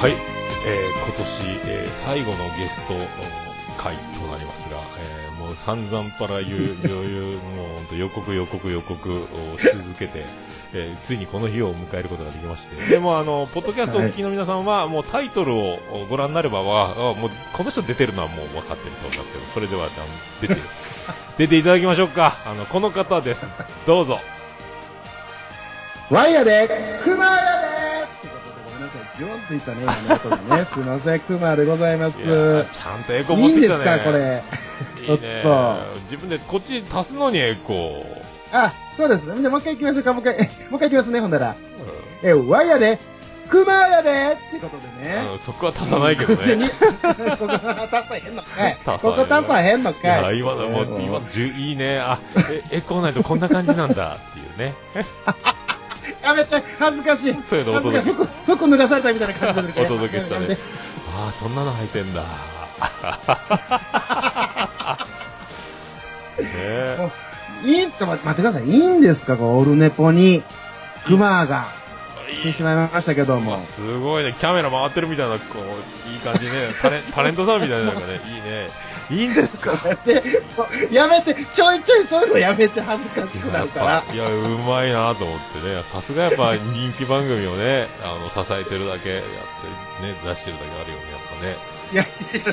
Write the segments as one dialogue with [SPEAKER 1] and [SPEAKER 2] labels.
[SPEAKER 1] はい、えー今年、えー最後のゲスト会となりますが、えーもう散々パラ言う余裕もう本当予告予告予告をし続けて、 えーついにこの日を迎えることができましてでもあのポッドキャストをお聞きの皆さんは、もうタイトルをご覧になればはあもうこの人出てるのはもう分かってると思いますけどそれではあの出て 出ていただきましょうかあのこの方ですどうぞ
[SPEAKER 2] ワイヤで、クマラでということで、ごめんなさい、ビョンといったね、今の後にね。すいません、クマでございま
[SPEAKER 1] い
[SPEAKER 2] す。
[SPEAKER 1] やちゃんとエコ
[SPEAKER 2] い
[SPEAKER 1] 持っ
[SPEAKER 2] いん
[SPEAKER 1] てき
[SPEAKER 2] で
[SPEAKER 1] た
[SPEAKER 2] す
[SPEAKER 1] ね
[SPEAKER 2] か、これ。ちょっと
[SPEAKER 1] いいね自分でこっち足すのにエコー
[SPEAKER 2] あ、そうですね。じゃあもう一回行きましょうか、もう一回、 もう一回行きますね、ほんなら。え、ワイヤで、クマラでってことで
[SPEAKER 1] あ
[SPEAKER 2] ね。
[SPEAKER 1] のそこは足さないけどね。
[SPEAKER 2] ここ 足さへんのかい。
[SPEAKER 1] 足さへん
[SPEAKER 2] ここ足さへんの
[SPEAKER 1] いや
[SPEAKER 2] かい。
[SPEAKER 1] 今のもう今じゅいいねあえエコーないとこんな感じなんだっていうね
[SPEAKER 2] やめて、恥ずかしい。
[SPEAKER 1] そういうのお
[SPEAKER 2] 恥ずかし
[SPEAKER 1] 届
[SPEAKER 2] い。
[SPEAKER 1] け
[SPEAKER 2] 服、服脱がされたみたいな感じで。
[SPEAKER 1] お届けした
[SPEAKER 2] や
[SPEAKER 1] ね
[SPEAKER 2] めて。
[SPEAKER 1] ああそんなの履いて んだねえ
[SPEAKER 2] いいって、待ってください。いいんですか、こうオルネポに、クマが来てしまいましたけど
[SPEAKER 1] ま
[SPEAKER 2] も
[SPEAKER 1] あ。すごいねキャメラ回ってるみたいなこういい感じねタレタレントさんみたいななんかねいいねいいんですか
[SPEAKER 2] でもうやめて、ちょいちょいそういうのやめて恥ずかしくな
[SPEAKER 1] やっ
[SPEAKER 2] るから
[SPEAKER 1] ぱ。いやうまいなと思ってねさすがやっぱ人気番組をねあの支えてるだけやってね出してるだけあるよねやっぱね
[SPEAKER 2] いや、いや、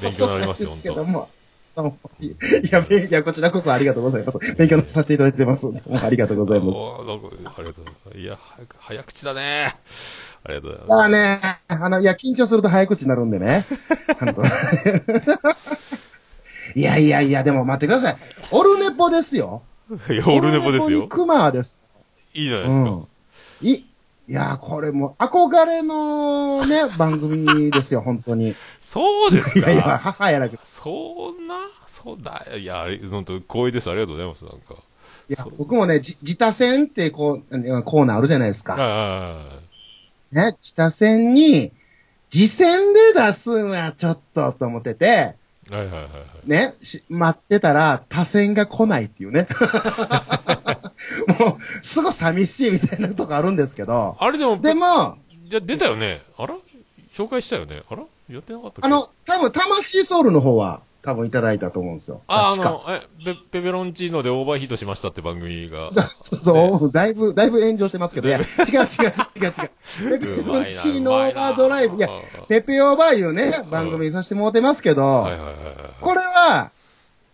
[SPEAKER 1] 勉強になりますよ
[SPEAKER 2] そうなんですけども。あのいや、べいや、こちらこそありがとうございます。勉強させていただいてます。もうありがとうございます。
[SPEAKER 1] おーどうもありがとうございます。いや、早く早口だね。ありがとうござい
[SPEAKER 2] さ
[SPEAKER 1] ま
[SPEAKER 2] あね、あの、いや、緊張すると早口になるんでね。あのいやいやいや、でも待ってください。オルネポですよ。
[SPEAKER 1] す。いや、オルネポです
[SPEAKER 2] オルネポに
[SPEAKER 1] よ。
[SPEAKER 2] クマです。
[SPEAKER 1] いいじゃないですか。
[SPEAKER 2] うんい、いやー、これもう憧れのね、番組ですよ、本当に。
[SPEAKER 1] そうです
[SPEAKER 2] い
[SPEAKER 1] か
[SPEAKER 2] やいや、 母やなくて。
[SPEAKER 1] そんなそうだ。いや、あれ、本当光栄です。ありがとうございます。なんか。
[SPEAKER 2] いや
[SPEAKER 1] そう、
[SPEAKER 2] 僕もね、じ自他戦ってこう、うんコーナーあるじゃないです
[SPEAKER 1] あ
[SPEAKER 2] か。
[SPEAKER 1] あ
[SPEAKER 2] ね、自他戦に、自戦で出すんはちょっとと思ってて、
[SPEAKER 1] ああ、はいはいはいはい。
[SPEAKER 2] ね、し待ってたら、他戦が来ないってい うね。もう、すごい寂しいみたいなとこあるんですけど。
[SPEAKER 1] あれでも、
[SPEAKER 2] でも、
[SPEAKER 1] じゃ出たよね。あら紹介したよね。あらやってなかったっけ
[SPEAKER 2] あ、の、多分、魂ソウルの方は、多分いただいたと思うんですよ。
[SPEAKER 1] あ、あ
[SPEAKER 2] 確か。
[SPEAKER 1] の、え、ペペペロンチーノでオーバーヒートしましたって番組が。
[SPEAKER 2] そう、だいぶ、だいぶ炎上してますけど、いや、違う違う違う違う。 ペ
[SPEAKER 1] う
[SPEAKER 2] ペ
[SPEAKER 1] まいな
[SPEAKER 2] ロンチーノオーバードライブ、いや
[SPEAKER 1] うまいなうん、
[SPEAKER 2] ペペオーバーいうね、番組させてもらってますけど
[SPEAKER 1] はい、はいはいはい。
[SPEAKER 2] これは、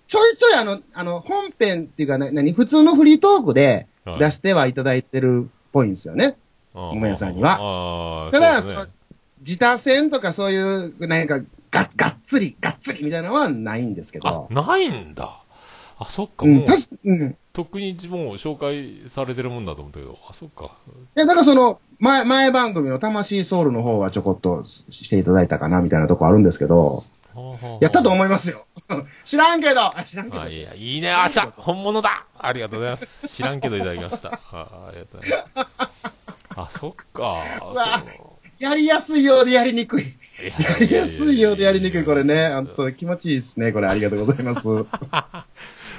[SPEAKER 2] ちょいちょいあの、あの、本編っていうかね、何、普通のフリートークで
[SPEAKER 1] はい
[SPEAKER 2] 出してはいただいてるっぽいんですよね。
[SPEAKER 1] ご
[SPEAKER 2] ごめんなさいには
[SPEAKER 1] ああ、
[SPEAKER 2] ただ、
[SPEAKER 1] そうで
[SPEAKER 2] そ
[SPEAKER 1] す
[SPEAKER 2] の
[SPEAKER 1] ね。
[SPEAKER 2] 自他戦とかそういう、なんか、がっがっつり、がっつりみたいなのはないんですけ
[SPEAKER 1] あ
[SPEAKER 2] ど、。
[SPEAKER 1] ないんだ。あ、そっか、
[SPEAKER 2] うん、
[SPEAKER 1] もう
[SPEAKER 2] 確、かうん。
[SPEAKER 1] とっくにもう紹介されてるもんだと思ったけど、あ、そっか。
[SPEAKER 2] いや、だからその、前、前番組の魂ソウルの方はちょこっとししていただいたかな、みたいなとこあるんですけど、やったと思いますよ。 知らんけどあ知らんけど
[SPEAKER 1] あ、いや、いいね、あ、来た本物だありがとうございます。知らんけどいただきま した。あありがとうございます。あ、そっか。
[SPEAKER 2] うわ
[SPEAKER 1] そう
[SPEAKER 2] やりやすいようでやりにくい。
[SPEAKER 1] いや
[SPEAKER 2] やりやすいようでやりにくい、これね。本当気持ちいいですね、これ。ありがとうございます。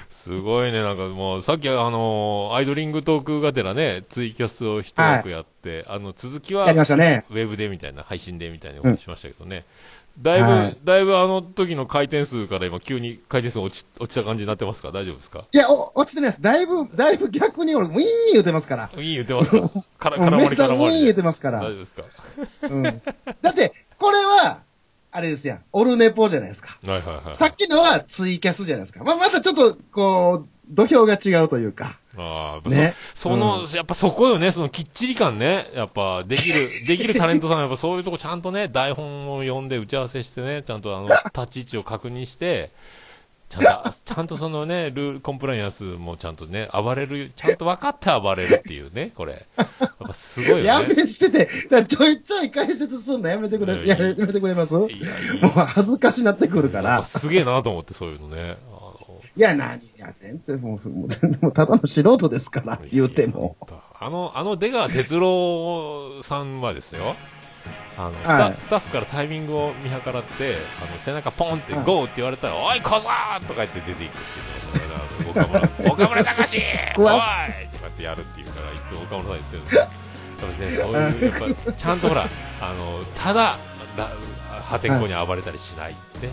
[SPEAKER 1] すごいね、なんかもう、さっきあの、アイドリングトークがてらね、ツイキャスを一枠やって、あの、続きは
[SPEAKER 2] やり、ましたね。
[SPEAKER 1] ウェブでみたいな、配信でみたいなことしましたけどね。だいぶ、
[SPEAKER 2] はい
[SPEAKER 1] だいぶあの時の回転数から今急に回転数落ち、落ちた感じになってますか大丈夫ですか
[SPEAKER 2] いや、お落ちてないです。だいぶ、だいぶ逆に俺、ウィーン言うてますから。
[SPEAKER 1] いい言ってます かから、
[SPEAKER 2] うん
[SPEAKER 1] 絡
[SPEAKER 2] め
[SPEAKER 1] ま
[SPEAKER 2] っ
[SPEAKER 1] り
[SPEAKER 2] ちゃウ
[SPEAKER 1] 絡
[SPEAKER 2] ィ
[SPEAKER 1] ま
[SPEAKER 2] ーン言
[SPEAKER 1] り
[SPEAKER 2] う
[SPEAKER 1] で。
[SPEAKER 2] てますか
[SPEAKER 1] 大丈
[SPEAKER 2] ら
[SPEAKER 1] 夫。ですか
[SPEAKER 2] うん、だって、これは、あれですやん。オルネポじゃないですか。
[SPEAKER 1] はいはいはい。
[SPEAKER 2] さっきのはツイキャスじゃないですか。まあ、またちょっと、こう、土俵が違うというか。
[SPEAKER 1] ああ、
[SPEAKER 2] ね
[SPEAKER 1] そその、やっぱそこよね、そのきっちり感ね。やっぱ、で きる、できるタレントさんはやっぱそういうとこちゃんとね、台本を読んで打ち合わせしてね、ちゃんと あの、立ち位置を確認して、ちゃんと、ちゃんとそのね、ルール、コンプライアンスもちゃんとね、暴れる、ちゃんと分かって暴れるっていうね、これ。やっぱすごいよ
[SPEAKER 2] や
[SPEAKER 1] ね
[SPEAKER 2] め。てて、だからちょいちょい解説すんのやめてくれ、
[SPEAKER 1] いや
[SPEAKER 2] や
[SPEAKER 1] いや
[SPEAKER 2] めてくれますもう
[SPEAKER 1] いやい
[SPEAKER 2] 恥ずかしなってくるか
[SPEAKER 1] や、やっ
[SPEAKER 2] ら
[SPEAKER 1] ぱ。すげえなと思って、そういうのね。あの
[SPEAKER 2] いや、何いや、全然もう、もう全然もうただの素人ですから、言うても。
[SPEAKER 1] あの、あの出川哲郎さんはですよ、あのスタ
[SPEAKER 2] はい
[SPEAKER 1] スタッフからタイミングを見計らって、あの背中ポンって
[SPEAKER 2] はい
[SPEAKER 1] ゴーって言われたら、おい、小僧とか言って出ていくっていうのが、岡村、岡村隆史おいとかってやるっていうから、いつも岡村さん言ってるんですよ。ぱりね、そういう、やっぱちゃんとほら、あの、ただ、ら破天荒に暴れたりしないって、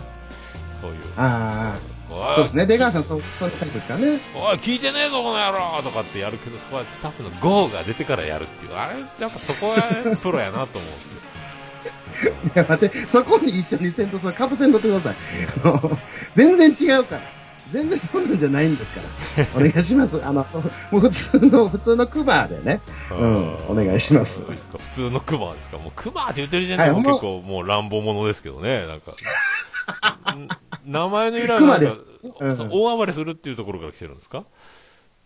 [SPEAKER 1] そういう。
[SPEAKER 2] あ
[SPEAKER 1] お
[SPEAKER 2] あ、
[SPEAKER 1] い
[SPEAKER 2] そうですね。出川さん、そう、そういうタイプですからね。
[SPEAKER 1] おい、聞いてねえぞ、この野郎とかってやるけど、そこはスタッフのゴーが出てからやるっていう、あれ、やっぱそこはプロやなと思うんですよ。
[SPEAKER 2] いや、待って、そこに一緒に戦闘する、かぶせに乗ってください。あの、全然違うから。全然そんなんじゃないんです から。お願いします。あの、もう普通の、普通のクマでね。うん
[SPEAKER 1] あー
[SPEAKER 2] お願いし ます
[SPEAKER 1] そうですか普通のクマですか。もうクマって言ってる時点で
[SPEAKER 2] は
[SPEAKER 1] も
[SPEAKER 2] いうほんま
[SPEAKER 1] 結構もう乱暴者ですけどね、なんか。 ん名前の由来は
[SPEAKER 2] 熊
[SPEAKER 1] なんか
[SPEAKER 2] ですうん
[SPEAKER 1] そう大暴れするっていうところから来てるんですか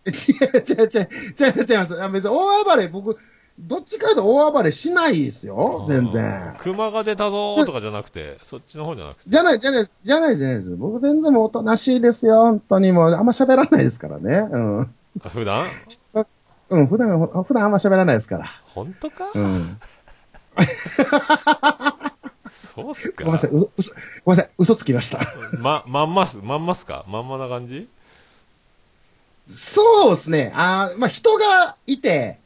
[SPEAKER 2] 違う違う違う違う違います。あ別に大暴れ、僕、どっちかというと大暴れしないですよ。全然。
[SPEAKER 1] クマが出たぞーとかじゃなくて、そっちの方じゃなくて。
[SPEAKER 2] じゃない、じゃない、じゃない、じゃないです。僕全然もうおとなしいですよ。本当にもう、あんま喋らないですからね。うん。
[SPEAKER 1] あ普段
[SPEAKER 2] そうん、普段、ほ普段あんま喋らないですから。
[SPEAKER 1] 本当か、
[SPEAKER 2] うん。
[SPEAKER 1] そうっすか
[SPEAKER 2] ごめんなさい、う、嘘、ごめんなさい、嘘つきました。
[SPEAKER 1] ま、まんます、まんますかまんまな感じ
[SPEAKER 2] そうですね。あーまあ、人がいて、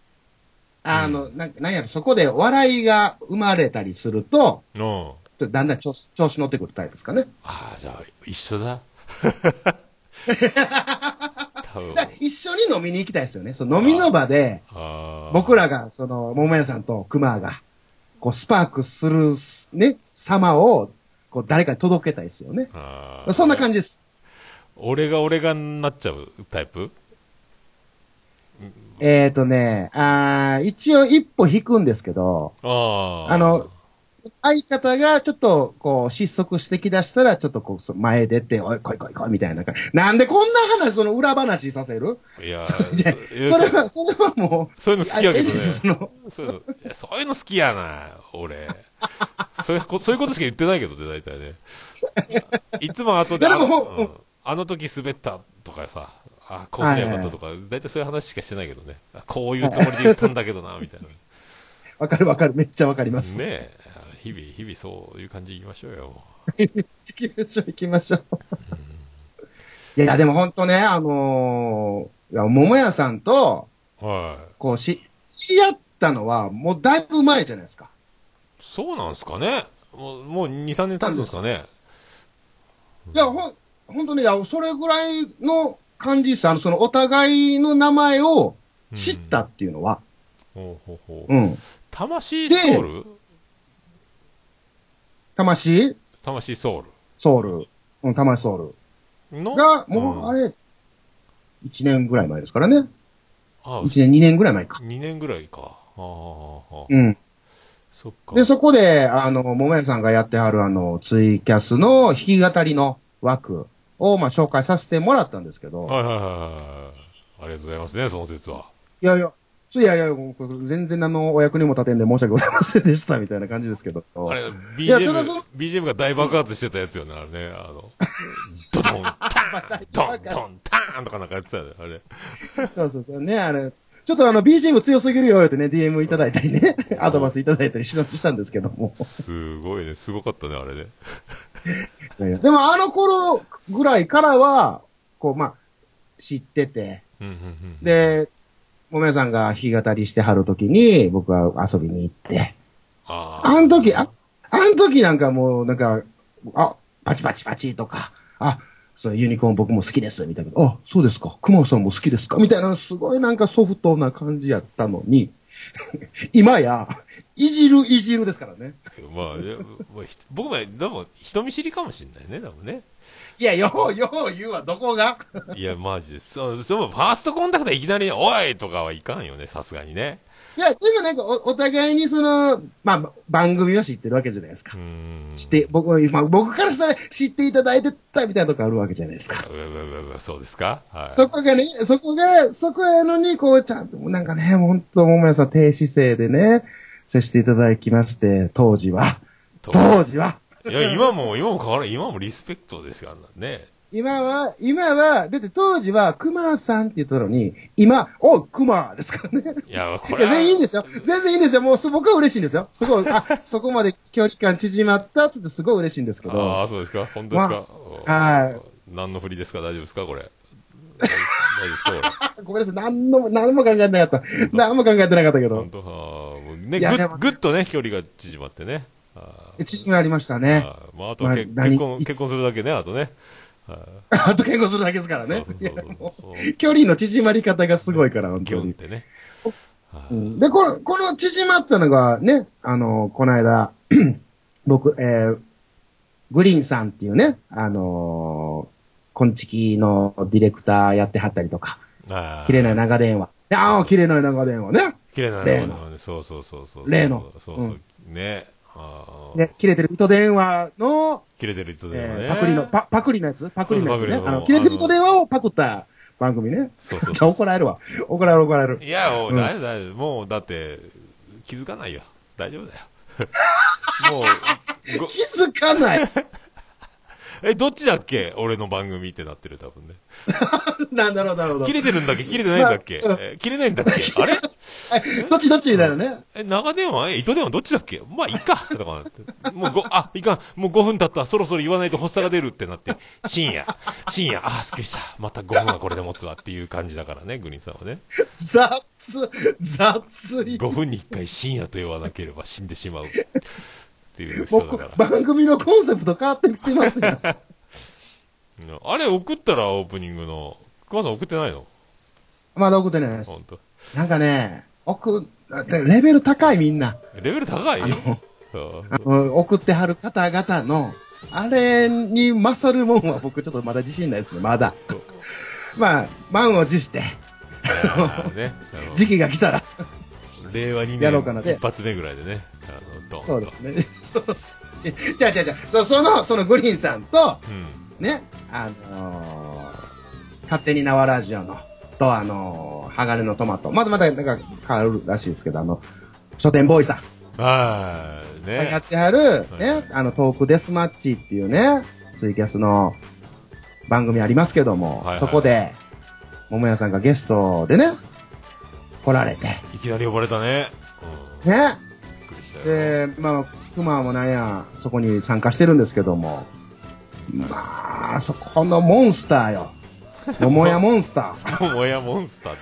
[SPEAKER 2] あの、なん、なんやろ、そこで笑いが生まれたりすると、
[SPEAKER 1] うん。
[SPEAKER 2] ちょっとだんだん調子、調子乗ってくるタイプですかね。
[SPEAKER 1] ああ、じゃあ、一緒 だ。多分
[SPEAKER 2] だから一緒に飲みに行きたいですよね。その飲みの場で、
[SPEAKER 1] あー
[SPEAKER 2] 僕らが、その、桃屋さんと熊が、こう、スパークする、ね、様を、こう、誰かに届けたいですよね。
[SPEAKER 1] あー
[SPEAKER 2] そんな感じです。
[SPEAKER 1] 俺が俺がになっちゃうタイプ
[SPEAKER 2] えっ、ー、とね、あー一応一歩引くんですけど、
[SPEAKER 1] ああ。
[SPEAKER 2] あの、相方がちょっと、こう、失速してきだしたら、ちょっとこうそ、前出て、おい、来い来い来い、みたいな感じ。なんでこんな話、その裏話させる
[SPEAKER 1] い や、
[SPEAKER 2] いや
[SPEAKER 1] そ
[SPEAKER 2] それは、それはもう、
[SPEAKER 1] そういうの好きやけどね
[SPEAKER 2] あええですその
[SPEAKER 1] そういうのいやそういうの好きやな、俺。そういうこそういうことしか言ってないけどね、大体 ね。いつも後で、
[SPEAKER 2] い
[SPEAKER 1] あ
[SPEAKER 2] やでも
[SPEAKER 1] の
[SPEAKER 2] ほん
[SPEAKER 1] うんあの時滑ったとかさ、あこうすればよかったとか、大体そういう話しかしてないけどね。あこういうつもりで言ったんだけどな、みたいな。ね
[SPEAKER 2] わかるわかる、めっちゃわかります。
[SPEAKER 1] え。日々、日々そういう感じで言いましょうよ。
[SPEAKER 2] 行きましょう、行きましょ う。いや、でも本当ね、あのー、いや、桃屋さんと、
[SPEAKER 1] はい。
[SPEAKER 2] こう、し、知り合ったのは、もうだいぶ前じゃないですか。
[SPEAKER 1] そうなんすかねもう、もう2、3年経つんですかね
[SPEAKER 2] いや、ほん、本当ね、いや、それぐらいの感じです。あの、その、お互いの名前を知ったっていうのは。
[SPEAKER 1] ほうほうほう。
[SPEAKER 2] うん。
[SPEAKER 1] 魂ソウル
[SPEAKER 2] 魂
[SPEAKER 1] 魂ソ
[SPEAKER 2] ソウル。うん、魂ソウ
[SPEAKER 1] ウルの
[SPEAKER 2] ル。が、もう、あ
[SPEAKER 1] れ
[SPEAKER 2] れ、1年ぐらい前ですからね。
[SPEAKER 1] あ
[SPEAKER 2] 1年、2年ぐらい前か。
[SPEAKER 1] 2年ぐらいか。ああああ、ああ
[SPEAKER 2] うん。
[SPEAKER 1] そっか。
[SPEAKER 2] で、そこで、あの、桃屋さんがやってはる、あの、ツイキャスの弾き語りの枠を、まあ、紹介させてもらったんですけど、
[SPEAKER 1] はいはいはいはい。ありがとうございますね、その説は。
[SPEAKER 2] いやいや、そういやいや、もうこれ全然あの、お役にも立てんで申し訳ございませんでした、みたいな感じですけど。
[SPEAKER 1] あれ、
[SPEAKER 2] いやただそ
[SPEAKER 1] BGM
[SPEAKER 2] の、
[SPEAKER 1] BGM が大爆発してたやつよね、あれね。あの、ドドン、タン、ドン、ドン、タンとかなんかやってたよね、あ れ。
[SPEAKER 2] そうそうそう、ね、あれ、ちょっとあの、BGM 強すぎるよ、ってね、DM いただいたりね、アドバイスいただいたりししたんですけども。
[SPEAKER 1] すごいね、すごかったね、あれね。
[SPEAKER 2] いやいやでも、あの頃ぐらいからは、こう、まあ、知ってて、
[SPEAKER 1] うんうんうん。
[SPEAKER 2] で、桃屋さんが弾き語りしてはるときに、僕は遊びに行って、
[SPEAKER 1] ああ
[SPEAKER 2] あの時、あ、あの時なんかもう、なんか、あ、パチパチパチとか、あ、そのユニコーン僕も好きです、みたいな。あ、そうですか。熊さんも好きですかみたいな、すごいなんかソフトな感じやったのに、 今や、いじるいじるですからね。
[SPEAKER 1] まあ、いやまあひ僕も、でも、人見知りかもしれないね、でもね。
[SPEAKER 2] いや、よう、よう言うわ、どこが。
[SPEAKER 1] いや、マジで。そう、そう、ファーストコンタクトはいきなり、おいとかはいかんよね、さすがにね。
[SPEAKER 2] いや、でもなんかお、お互いにその、まあ、番組は知ってるわけじゃないです
[SPEAKER 1] うー
[SPEAKER 2] か。
[SPEAKER 1] ん。
[SPEAKER 2] 知って、僕は、まあ、僕からしたら知っていただいてたみたいなとこあるわけじゃないですか。
[SPEAKER 1] うわうわうわうわそうですかはい。
[SPEAKER 2] そこがね、そこが、そこやのに、こう、ちゃんと、なんかね、もう本当、桃屋さん、低姿勢でね、接していただきまして、当時は、
[SPEAKER 1] と
[SPEAKER 2] 当時は、
[SPEAKER 1] いや、今も、今も変わらない。今もリスペクトですよ、あんなんね。
[SPEAKER 2] 今は、今は、だって当時は、熊さんって言ったのに、今、おう、熊ですからね。
[SPEAKER 1] いや、こ
[SPEAKER 2] い
[SPEAKER 1] れ
[SPEAKER 2] や、
[SPEAKER 1] は。
[SPEAKER 2] 全然いいんですよ。全然いいんですよ。もう、す僕は嬉しいんですよ。すごい、 あ、そこまで距離感縮まったっつって、すごい嬉しいんですけ
[SPEAKER 1] あ
[SPEAKER 2] ど。
[SPEAKER 1] あ、そうですか本当ですか、。
[SPEAKER 2] はい
[SPEAKER 1] 何の振りですか大丈夫ですかこ れ。大丈夫ですかこれ。
[SPEAKER 2] ごめんなさい。何のも、何も考えてなかった。何も考えてなかったけど
[SPEAKER 1] 本。当あね、
[SPEAKER 2] い
[SPEAKER 1] ぐ
[SPEAKER 2] やで
[SPEAKER 1] っ
[SPEAKER 2] も
[SPEAKER 1] ぐっとね、距離が縮まってね。あー
[SPEAKER 2] 縮みありましたね。
[SPEAKER 1] あーまあ、あとはけ
[SPEAKER 2] まあ
[SPEAKER 1] 結婚、
[SPEAKER 2] 何
[SPEAKER 1] 結婚するだけね、あとね。あ
[SPEAKER 2] あと健康するだけですから
[SPEAKER 1] ー
[SPEAKER 2] ね
[SPEAKER 1] そう。
[SPEAKER 2] い
[SPEAKER 1] そう
[SPEAKER 2] や
[SPEAKER 1] そう
[SPEAKER 2] も
[SPEAKER 1] そう
[SPEAKER 2] う距離の縮まり方がすごいから、本
[SPEAKER 1] ギョ
[SPEAKER 2] 当
[SPEAKER 1] ンっ
[SPEAKER 2] に。
[SPEAKER 1] てね。あ
[SPEAKER 2] う
[SPEAKER 1] ー
[SPEAKER 2] んで、この、この縮まったのがね、あの、この間、 僕、えー、グリーンさんっていうね、あのー、こんちきのディレクターやってはったりとか、
[SPEAKER 1] あー
[SPEAKER 2] 綺麗な長電話。でああ、綺麗な長電話ね。
[SPEAKER 1] 綺麗な
[SPEAKER 2] 例の
[SPEAKER 1] なね。そうそうそうそう。
[SPEAKER 2] 例の。
[SPEAKER 1] そうそううんね。あー
[SPEAKER 2] ね、切れてる糸電話の、
[SPEAKER 1] 切れてる人だよ
[SPEAKER 2] え
[SPEAKER 1] ね。
[SPEAKER 2] ーパクリの、パパクリのやつパクリのやつね。
[SPEAKER 1] そうそうパクリの
[SPEAKER 2] あの、切れてる糸電話をパクった番組ね。
[SPEAKER 1] そうそう
[SPEAKER 2] じゃあ怒られるわ。怒られる怒られる。
[SPEAKER 1] いや、もう
[SPEAKER 2] うん
[SPEAKER 1] 大丈夫、大丈夫。もう、だって、気づかないよ。大丈夫だよ。 もう、ご
[SPEAKER 2] 気づかない。
[SPEAKER 1] え、どっちだっけ俺の番組ってなってる、多分ね。
[SPEAKER 2] なんだろう、なるほど。
[SPEAKER 1] 切れてるんだっけ切れてないんだっけ、
[SPEAKER 2] まあ
[SPEAKER 1] え切れないんだっけあれ
[SPEAKER 2] はいどっちどっちみたいなね。
[SPEAKER 1] え、長電話え、糸電話どっちだっけまあ、いっ かとかなって。もうご、あ、いかん。もう5分経った。そろそろ言わないと発作が出るってなって。深夜。深夜。あ、すっきりした。また5分はこれで持つわっていう感じだからね、グリーンさんはね。
[SPEAKER 2] 雑、雑い。
[SPEAKER 1] 5分に1回深夜と言わなければ死んでしまう。っていう
[SPEAKER 2] も
[SPEAKER 1] 人
[SPEAKER 2] うこ
[SPEAKER 1] だから。
[SPEAKER 2] 番組のコンセプト変わってきてますよ。
[SPEAKER 1] うんあれ送ったらオープニングの。熊さん送ってないの
[SPEAKER 2] まだ送ってないで
[SPEAKER 1] 本
[SPEAKER 2] す。
[SPEAKER 1] 当。
[SPEAKER 2] なんかね、送、レベル高いみんな。
[SPEAKER 1] レベル高い
[SPEAKER 2] あの、
[SPEAKER 1] うん
[SPEAKER 2] あの送ってはる方々の、あれに勝るもんは僕ちょっとまだ自信ないですね、まだ。まあ、満を持して、
[SPEAKER 1] あのね、あの
[SPEAKER 2] 時期が来たら、
[SPEAKER 1] 令和2
[SPEAKER 2] やろうかな
[SPEAKER 1] 年一発目ぐらいでね、あのドー
[SPEAKER 2] そう
[SPEAKER 1] ンと。
[SPEAKER 2] ですね。 そうえじゃあじゃあじゃあ、そその、そのグリーンさんと、
[SPEAKER 1] うん
[SPEAKER 2] ね、あのー勝手に縄ラジオの、と、あのー鋼のトマト、まだまだ、なんか変わるらしいですけど、あの、書店ボーイさん、
[SPEAKER 1] ああ、
[SPEAKER 2] や
[SPEAKER 1] ね
[SPEAKER 2] っ。てはる、
[SPEAKER 1] は
[SPEAKER 2] ね
[SPEAKER 1] い、
[SPEAKER 2] あの、トークデスマッチっていうね、ツイキャスの番組ありますけども、
[SPEAKER 1] はいはい
[SPEAKER 2] そこで、桃屋さんがゲストでね、来られて、
[SPEAKER 1] いきなり呼ばれたね。うん
[SPEAKER 2] ね、
[SPEAKER 1] びっくりしたよ。
[SPEAKER 2] で、まあ、熊もなんや、そこに参加してるんですけども、まあ、そこのモンスターよ。桃屋モンスター。
[SPEAKER 1] もやモンスター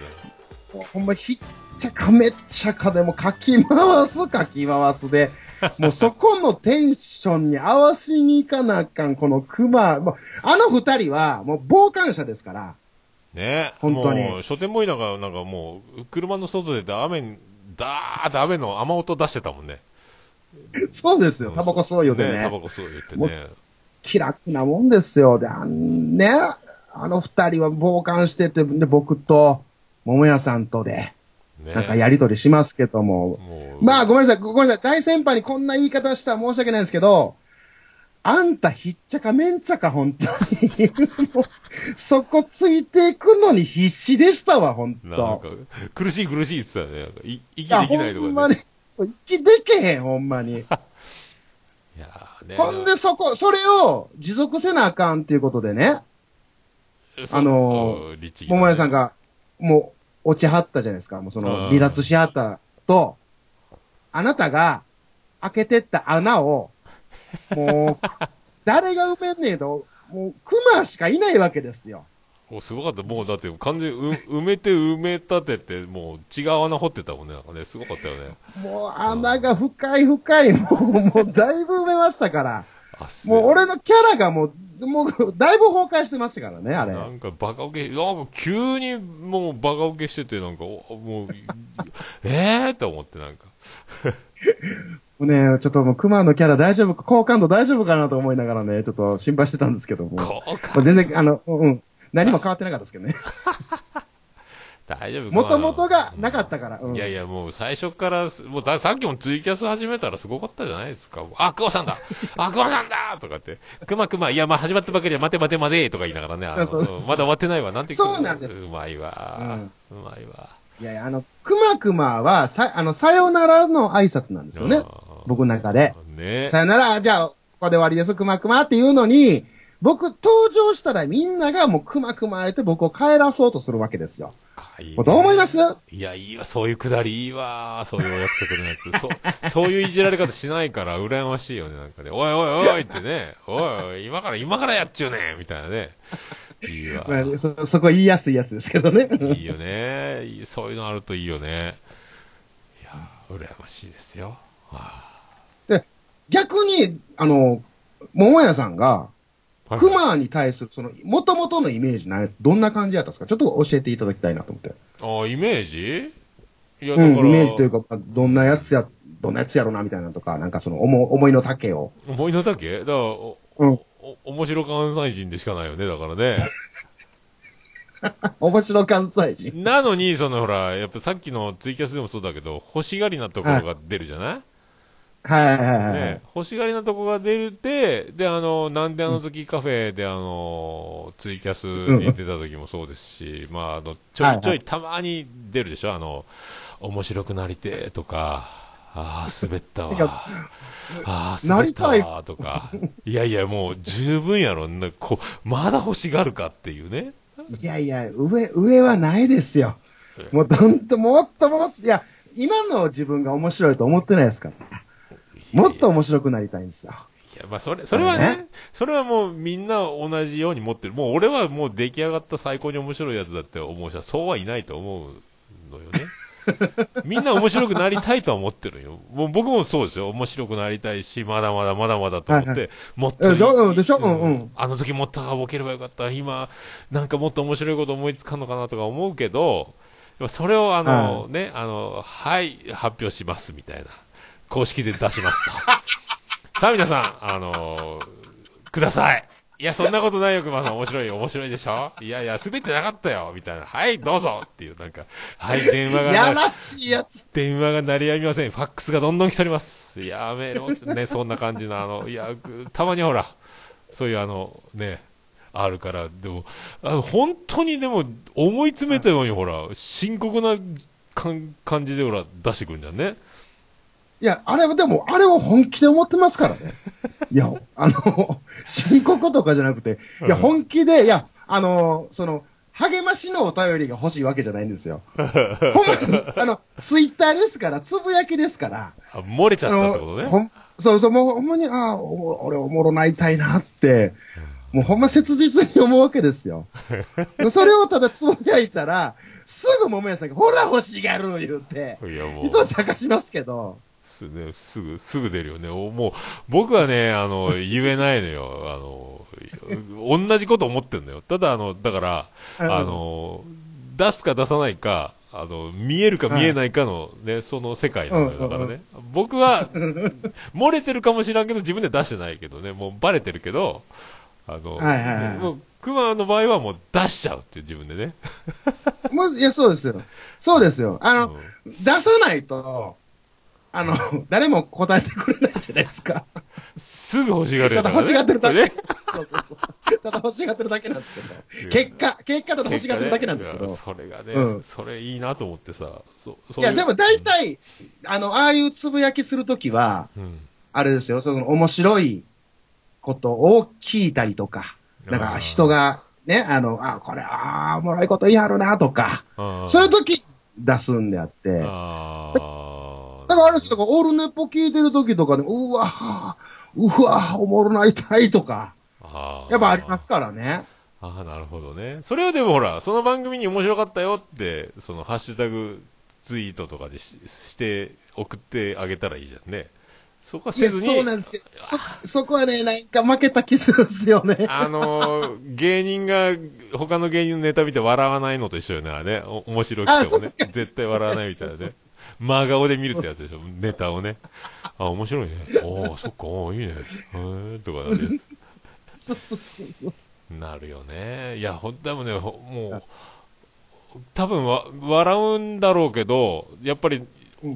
[SPEAKER 2] もうほんまひっちゃかめっちゃかでもかき回すかき回す で、もうそこのテンションに合わしに行かなあかん、この熊、もうあの二人はもう傍観者ですから、
[SPEAKER 1] で。ね。
[SPEAKER 2] 本当に
[SPEAKER 1] もう書店ボーイなんか、なんかもう、車の外で雨に、ダーって雨の雨音出してたもんね。
[SPEAKER 2] そうですよ、タバコ吸おうよで
[SPEAKER 1] タ
[SPEAKER 2] ね、
[SPEAKER 1] バコ吸うよってね。
[SPEAKER 2] 気楽なもんですよ、で、あんね、あの二人は傍観してて、で、僕と、桃屋さんとで、
[SPEAKER 1] ね。
[SPEAKER 2] なんかやりとりしますけども、
[SPEAKER 1] もう、
[SPEAKER 2] まあ、ごめんなさい、ごめんなさい。大先輩にこんな言い方したら申し訳ないですけど、あんたひっちゃかめんちゃか、本当に。もうそこついていくのに必死でしたわ、本
[SPEAKER 1] なん
[SPEAKER 2] 当
[SPEAKER 1] か。、苦しい苦しいって言ってたよね。なんかい息
[SPEAKER 2] い
[SPEAKER 1] で
[SPEAKER 2] や、
[SPEAKER 1] き
[SPEAKER 2] ほ
[SPEAKER 1] ないとかね。
[SPEAKER 2] んまに。息でけへん、ほんま に。
[SPEAKER 1] いやーね。
[SPEAKER 2] ほんで、そこ、それを持続せなあかんっていうことでね、
[SPEAKER 1] そう
[SPEAKER 2] あの
[SPEAKER 1] うん律儀だね
[SPEAKER 2] 桃屋さんが、もう、落ちはったじゃないですか。もうその、
[SPEAKER 1] うん
[SPEAKER 2] 離脱しはったと、あなたが、開けてった穴を、もう、誰が埋めんねえと、もう、熊しかいないわけですよ。
[SPEAKER 1] もうすごかった。もうだって完全にう埋めて埋め立てて、もう違う穴掘ってたもんね。なんかね、すごかったよね。
[SPEAKER 2] もう、穴が深い深い、もう、もう、だいぶ埋めましたから。
[SPEAKER 1] あす
[SPEAKER 2] もう、俺のキャラがもう、もう、だいぶ崩壊してましたからね、あれ。
[SPEAKER 1] なんかバカ受け、なんか急にもうバカ受けしてて、なんか、おもう、 えーと思ってなんか。
[SPEAKER 2] ねちょっともう、熊のキャラ大丈夫か、好感度大丈夫かなと思いながらね、ちょっと心配してたんですけども。
[SPEAKER 1] こう
[SPEAKER 2] ま
[SPEAKER 1] か
[SPEAKER 2] あ、。全然、あの、うん。何も変わってなかったですけど ね。
[SPEAKER 1] 大丈夫かな
[SPEAKER 2] もともとがなかったから。うん、
[SPEAKER 1] いやいや、もう最初からす、もうださっきもツイキャス始めたらすごかったじゃないですか。あ、クマさんだあ、クマさんだとかって。クマクマ、いや、まあ始まったばかりは待て待て待てとか言いながらね、あの
[SPEAKER 2] そうそうそう
[SPEAKER 1] まだ終わってないわ。なんて
[SPEAKER 2] そうなんです
[SPEAKER 1] うまいわ、うまいわ。
[SPEAKER 2] いやいや、あの、くまくまは、さ、あの、さよならの挨拶なんですよ
[SPEAKER 1] あ
[SPEAKER 2] ね
[SPEAKER 1] ー。
[SPEAKER 2] 僕の中で。
[SPEAKER 1] ね
[SPEAKER 2] さよなら、じゃあ、ここで終わりです、くまくまっていうのに、僕、登場したらみんながもうくまくまえて僕を帰らそうとするわけですよ。
[SPEAKER 1] いいね
[SPEAKER 2] もうどう思います
[SPEAKER 1] いや、いいわ、そういうくだり、いいわ、そういうお約束のやつ。そう、そういういじられ方しないから、羨ましいよね、なんかね。おいおいおいってね、おいおい、今から、今からやっちゅうねんみたいなね。いいわ。
[SPEAKER 2] まあ、そ、そこは言いやすいやつですけどね。
[SPEAKER 1] いいよね。いいそういうのあるといいよね。いや羨ましいですよ。は
[SPEAKER 2] 逆に、あの、桃屋さんが、
[SPEAKER 1] あ
[SPEAKER 2] クマに対する、その、もともとのイメージな、どんな感じやったんですかちょっと教えていただきたいなと思って。
[SPEAKER 1] ああ、イメージいや、
[SPEAKER 2] う
[SPEAKER 1] だ
[SPEAKER 2] ん、
[SPEAKER 1] から、
[SPEAKER 2] イメージというか、まあどんなやつや、どんなやつやろな、みたいなのとか、なんかその、思思いの丈を。
[SPEAKER 1] 思いのだけだから、お、
[SPEAKER 2] うん。
[SPEAKER 1] お面白関西人でしかないよね、だからね。
[SPEAKER 2] 面白関西人。
[SPEAKER 1] なのに、そのほら、やっぱさっきのツイキャスでもそうだけど、欲しがりなところが出るじゃない、
[SPEAKER 2] はいはいはいはい。
[SPEAKER 1] ね、欲しがりなとこが出るで、で、あの、なんであの時カフェで、あの、ツイキャスに出た時もそうですし、まあ、あの、ちょ
[SPEAKER 2] はいはい
[SPEAKER 1] いちょいたまに出るでしょあの、面白くなりてーとか、ああ、滑ったわ
[SPEAKER 2] いや。
[SPEAKER 1] ああ、
[SPEAKER 2] な
[SPEAKER 1] 滑っ
[SPEAKER 2] り
[SPEAKER 1] た
[SPEAKER 2] たい
[SPEAKER 1] わとか。いやいや、もう十分やろ。なこまだ欲しがるかっていうね。
[SPEAKER 2] いやいや、上、上はないですよ。もうどんと、もっともっと、いや、今の自分が面白いと思ってないですから。もっと面白くなりたいんですよ。
[SPEAKER 1] いや、まあ、それ、それは
[SPEAKER 2] そう
[SPEAKER 1] ね
[SPEAKER 2] ね、
[SPEAKER 1] それはもうみんな同じように持ってる。もう俺はもう出来上がった最高に面白いやつだって思うし、そうはいないと思うの よね。みんな面白くなりたいとは思ってるよ。もう僕もそうですよ。面白くなりたいし、まだまだまだまだと思って、
[SPEAKER 2] はいは
[SPEAKER 1] もっと
[SPEAKER 2] えじゃあでしょうんうん
[SPEAKER 1] あの時もっとあボケればよかった。今、なんかもっと面白いこと思いつかんのかなとか思うけど、でもそれをあの、
[SPEAKER 2] は
[SPEAKER 1] ね、あの、はい、発表しますみたいな。公式で出しますと。さあ皆さん、あのーください。いや、そんなことないよ、熊さん。面白い、面白いでしょいやいや、滑ってなかったよ、みたいな。はい、どうぞっていう、なんか、はい、電話が
[SPEAKER 2] や
[SPEAKER 1] な、
[SPEAKER 2] らしいやつ。
[SPEAKER 1] 電話が鳴りやみません。ファックスがどんどん来ております。いやー、メールも来て、ね、そんな感じの、あの、いや、くたまにほら、そういうあの、ね、あるから、でも、あの本当にでも、思い詰めたように、ほら、深刻なかん感じで、ほら、出してくるんだよね。
[SPEAKER 2] いや、あれはでも、あれは本気で思ってま すからね。いや、あの、深刻とかじゃなくて、いや、
[SPEAKER 1] うん
[SPEAKER 2] 本気で、いや、あの、その、励ましのお便りが欲しいわけじゃないんですよ。 ほんまに、あの、ツイッターですから、つぶやきですから。
[SPEAKER 1] あ漏れちゃ
[SPEAKER 2] あ
[SPEAKER 1] ったって
[SPEAKER 2] の
[SPEAKER 1] ことね。
[SPEAKER 2] ほんそうそう、もうほんまに、ああ、おも俺おもろないたいなって、もうほんま切実に思うわけで すよ。それをただつぶやいたら、すぐ桃屋さんが、ほら欲しがる言うて、
[SPEAKER 1] いやもう
[SPEAKER 2] 糸を探しますけど、
[SPEAKER 1] す,、ね、すぐ、すぐ出るよね。おもう、僕は ね、あの、言えないのよ。あの、同じこと思ってんのよ。ただ、あの、だから、
[SPEAKER 2] うん
[SPEAKER 1] あの、出すか出さないか、あの、見えるか見えないかのね、その世界なのよ。だからね。僕は、漏れてるかもしらんけど、自分では出してないけどね、もうバレてるけど、あの、
[SPEAKER 2] はいはいはい
[SPEAKER 1] もう、熊の場合はもう出しちゃうっていう自分でね。
[SPEAKER 2] もういや、そうですよ。そうですよ。あの、
[SPEAKER 1] う
[SPEAKER 2] 出さないと、あの、誰も答えてくれないじゃないで すか。
[SPEAKER 1] んすぐ欲しがる
[SPEAKER 2] ただ欲しがってるだ
[SPEAKER 1] だ
[SPEAKER 2] け。
[SPEAKER 1] ね。
[SPEAKER 2] そうそうそう。ただ欲しがってるだけなんですけど。結果、結果ただ欲しがってるだけなんですけど。
[SPEAKER 1] 結果ねいやそれがね、
[SPEAKER 2] うん
[SPEAKER 1] それいいなと思ってさ。そそい
[SPEAKER 2] いう
[SPEAKER 1] う
[SPEAKER 2] や、でも大体、あの、ああいうつぶやきするときは、
[SPEAKER 1] うん。
[SPEAKER 2] あれですよ、その面白いことを聞いたりとか、なん
[SPEAKER 1] あー
[SPEAKER 2] か人が、ね、あの、あ、これ、ああ、おもろいこと言いはるな、とか、
[SPEAKER 1] あー
[SPEAKER 2] そういうとき出すんであって、だ
[SPEAKER 1] あー
[SPEAKER 2] からあれですよ、オールネポ聞いてるときとかね、うわーうわーおもろなりたいとか、
[SPEAKER 1] あー
[SPEAKER 2] やっぱありますからね。
[SPEAKER 1] ああ、なるほどね。それはでもほら、その番組に面白かったよって、そのハッシュタグツイートとかでしして、送ってあげたらいいじゃんね。そこはせ
[SPEAKER 2] ね
[SPEAKER 1] ずに、
[SPEAKER 2] そうなんですけど、そ、そこはね、なんか負けた気するんですよね。
[SPEAKER 1] あのー芸人が、他の芸人のネタ見て笑わないのと一緒よね。あれねお面白
[SPEAKER 2] あ
[SPEAKER 1] くて
[SPEAKER 2] そ
[SPEAKER 1] も
[SPEAKER 2] う
[SPEAKER 1] ね
[SPEAKER 2] か。
[SPEAKER 1] 絶対笑わないみたいな
[SPEAKER 2] そう
[SPEAKER 1] ね
[SPEAKER 2] そう。
[SPEAKER 1] 真顔で見るってやつでしょ。ネタをね。あ、面白いね。おー、そっか、おー、いいね。へーとかです。
[SPEAKER 2] そうそうそうそう。
[SPEAKER 1] なるよね。いや、ほんでもね、ほもう、多分わ、笑うんだろうけど、やっぱり、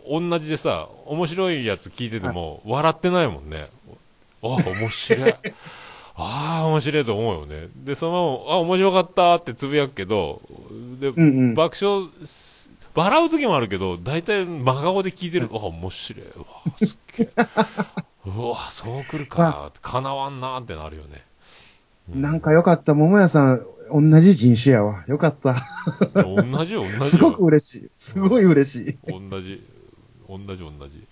[SPEAKER 1] 同じでさ、面白いやつ聞いてても、笑ってないもんね。あ、面白い。 ああ、面白いと思うよね。で、そのまま、あ、面白かったってつぶやくけど、で、
[SPEAKER 2] んうん
[SPEAKER 1] 爆笑す、笑う時もあるけど、大体真顔で聞いてる。あ、面白い。うわ、すっげえ。うわ、そうくる かな。かなわんなってなるよね。
[SPEAKER 2] なんかよかった、桃屋さん、同じ人種やわ。よかった。
[SPEAKER 1] 同じよ、同じよ。
[SPEAKER 2] すごく嬉しい。すごい嬉しい。
[SPEAKER 1] 同じ、同じ、同じ。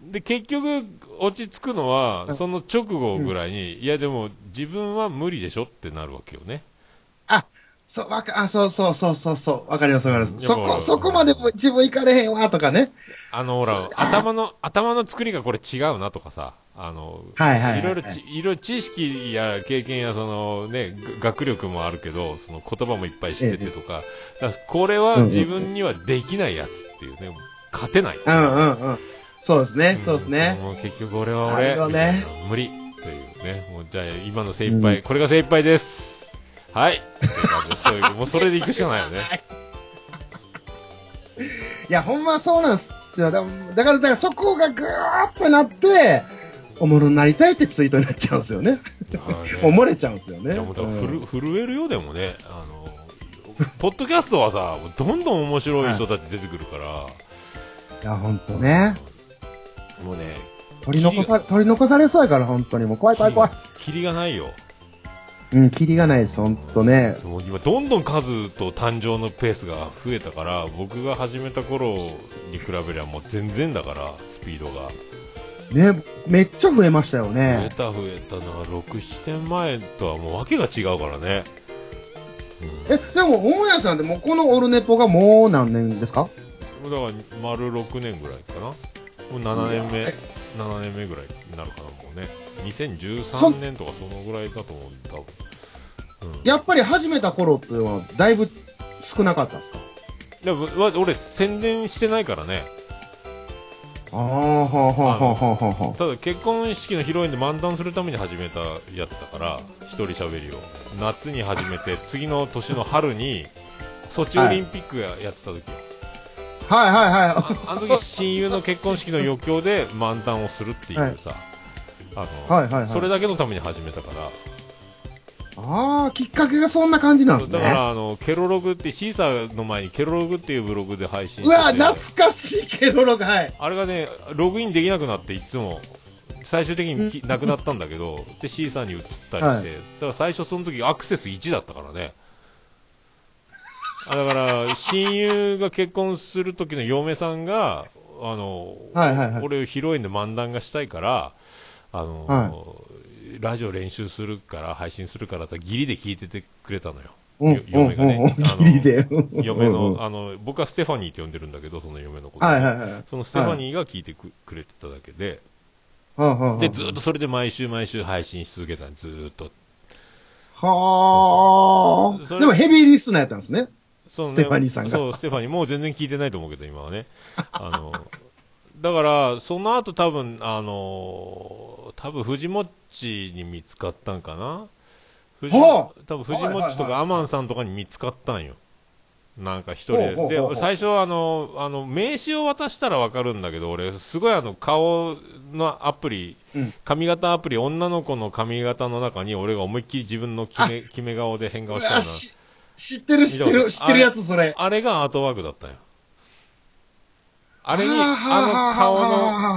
[SPEAKER 1] で、結局、落ち着くのは、その直後ぐらいに、いや、でも、自分は無理でしょってなるわけよね。
[SPEAKER 2] そう、わか、あ、そうそうそうそうそう、わかりますわかります。そ
[SPEAKER 1] いや
[SPEAKER 2] こ、そこまでも自分行かれへんわ、とかね。
[SPEAKER 1] あの、ほら、頭の、頭の作りがこれ違うなとかさ、あの、
[SPEAKER 2] はいはいはいはい
[SPEAKER 1] ろいろち、いろいろ知識や経験や、そのね、が学力もあるけど、その言葉もいっぱい知っててとか、だからこれは自分にはできないやつっていうね、勝てない。
[SPEAKER 2] うんうんうん。そうですね、そうです
[SPEAKER 1] ん
[SPEAKER 2] ね。
[SPEAKER 1] もう結局俺は
[SPEAKER 2] あ
[SPEAKER 1] 俺、
[SPEAKER 2] れだ
[SPEAKER 1] みたい
[SPEAKER 2] ね
[SPEAKER 1] な無理というね。もうじゃあ今の精一杯、これが精一杯です。はい。っていう感じですそう いうもうそれで行くしかないよね。
[SPEAKER 2] いや、ほんまそうなんすよ。だだから、だからそこがぐーってなって、おもろになりたいってツイートになっちゃうんですよね。もう
[SPEAKER 1] も
[SPEAKER 2] 漏れちゃうんですよね。
[SPEAKER 1] いやもうだからふ
[SPEAKER 2] う
[SPEAKER 1] る
[SPEAKER 2] ん
[SPEAKER 1] 震えるようでもね、あの、ポッドキャストはさ、もうどんどん面白い人たち出てくるから、
[SPEAKER 2] いや、ほんとね。
[SPEAKER 1] もうね、
[SPEAKER 2] 取り残さ、取り残されそうやから、本当に。もう怖い怖い怖い。
[SPEAKER 1] キリがないよ。
[SPEAKER 2] うん、キリがないです、ほんとね。
[SPEAKER 1] もう今どんどん数と誕生のペースが増えたから僕が始めた頃に比べりゃもう全然だからスピードが
[SPEAKER 2] ね、めっちゃ増えましたよ
[SPEAKER 1] 増え
[SPEAKER 2] ね。
[SPEAKER 1] た増えたのは67年前とはもう訳が違うからね、
[SPEAKER 2] え、でも、桃屋さんってもうこのオルネポがもう何年ですか
[SPEAKER 1] うん、だから丸6年ぐらいかなもう7年目
[SPEAKER 2] うわえ
[SPEAKER 1] 7年目ぐらいになるかなもうね2013年とかそのぐらいだと思う多分
[SPEAKER 2] やっぱり始めた頃っていうのは、だいぶ少なかったですか
[SPEAKER 1] でもわ俺宣伝してないからね
[SPEAKER 2] ああ、はあ、はあ、はあ、はあ、は
[SPEAKER 1] ただ結婚式の披露宴で漫談するために始めたやつだから一人喋りを夏に始めて次の年の春にソチオリンピックややってた時、
[SPEAKER 2] あ。はい、はい、は
[SPEAKER 1] ああの時親友の結婚式の余興で漫談をするっていうさ、あの
[SPEAKER 2] はいはいはい
[SPEAKER 1] それだけのために始めたから、
[SPEAKER 2] い。ああ、きっかけがそんな感じなんです
[SPEAKER 1] だか
[SPEAKER 2] ね。
[SPEAKER 1] らあのケロログってシーサーの前にケロログっていうブログで配信し
[SPEAKER 2] う
[SPEAKER 1] てて
[SPEAKER 2] わ、懐かしいけど、ログ、はい。
[SPEAKER 1] あれがねログインできなくなっていつも最終的にきなくなったんだけどで C さんに移ったりして、
[SPEAKER 2] はい
[SPEAKER 1] だから最初その時アクセス1だったからねあだから親友が結婚する時の嫁さんがあの、
[SPEAKER 2] はい はいはい
[SPEAKER 1] 俺披露宴で漫談がしたいからあの、
[SPEAKER 2] は
[SPEAKER 1] ラジオ練習するから配信するからってギリで聞いててくれたのよ、
[SPEAKER 2] うん、う
[SPEAKER 1] よ
[SPEAKER 2] ん、
[SPEAKER 1] 嫁が
[SPEAKER 2] う
[SPEAKER 1] ね、
[SPEAKER 2] ん、うん、
[SPEAKER 1] あの
[SPEAKER 2] ギリで。
[SPEAKER 1] 嫁
[SPEAKER 2] うんう
[SPEAKER 1] の
[SPEAKER 2] ん
[SPEAKER 1] あの僕はステファニーって呼んでるんだけどその嫁のこと、
[SPEAKER 2] はい、はい、はい。
[SPEAKER 1] そのステファニーが聞いてく,、れてただけで、
[SPEAKER 2] はあ、はあ。
[SPEAKER 1] で、ずーっとそれで毎週毎週配信し続けたのずーっと。
[SPEAKER 2] は
[SPEAKER 1] そ
[SPEAKER 2] あ。
[SPEAKER 1] れ
[SPEAKER 2] でもヘビーリスナーやったんですね。
[SPEAKER 1] そのね
[SPEAKER 2] ステファニーさんが
[SPEAKER 1] そう、ステファニー。もう全然聞いてないと思うけど、今はね。あの、だから、その後多分、あの、多分、藤もっちに見つかったんかな藤
[SPEAKER 2] は
[SPEAKER 1] 多分、藤もっちと
[SPEAKER 2] はいはいは
[SPEAKER 1] かアマンさんとかに見つかったんよ。なんか一人
[SPEAKER 2] ほうほう
[SPEAKER 1] で。
[SPEAKER 2] ほうほ
[SPEAKER 1] で、
[SPEAKER 2] う
[SPEAKER 1] 最初はあの、あの、名刺を渡したらわかるんだけど、俺、すごいあの、顔のアプリ、
[SPEAKER 2] うん
[SPEAKER 1] 髪型アプリ、女の子の髪型の中に、俺が思いっきり自分の決め、決め顔で変顔した
[SPEAKER 2] うわ
[SPEAKER 1] よな。
[SPEAKER 2] し知ってる、知ってる、知ってるやつ、それ。
[SPEAKER 1] あれがアートワークだったよ。あれに、
[SPEAKER 2] はあはあは
[SPEAKER 1] あの
[SPEAKER 2] あ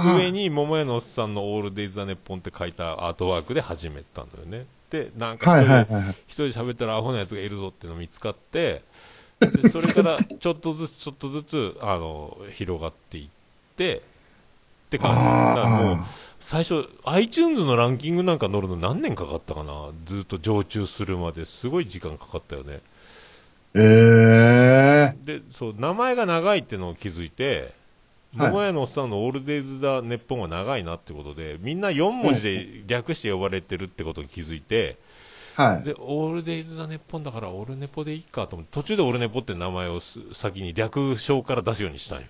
[SPEAKER 1] 顔の上に、桃屋のおっさんのオールデイズ・ザ・ネッポンって書いたアートワークで始めたんだよね。で、なんか
[SPEAKER 2] は
[SPEAKER 1] 一
[SPEAKER 2] い
[SPEAKER 1] 人、
[SPEAKER 2] はいはいはい
[SPEAKER 1] 一人喋ったらアホなやつがいるぞっていうの見つかって、でそれ からちょっとずつちょっとずつ、あの、広がっていって、って感じ。
[SPEAKER 2] あー
[SPEAKER 1] だからもう、最初、iTunes のランキングなんか乗るの何年かかったかなずっと常駐するまですごい時間かかったよね。
[SPEAKER 2] ええ
[SPEAKER 1] でそう名前が長いってのを気づいて、
[SPEAKER 2] はい
[SPEAKER 1] 桃屋のおっさんの「オールデイズ・だネッポン」が長いなってことでみんな4文字で略して呼ばれてるってことに気づいて
[SPEAKER 2] はい。
[SPEAKER 1] でオールデイズ・だネッポンだからオルネポでいいかと思って途中でオルネポって名前をす先に略称から出すようにしたんよ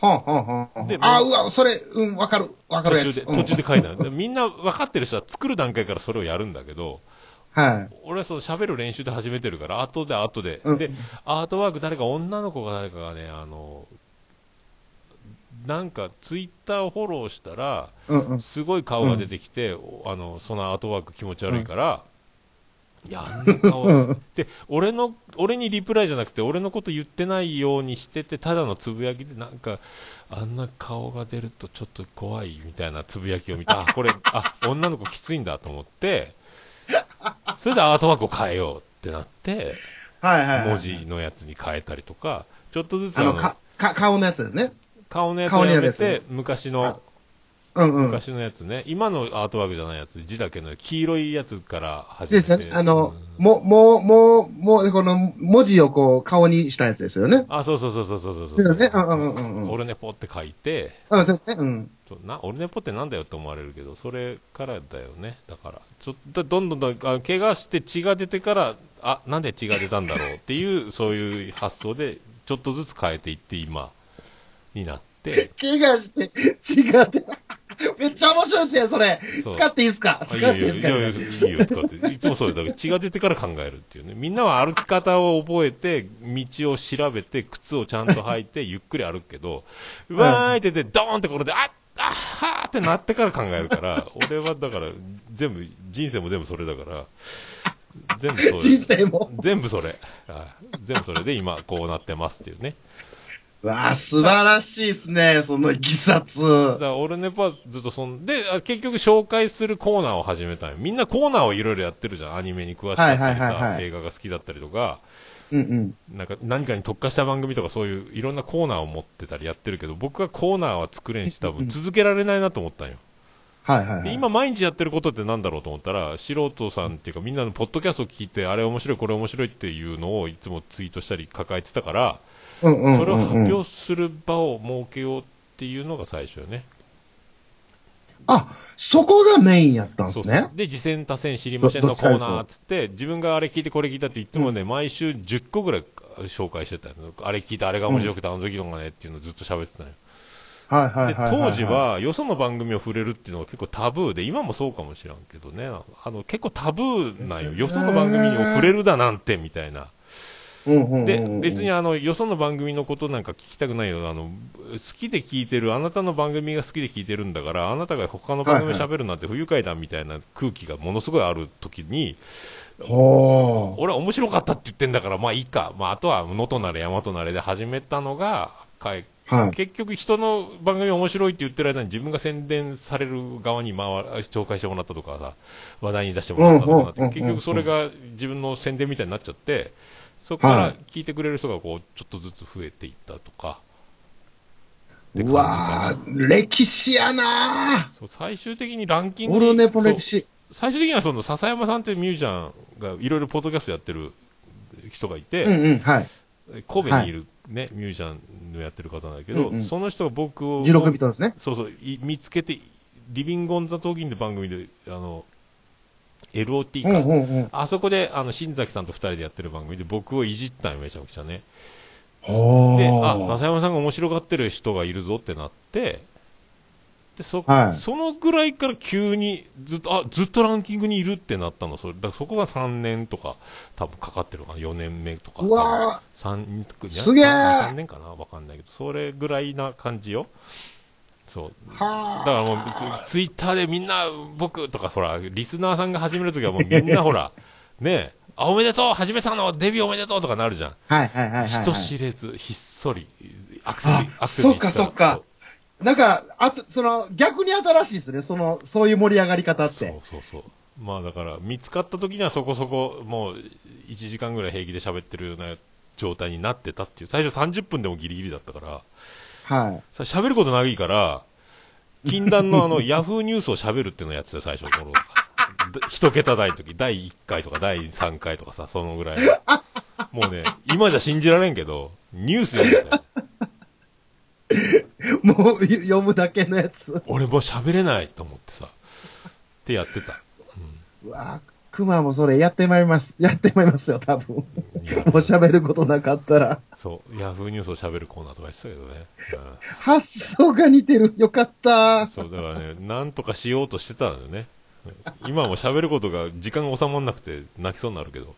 [SPEAKER 2] ほんほんほんほん
[SPEAKER 1] で
[SPEAKER 2] ああ、うわ、それ、うん、わかる、わか
[SPEAKER 1] 途
[SPEAKER 2] るや
[SPEAKER 1] 中
[SPEAKER 2] つ。
[SPEAKER 1] で
[SPEAKER 2] うん
[SPEAKER 1] 途中で書いたのでみんな分かってる人は作る段階からそれをやるんだけど
[SPEAKER 2] は
[SPEAKER 1] 俺はその喋る練習で始めてるから、後で後で。
[SPEAKER 2] うん
[SPEAKER 1] で、アートワーク誰か、女の子が誰かがね、あの、なんかツイッターをフォローしたら、
[SPEAKER 2] い。うんうん。
[SPEAKER 1] すごい顔が出てきて、おあの、そのアートワーク気持ち悪いから、いや、あんな顔で、俺の、俺にリプライじゃなくて、俺のこと言ってないようにしてて、ただのつぶやきで、なんか、あんな顔が出るとちょっと怖いみたいなつぶやきを見て、あ、これ、あ、女の子きついんだと思って、それでアートワークを変えようってなって、
[SPEAKER 2] はいはいはい。
[SPEAKER 1] 文字のやつに変えたりとか、ちょっとずつ
[SPEAKER 2] あ
[SPEAKER 1] あ
[SPEAKER 2] の、
[SPEAKER 1] の、
[SPEAKER 2] か、か、顔のやつですね。
[SPEAKER 1] 顔のやつをや
[SPEAKER 2] 顔の
[SPEAKER 1] め
[SPEAKER 2] やつ
[SPEAKER 1] て
[SPEAKER 2] ね、
[SPEAKER 1] 昔
[SPEAKER 2] あ
[SPEAKER 1] の、
[SPEAKER 2] うんうん。
[SPEAKER 1] 昔のやつね、今のアートワークじゃないやつ、字だけの黄色いやつから始
[SPEAKER 2] で
[SPEAKER 1] め
[SPEAKER 2] すよね
[SPEAKER 1] て。。
[SPEAKER 2] あの
[SPEAKER 1] うん、
[SPEAKER 2] も、もう、もう、もう、この文字をこう、顔にしたやつですよね。
[SPEAKER 1] あ、そうそうそうそうそうそう
[SPEAKER 2] です
[SPEAKER 1] そ
[SPEAKER 2] よ
[SPEAKER 1] う、
[SPEAKER 2] ね。うんうんうんうん。
[SPEAKER 1] オルネポって書いて、
[SPEAKER 2] うん、そうですね。うん。
[SPEAKER 1] そうなオルネポってなんだよって思われるけど、それからだよね。だから、ちょっとどんどんどんあ怪我して血が出てから、あ、なんで血が出たんだろうっていう、そういう発想で、ちょっとずつ変えていって、今、になって、
[SPEAKER 2] 怪我して、 血が出た。めっちゃ面白いですよ、それ。
[SPEAKER 1] そう
[SPEAKER 2] 使っていいですか使っていいですか
[SPEAKER 1] あいいよ、いいよ、いいよ使って。いつもそうよだから血が出てから考えるっていうね。みんなは歩き方を覚えて、道を調べて、靴をちゃんと履いて、ゆっくり歩くけど、うわーいって言って、ドーンってこれで、あっあっはーってなってから考える から、俺はだから、全部、人生も全部それだから、全部それ。
[SPEAKER 2] 人生も。
[SPEAKER 1] 全部それ。はい全部それで今、こうなってますっていうね。
[SPEAKER 2] わあ、素晴らしいですね、そのいきさつ。
[SPEAKER 1] だから俺ねパずっとそんであ結局紹介するコーナーを始めたんよみんなコーナーをいろいろやってるじゃんアニメに詳しかったりさ、
[SPEAKER 2] はいはいはいはい
[SPEAKER 1] 映画が好きだったりとか
[SPEAKER 2] うんうん。
[SPEAKER 1] なんか何かに特化した番組とかそういういろんなコーナーを持ってたりやってるけど僕はコーナーは作れんし多分続けられないなと思ったんよ
[SPEAKER 2] はいはい、は
[SPEAKER 1] で
[SPEAKER 2] い。
[SPEAKER 1] 今毎日やってることってなんだろうと思ったら素人さんっていうかみんなのポッドキャストを聞いてあれ面白いこれ面白いっていうのをいつもツイートしたり抱えてたから
[SPEAKER 2] うんうんうんうん、
[SPEAKER 1] それを発表する場を設けようっていうのが最初よね
[SPEAKER 2] あ、そこがメインやったんで
[SPEAKER 1] そ
[SPEAKER 2] す
[SPEAKER 1] う
[SPEAKER 2] ね。
[SPEAKER 1] そうで、次戦多戦知りませんの
[SPEAKER 2] ど
[SPEAKER 1] コ
[SPEAKER 2] ど
[SPEAKER 1] ー
[SPEAKER 2] っちかやると
[SPEAKER 1] ナーっつって、自分があれ聞いてこれ聞いたっていつもね、毎週10個ぐらい紹介してたのあれ聞いた、あれが面白くて、あの時のがねっていうのをずっと喋ってたのよ。
[SPEAKER 2] はいは
[SPEAKER 1] で、
[SPEAKER 2] いはいはい、
[SPEAKER 1] 当時、は、よその番組を触れるっていうのが結構タブーで、今もそうかもしらんけどね、あの、結構タブーなんよ。よその番組にも触れるだなんて、みたいな。
[SPEAKER 2] うんうんうんうん、
[SPEAKER 1] で、別にあの、よその番組のことなんか聞きたくないよ。あの、好きで聞いてる、あなたの番組が好きで聞いてるんだから、あなたが他の番組で喋るなんて不愉快だみたいな空気がものすごいある時に、
[SPEAKER 2] ほ
[SPEAKER 1] 俺は面白かったって言ってんだから、まあいいか。まああとは、野となれ山となれで始めたのが、かい
[SPEAKER 2] ーはい。
[SPEAKER 1] 結局人の番組面白いって言ってる間に自分が宣伝される側に回紹介してもらったとかさ、話題に出してもらったとかなって
[SPEAKER 2] うんうんうんうん
[SPEAKER 1] 結局それが自分の宣伝みたいになっちゃって、そこか
[SPEAKER 2] は
[SPEAKER 1] ら
[SPEAKER 2] い
[SPEAKER 1] 聞いてくれる人がこう、ちょっとずつ増えていったとか、って感じ
[SPEAKER 2] う
[SPEAKER 1] か
[SPEAKER 2] わ
[SPEAKER 1] な。
[SPEAKER 2] あ歴史やなあ
[SPEAKER 1] そう最終的にランキング
[SPEAKER 2] オ
[SPEAKER 1] に
[SPEAKER 2] ルネポ
[SPEAKER 1] そう
[SPEAKER 2] 歴史。
[SPEAKER 1] 最終的にはその笹山さんっていうミュージシャンがいろいろポッドキャストやってる人がいて、
[SPEAKER 2] うんうん、はい。
[SPEAKER 1] 神戸にいる、ねミュージシャンのやってる方なんだけど、
[SPEAKER 2] うんうん
[SPEAKER 1] その人が僕を
[SPEAKER 2] 16ビットですね。
[SPEAKER 1] そうそうい見つけてリビング・オン・ザ・トーキングって番組であの LOT
[SPEAKER 2] う
[SPEAKER 1] か、
[SPEAKER 2] んうんうん。
[SPEAKER 1] あそこであの新崎さんと2人でやってる番組で僕をいじったんよめちゃくちゃね
[SPEAKER 2] ほ
[SPEAKER 1] であ
[SPEAKER 2] ー
[SPEAKER 1] 笹山さんが面白がってる人がいるぞってなってでそ,、
[SPEAKER 2] はい
[SPEAKER 1] そのぐらいから急にずっとあずっとランキングにいるってなったのそれだからそこが3年とか多分かかってるかな4年目とか
[SPEAKER 2] うわあ
[SPEAKER 1] 三
[SPEAKER 2] すげえ
[SPEAKER 1] 3年かなわかんないけどそれぐらいな感じよそうだ
[SPEAKER 2] は
[SPEAKER 1] からもうツ、ツイッターでみんな、僕とか、ほら、リスナーさんが始めるときはもうみんな、ほら、 ねえ、あ、おめでとう始めたのデビューおめでとうとかなるじゃん。
[SPEAKER 2] あはいはいはいはいはい。
[SPEAKER 1] 人知れず、ひっそり、アクセス、ア
[SPEAKER 2] あ、
[SPEAKER 1] クセス
[SPEAKER 2] そっかそっか。なんか、あと、その、逆に新しいですね。その、そういう盛り上がり方っ
[SPEAKER 1] そう
[SPEAKER 2] て。
[SPEAKER 1] そうそうそう。まあだから、見つかったときにはそこそこ、もう、1時間ぐらい平気で喋ってるような状態になってたっていう。最初30分でもギリギリだったから。
[SPEAKER 2] はい。
[SPEAKER 1] さ喋ることないから、禁断のあの、ヤフーニュースを喋るっていうのをやってたよ最初の頃。だ一桁台の時、第1回とか第3回とかさ、そのぐらいの。もうね、今じゃ信じられんけど、ニュース読んでたよ。
[SPEAKER 2] もう、読むだけのやつ。
[SPEAKER 1] 俺もう喋れないと思ってさ、ってやってた。
[SPEAKER 2] うわあ熊もそれやってまいります。やってまいりますよ、多分。も
[SPEAKER 1] いや
[SPEAKER 2] う喋ることなかったら。
[SPEAKER 1] そう、ヤフーニュースを喋るコーナーとかやってたけどね。
[SPEAKER 2] 発想が似てる。よかっ
[SPEAKER 1] う
[SPEAKER 2] た
[SPEAKER 1] ん、。そう、だからね、なんとかしようとしてたんだよね。今も喋ることが、時間が収まんなくて泣きそうになるけど。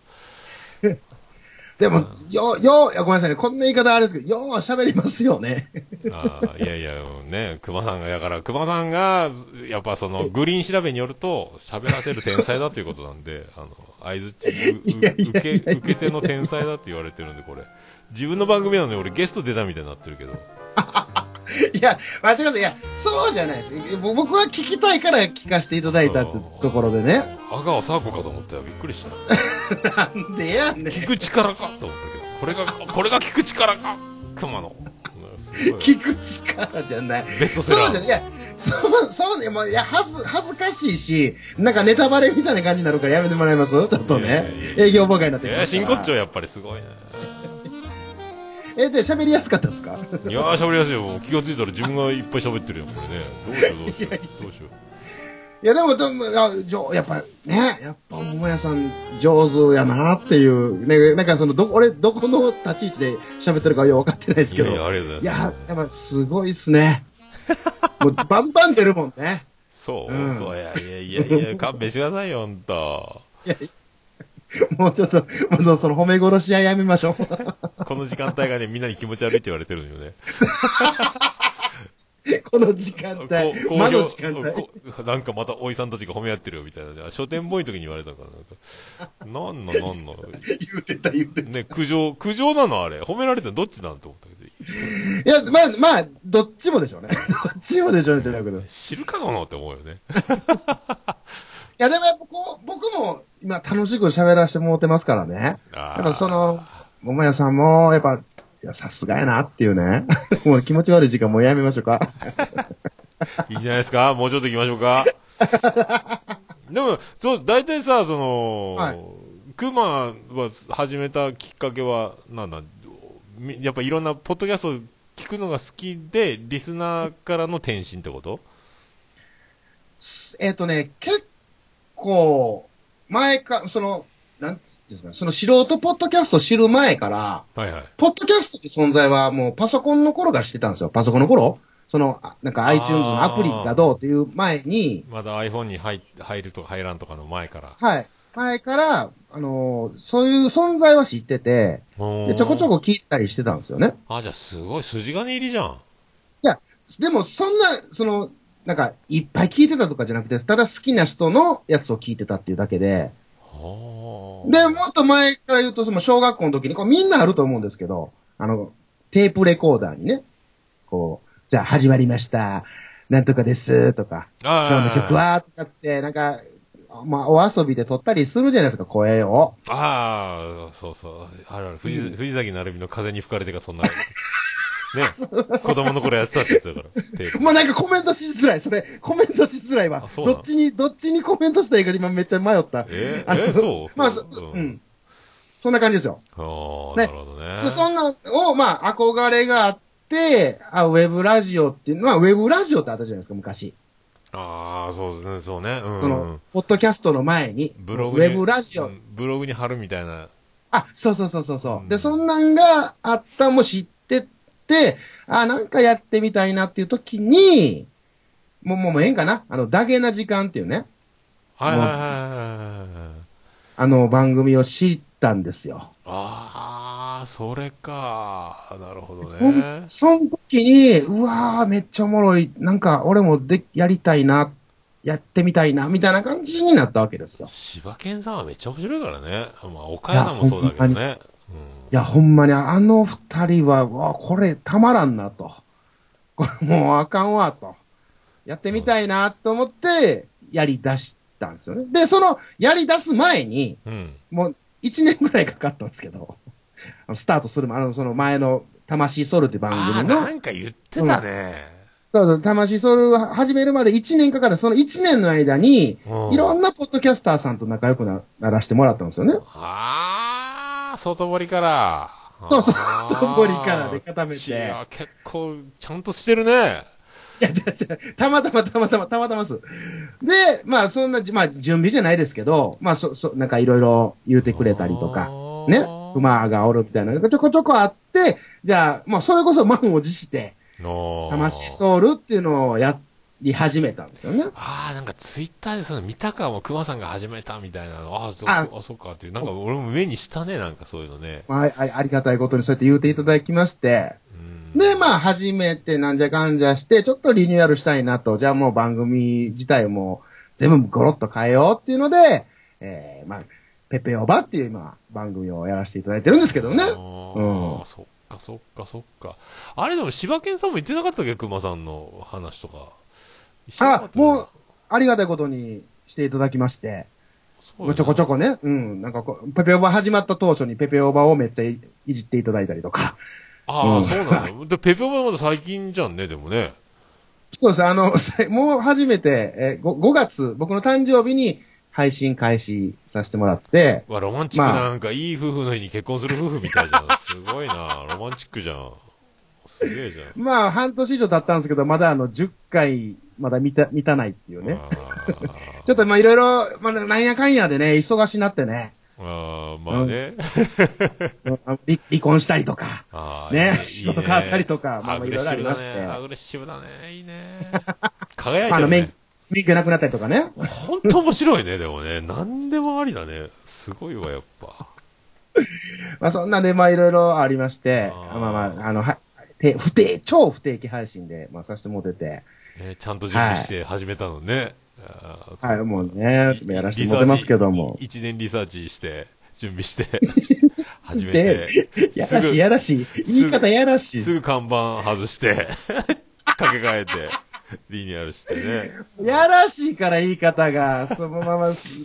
[SPEAKER 2] でも、よう、よう、いやごめんなさいね。こんな言い方あれですけど、よう喋りますよね。
[SPEAKER 1] ああ、いやいや、ね、熊さんが、だから、熊さんが、やっぱその、グリーン調べによると、喋らせる天才だということなんで、あの、相づ
[SPEAKER 2] いやいや
[SPEAKER 1] ち、
[SPEAKER 2] いや
[SPEAKER 1] 受け、受け手の天才だって言われてるんで、これ。自分の番組なのに俺ゲスト出たみたいになってるけど。
[SPEAKER 2] いや、待ってください。いや、そうじゃないです。ぼ僕は聞きたいから聞かせていただいたってところでね。
[SPEAKER 1] 阿川佐和子かと思ったよ。びっくりしたよ。
[SPEAKER 2] なんでやねん。
[SPEAKER 1] 聞く力かと思ったけど、これが、これが聞く力か熊の。うんすすごい
[SPEAKER 2] 聞く力じゃない。
[SPEAKER 1] ベストセ
[SPEAKER 2] そ
[SPEAKER 1] ラ
[SPEAKER 2] うじ
[SPEAKER 1] ー
[SPEAKER 2] ゃない。いや、そう、そうね、もう、いや、恥ず、恥ずかしいし、なんかネタバレみたいな感じになるからやめてもらいますちょっと
[SPEAKER 1] いやい
[SPEAKER 2] ね
[SPEAKER 1] やい。や
[SPEAKER 2] 営業妨害になって
[SPEAKER 1] い
[SPEAKER 2] きま
[SPEAKER 1] や
[SPEAKER 2] す
[SPEAKER 1] 真
[SPEAKER 2] から
[SPEAKER 1] 骨頂やっぱりすごいね
[SPEAKER 2] え、じゃあ喋りやすかったですか
[SPEAKER 1] いやー喋りやすいよもう気がついたら自分がいっぱい喋ってるよこれねどうしようどうしようどうしよう
[SPEAKER 2] いや、でも、でも、あじょやっぱ、ね、やっぱ、桃屋さん上手やなっていう、ね、なんかその、ど、俺、どこの立ち位置で喋ってるかよく分かってないですけど。
[SPEAKER 1] いやいやありがとうご
[SPEAKER 2] い
[SPEAKER 1] ざいま
[SPEAKER 2] や
[SPEAKER 1] す、
[SPEAKER 2] やっぱすごいっすね。もうバンバン出るもんね。
[SPEAKER 1] そう、
[SPEAKER 2] うん
[SPEAKER 1] そういやいやいやいや勘弁してくださいよほんと
[SPEAKER 2] もうちょっと、もうその褒め殺しはやめましょう。
[SPEAKER 1] この時間帯がねみんなに気持ち悪いって言われてるのよね
[SPEAKER 2] この時間帯
[SPEAKER 1] こう、こう
[SPEAKER 2] 魔の時間帯。
[SPEAKER 1] こうなんかまたおいさんたちが褒め合ってるよみたいなね。書店ボーイの時に言われたからなんか。なんのなんの
[SPEAKER 2] 言うてた言うてた。
[SPEAKER 1] ね、苦情、苦情なのあれ。褒められてるのどっちなんと思ったけど。
[SPEAKER 2] いや、まあ、まあ、どっちもでしょ うね。どっちもでしょうね、じゃなくて。い
[SPEAKER 1] 知るかこのって思うよね。
[SPEAKER 2] や、でもやっぱこう、僕も今楽しく喋らせてもらってますからね。
[SPEAKER 1] あ
[SPEAKER 2] や
[SPEAKER 1] ー
[SPEAKER 2] っぱその、桃屋さんも、やっぱ、いや、さすがやなっていうね。 もう気持ち悪い時間もうやめましょうか。
[SPEAKER 1] いいんじゃないです かもうちょっと行きましょうか。でも、そう、大体さ、その、
[SPEAKER 2] はい
[SPEAKER 1] クマは始めたきっかけは、なんだ、みやっぱいろんなポッドキャストを聞くのが好きで、リスナーからの転身ってこと
[SPEAKER 2] えっ、とね、結構、前か、その、なんていうんですかね、その素人ポッドキャストを知る前から、
[SPEAKER 1] はいはい。
[SPEAKER 2] ポッドキャストって存在はもうパソコンの頃から知ってたんですよ。パソコンの頃その、あなんか iTunes のアプリがどうっていう前に、
[SPEAKER 1] まだ iPhone に入入るとか入らんとかの前から。
[SPEAKER 2] はい。前から、あのーそういう存在は知ってて、でちょこちょ
[SPEAKER 1] こ。
[SPEAKER 2] こ聞いたりしてたんですよね。
[SPEAKER 1] あ、じゃあすごい筋金入りじゃん。
[SPEAKER 2] でも、そんな、その、なんか、いっぱい聞いてたとかじゃなくて、ただ好きな人のやつを聞いてたっていうだけで、
[SPEAKER 1] はあ
[SPEAKER 2] で、もっと前から言うと、その小学校の時に、こうみんなあると思うんですけど、あの、テープレコーダーにね、こう、じゃあ始まりました、なんとかです、とか、
[SPEAKER 1] あ
[SPEAKER 2] 今日の曲
[SPEAKER 1] あ
[SPEAKER 2] は、とかつって、なんか、まあ、お遊びで撮ったりするじゃないですか、声を。
[SPEAKER 1] ああ、そうそう。あるある。藤藤崎成美の風に吹かれてか、そんな。ね。子供の頃やってたって言ってたから。テープ
[SPEAKER 2] もうなんかコメントしづらい、それ、コメントしづらいわ
[SPEAKER 1] あ。そうな
[SPEAKER 2] ど
[SPEAKER 1] の
[SPEAKER 2] っちに、どっちにコメントしたらいいか今めっちゃ迷った。
[SPEAKER 1] え
[SPEAKER 2] あの
[SPEAKER 1] えそう
[SPEAKER 2] まあ、そ
[SPEAKER 1] うん
[SPEAKER 2] うん。そんな感じですよ。
[SPEAKER 1] ああ、
[SPEAKER 2] ね
[SPEAKER 1] なるほどね。
[SPEAKER 2] でそんなを、まあ、憧れがあって、あ、ウェブラジオっていうのは、ウェブラジオってあったじゃないですか、昔。
[SPEAKER 1] ああ、そうですね、そうね。うん
[SPEAKER 2] その、ポッドキャストの前に、
[SPEAKER 1] ブロ
[SPEAKER 2] ウ
[SPEAKER 1] グに
[SPEAKER 2] ェブラジオ、
[SPEAKER 1] うんブログに貼るみたいな。
[SPEAKER 2] あ、そうそうそうそうそう、
[SPEAKER 1] うん
[SPEAKER 2] で、そんなんがあったんも知ってて、あ、なんかやってみたいなっていう時に、もう、もう、もうええんかなあの、ダゲな時間っていうね、
[SPEAKER 1] はいはいはいはいはいはい。
[SPEAKER 2] あの番組を知ったんですよ。
[SPEAKER 1] ああ、それか。なるほど
[SPEAKER 2] そ
[SPEAKER 1] ね
[SPEAKER 2] ん、。そん時に、うわー、めっちゃおもろい。なんか、俺もで、やりたいな、やってみたいな、みたいな感じになったわけですよ。
[SPEAKER 1] 柴犬さんはめっちゃ面白いからね。まあ、岡山もそうだけど
[SPEAKER 2] い
[SPEAKER 1] ね。
[SPEAKER 2] いや、ほんまに、あの二人は、わあ、これたまらんなと。これもうあかんわと。やってみたいなと思って、やり出したんですよね。で、その、やり出す前に、
[SPEAKER 1] うん。うん。
[SPEAKER 2] もう一年ぐらいかかったんですけど、あのスタートする前、あの、その前の、魂ソウルって番
[SPEAKER 1] ああ、
[SPEAKER 2] 組
[SPEAKER 1] な
[SPEAKER 2] の、
[SPEAKER 1] んか言ってたね。
[SPEAKER 2] そうそう、魂ソウルを始めるまで一年かかって、その一年の間に、
[SPEAKER 1] うん
[SPEAKER 2] いろんなポッドキャスターさんと仲良くなならしてもらったんですよね。
[SPEAKER 1] ああ、外堀から。
[SPEAKER 2] そうそう
[SPEAKER 1] あー
[SPEAKER 2] 外堀からで固めて
[SPEAKER 1] いや、結構、ちゃんとしてるね。
[SPEAKER 2] いや、じゃじゃたまたまたまたまたまたまっす。で、まあそんな、じまあ準備じゃないですけど、まあそ、そ、なんかいろいろ言うてくれたりとか、ね、馬がおるみたいなのがちょこちょこあって、じゃあ、まあそれこそ満を持して、
[SPEAKER 1] の
[SPEAKER 2] 魂ソウルっていうのをやり始めたんですよね。
[SPEAKER 1] ああ、なんかツイッターでその見たかも、熊さんが始めたみたいなの。ああ、そっ
[SPEAKER 2] あ
[SPEAKER 1] か、そっかっていう。なんか俺も目にしたね、なんかそういうのね。
[SPEAKER 2] まあ、あありがたいことにそうやって言うていただきまして、
[SPEAKER 1] うん
[SPEAKER 2] で、まあ、初めてなんじゃかんじゃして、ちょっとリニューアルしたいなと、じゃあもう番組自体も全部ゴロッと変えようっていうので、えー、まあ、ペペオバっていう今、番組をやらせていただいてるんですけどね
[SPEAKER 1] あ。ー
[SPEAKER 2] うん
[SPEAKER 1] そっかそっかそっか。あれでも柴犬さんも言ってなかったっけ熊さんの話とか。
[SPEAKER 2] あ、もう
[SPEAKER 1] う、、
[SPEAKER 2] ありがたいことにしていただきまして、
[SPEAKER 1] そうよね
[SPEAKER 2] ちょこちょこね、うん、なんかこう、ペペオバ始まった当初にペペオバをめっちゃいいじっていただいたりとか、
[SPEAKER 1] あ
[SPEAKER 2] う
[SPEAKER 1] あ、
[SPEAKER 2] ん
[SPEAKER 1] そうなの。で、 ペペオパまだ最近じゃんね、でもね。
[SPEAKER 2] そうです。あの、 さもう初めて、えー、5, 月、僕の誕生日に配信開始させてもらって、
[SPEAKER 1] わ、ロマンチックななんか、いい夫婦の日に結婚する夫婦みたいじゃん。 すごいな。ロマンチックじゃん。すげえじゃん。
[SPEAKER 2] まあ、半年以上経ったんですけど、まだあの、10回、まだ満た、満たないっていうね。
[SPEAKER 1] あー
[SPEAKER 2] ちょっとまあ、いろいろ、まあ、なんやかんやでね、忙しになってね、
[SPEAKER 1] あー、まあね。
[SPEAKER 2] うんあの離離婚したりとか、
[SPEAKER 1] あー
[SPEAKER 2] ね
[SPEAKER 1] いい
[SPEAKER 2] 仕事変わったりとかまあまあ
[SPEAKER 1] アグレッシブだね
[SPEAKER 2] いろいろありまして
[SPEAKER 1] アグレッシブだね。いいね。輝い
[SPEAKER 2] あ
[SPEAKER 1] て
[SPEAKER 2] の、
[SPEAKER 1] る
[SPEAKER 2] 免
[SPEAKER 1] ね。、
[SPEAKER 2] 免許なくなったりとかね。
[SPEAKER 1] ほんと面白いね、でもね。何でもありだね。すごいわ、やっぱ。
[SPEAKER 2] まあ、そんなね、まあ、いろいろありまして、
[SPEAKER 1] あー
[SPEAKER 2] まあまあ、あの、は、て不定、超不定期配信で、まあ、させてもらってて、
[SPEAKER 1] えーちゃんと準備して始めたのね。あー
[SPEAKER 2] はい、もうね、やらせてもらってますけども。
[SPEAKER 1] リサーチ一年リサーチして、準備 して、始め
[SPEAKER 2] で
[SPEAKER 1] て、、
[SPEAKER 2] や
[SPEAKER 1] す
[SPEAKER 2] らしい、
[SPEAKER 1] ぐ、
[SPEAKER 2] やらしい。言い方やらしい。
[SPEAKER 1] すぐ看板外 して、掛け替えて、リニューアルしてね。
[SPEAKER 2] やらしいから言い方が、そのまま、結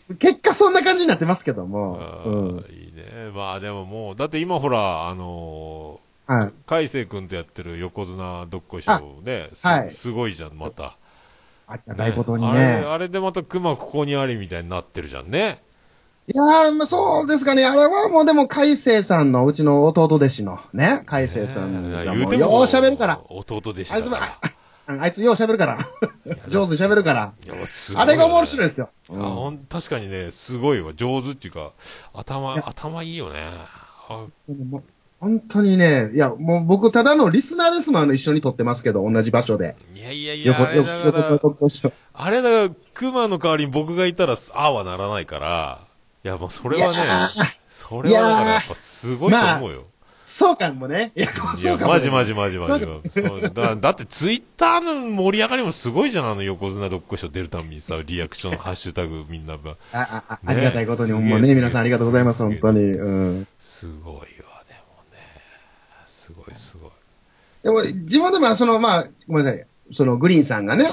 [SPEAKER 2] 果そんな感じになってますけど
[SPEAKER 1] あ
[SPEAKER 2] も。う
[SPEAKER 1] ー
[SPEAKER 2] ん。
[SPEAKER 1] いいね。まあでももう、だって今ほら、あの
[SPEAKER 2] はい。
[SPEAKER 1] ー、海星君とやってる横綱どっこいしょね、す
[SPEAKER 2] はい
[SPEAKER 1] すごいじゃん、また。
[SPEAKER 2] ありがたいことに
[SPEAKER 1] あれ
[SPEAKER 2] ね。
[SPEAKER 1] あれでまた熊ここにありみたいになってるじゃんね。
[SPEAKER 2] いやー、まあそうですかね。あれはもうでも、海星さんの、うちの弟弟子のね、海星さんがもう、よう喋るから。。
[SPEAKER 1] 弟でし
[SPEAKER 2] あ
[SPEAKER 1] た
[SPEAKER 2] いつも、
[SPEAKER 1] か
[SPEAKER 2] ああいつよう喋るから。
[SPEAKER 1] ら。
[SPEAKER 2] 上手に喋るから。
[SPEAKER 1] いやすごい
[SPEAKER 2] あ
[SPEAKER 1] よね
[SPEAKER 2] れが面白いですよ。
[SPEAKER 1] あほん確かにね、すごいわ。上手っていうか、頭、頭いいよね。あ
[SPEAKER 2] もう本当にね、いや、もう僕、ただのリスナーですもん、あの、一緒に撮ってますけど、同じ場所で。
[SPEAKER 1] いやいやいや、
[SPEAKER 2] 横、
[SPEAKER 1] あれ
[SPEAKER 2] 横、
[SPEAKER 1] だ
[SPEAKER 2] 横、
[SPEAKER 1] から、
[SPEAKER 2] 横、横、
[SPEAKER 1] あれだから、熊の代わりに僕がいたら、ああはならないから、いや、もうそれはい
[SPEAKER 2] や
[SPEAKER 1] ね、それはだから
[SPEAKER 2] いやー
[SPEAKER 1] やっぱすごいと思うよ。
[SPEAKER 2] そうかもね。いや、
[SPEAKER 1] い
[SPEAKER 2] そ
[SPEAKER 1] や、
[SPEAKER 2] うかも、
[SPEAKER 1] マジ
[SPEAKER 2] ね。
[SPEAKER 1] マジマジマジ
[SPEAKER 2] そ。
[SPEAKER 1] そうだだってツイッターの盛り上がりもすごいじゃん、あの横綱どっこいしょ出るたびにさ、リアクション、ハッシュタグみんなが。
[SPEAKER 2] ああ
[SPEAKER 1] ね
[SPEAKER 2] あありがたいことに、ほんます
[SPEAKER 1] げえ
[SPEAKER 2] ね、皆さんありがとうございます、
[SPEAKER 1] すげ
[SPEAKER 2] 本
[SPEAKER 1] え
[SPEAKER 2] 当に。うん。
[SPEAKER 1] すごいわ、でもね。すごいすごい。
[SPEAKER 2] でも、自分でも、その、まあ、ごめんなさい、その、グリーンさんがね、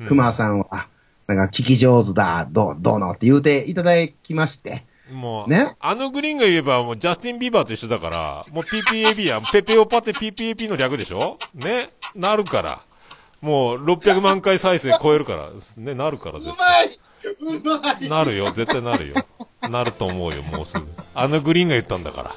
[SPEAKER 1] うん
[SPEAKER 2] 熊さんは、なんか、聞き上手だ、どう、どうのって言うていただきまして、
[SPEAKER 1] もう、
[SPEAKER 2] ね
[SPEAKER 1] あのグリーンが言えば、もうジャスティン・ビーバーと一緒だから、もう PPAB や、ペペオパって PPAP の略でしょねなるから。もう600万回再生超えるから、ね、なるから
[SPEAKER 2] う
[SPEAKER 1] 絶
[SPEAKER 2] まいうま
[SPEAKER 1] 対。
[SPEAKER 2] い
[SPEAKER 1] なるよ、絶対なるよ。なると思うよ、もうすぐ。あのグリーンが言ったんだから。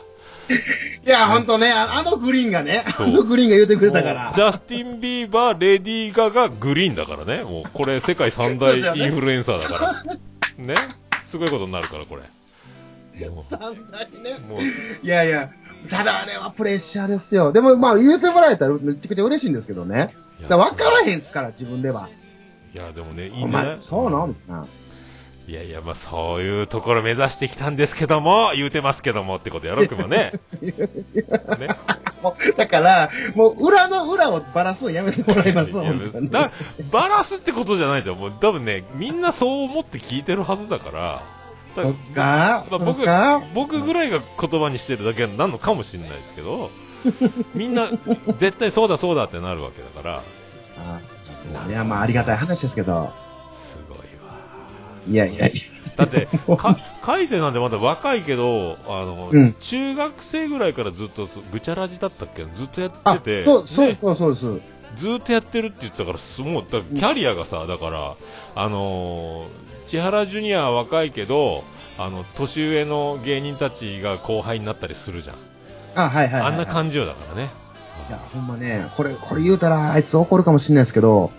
[SPEAKER 2] いや、本当ね、ああのグリーンがね、
[SPEAKER 1] そ
[SPEAKER 2] あ
[SPEAKER 1] う
[SPEAKER 2] のグリーンが言うてくれたか
[SPEAKER 1] も
[SPEAKER 2] ら
[SPEAKER 1] うジ。ャスティン・ビーバー、レディー・ガガ、グリーンだからね。もう、これ世界三大インフルエンサーだから。ねすごいことになるから、これ。も
[SPEAKER 2] 三大ね
[SPEAKER 1] う、。もう
[SPEAKER 2] いやいや、ただあれはプレッシャーですよ。でも、まあ、言うてもらえたらめちゃくちゃ嬉しいんですけどね。
[SPEAKER 1] いや
[SPEAKER 2] だから分からへんっすから、自分では。
[SPEAKER 1] いや、でもね、いい
[SPEAKER 2] お
[SPEAKER 1] んじゃな
[SPEAKER 2] 前、
[SPEAKER 1] い
[SPEAKER 2] そうなのみたいない
[SPEAKER 1] やいや、まあそういうところ目指してきたんですけども、言うてますけどもってことやろ、熊 ね。ね。
[SPEAKER 2] もう だから、もう裏の裏をバラすのやめてもらいます、
[SPEAKER 1] いや
[SPEAKER 2] 本当に。
[SPEAKER 1] だバラすってことじゃないじゃん。もう多分ね、みんなそう思って聞いてるはずだから。だ
[SPEAKER 2] そうっすか
[SPEAKER 1] まあ、
[SPEAKER 2] そうっ
[SPEAKER 1] 僕
[SPEAKER 2] すか
[SPEAKER 1] 僕ぐらいが言葉にしてるだけなのかもしれないですけど、みんな絶対そうだそうだってなるわけだから、
[SPEAKER 2] あいや、まあ、ありがたい話ですけど。
[SPEAKER 1] すごいわ。
[SPEAKER 2] いやいやい
[SPEAKER 1] だ って、か、海星なんてまだ若いけど、あの、
[SPEAKER 2] うん
[SPEAKER 1] 中学生ぐらいからずっとそ、ぐちゃらじだったっけずっとや
[SPEAKER 2] や。
[SPEAKER 1] ってて、
[SPEAKER 2] そう、そう、
[SPEAKER 1] ね
[SPEAKER 2] そう、そうです。
[SPEAKER 1] ずっとやってるって言ってたから、すもう、だキャリアがさ、だから、あのー千原ジュニアは若いけど、あの、年上の芸人たちが後輩になったりするじゃん。
[SPEAKER 2] あ、はいはいはい。
[SPEAKER 1] あんな感じよ、だからね。
[SPEAKER 2] いや、ほんまね、これ、これ言うたら、あいつ怒るかもしれないですけど、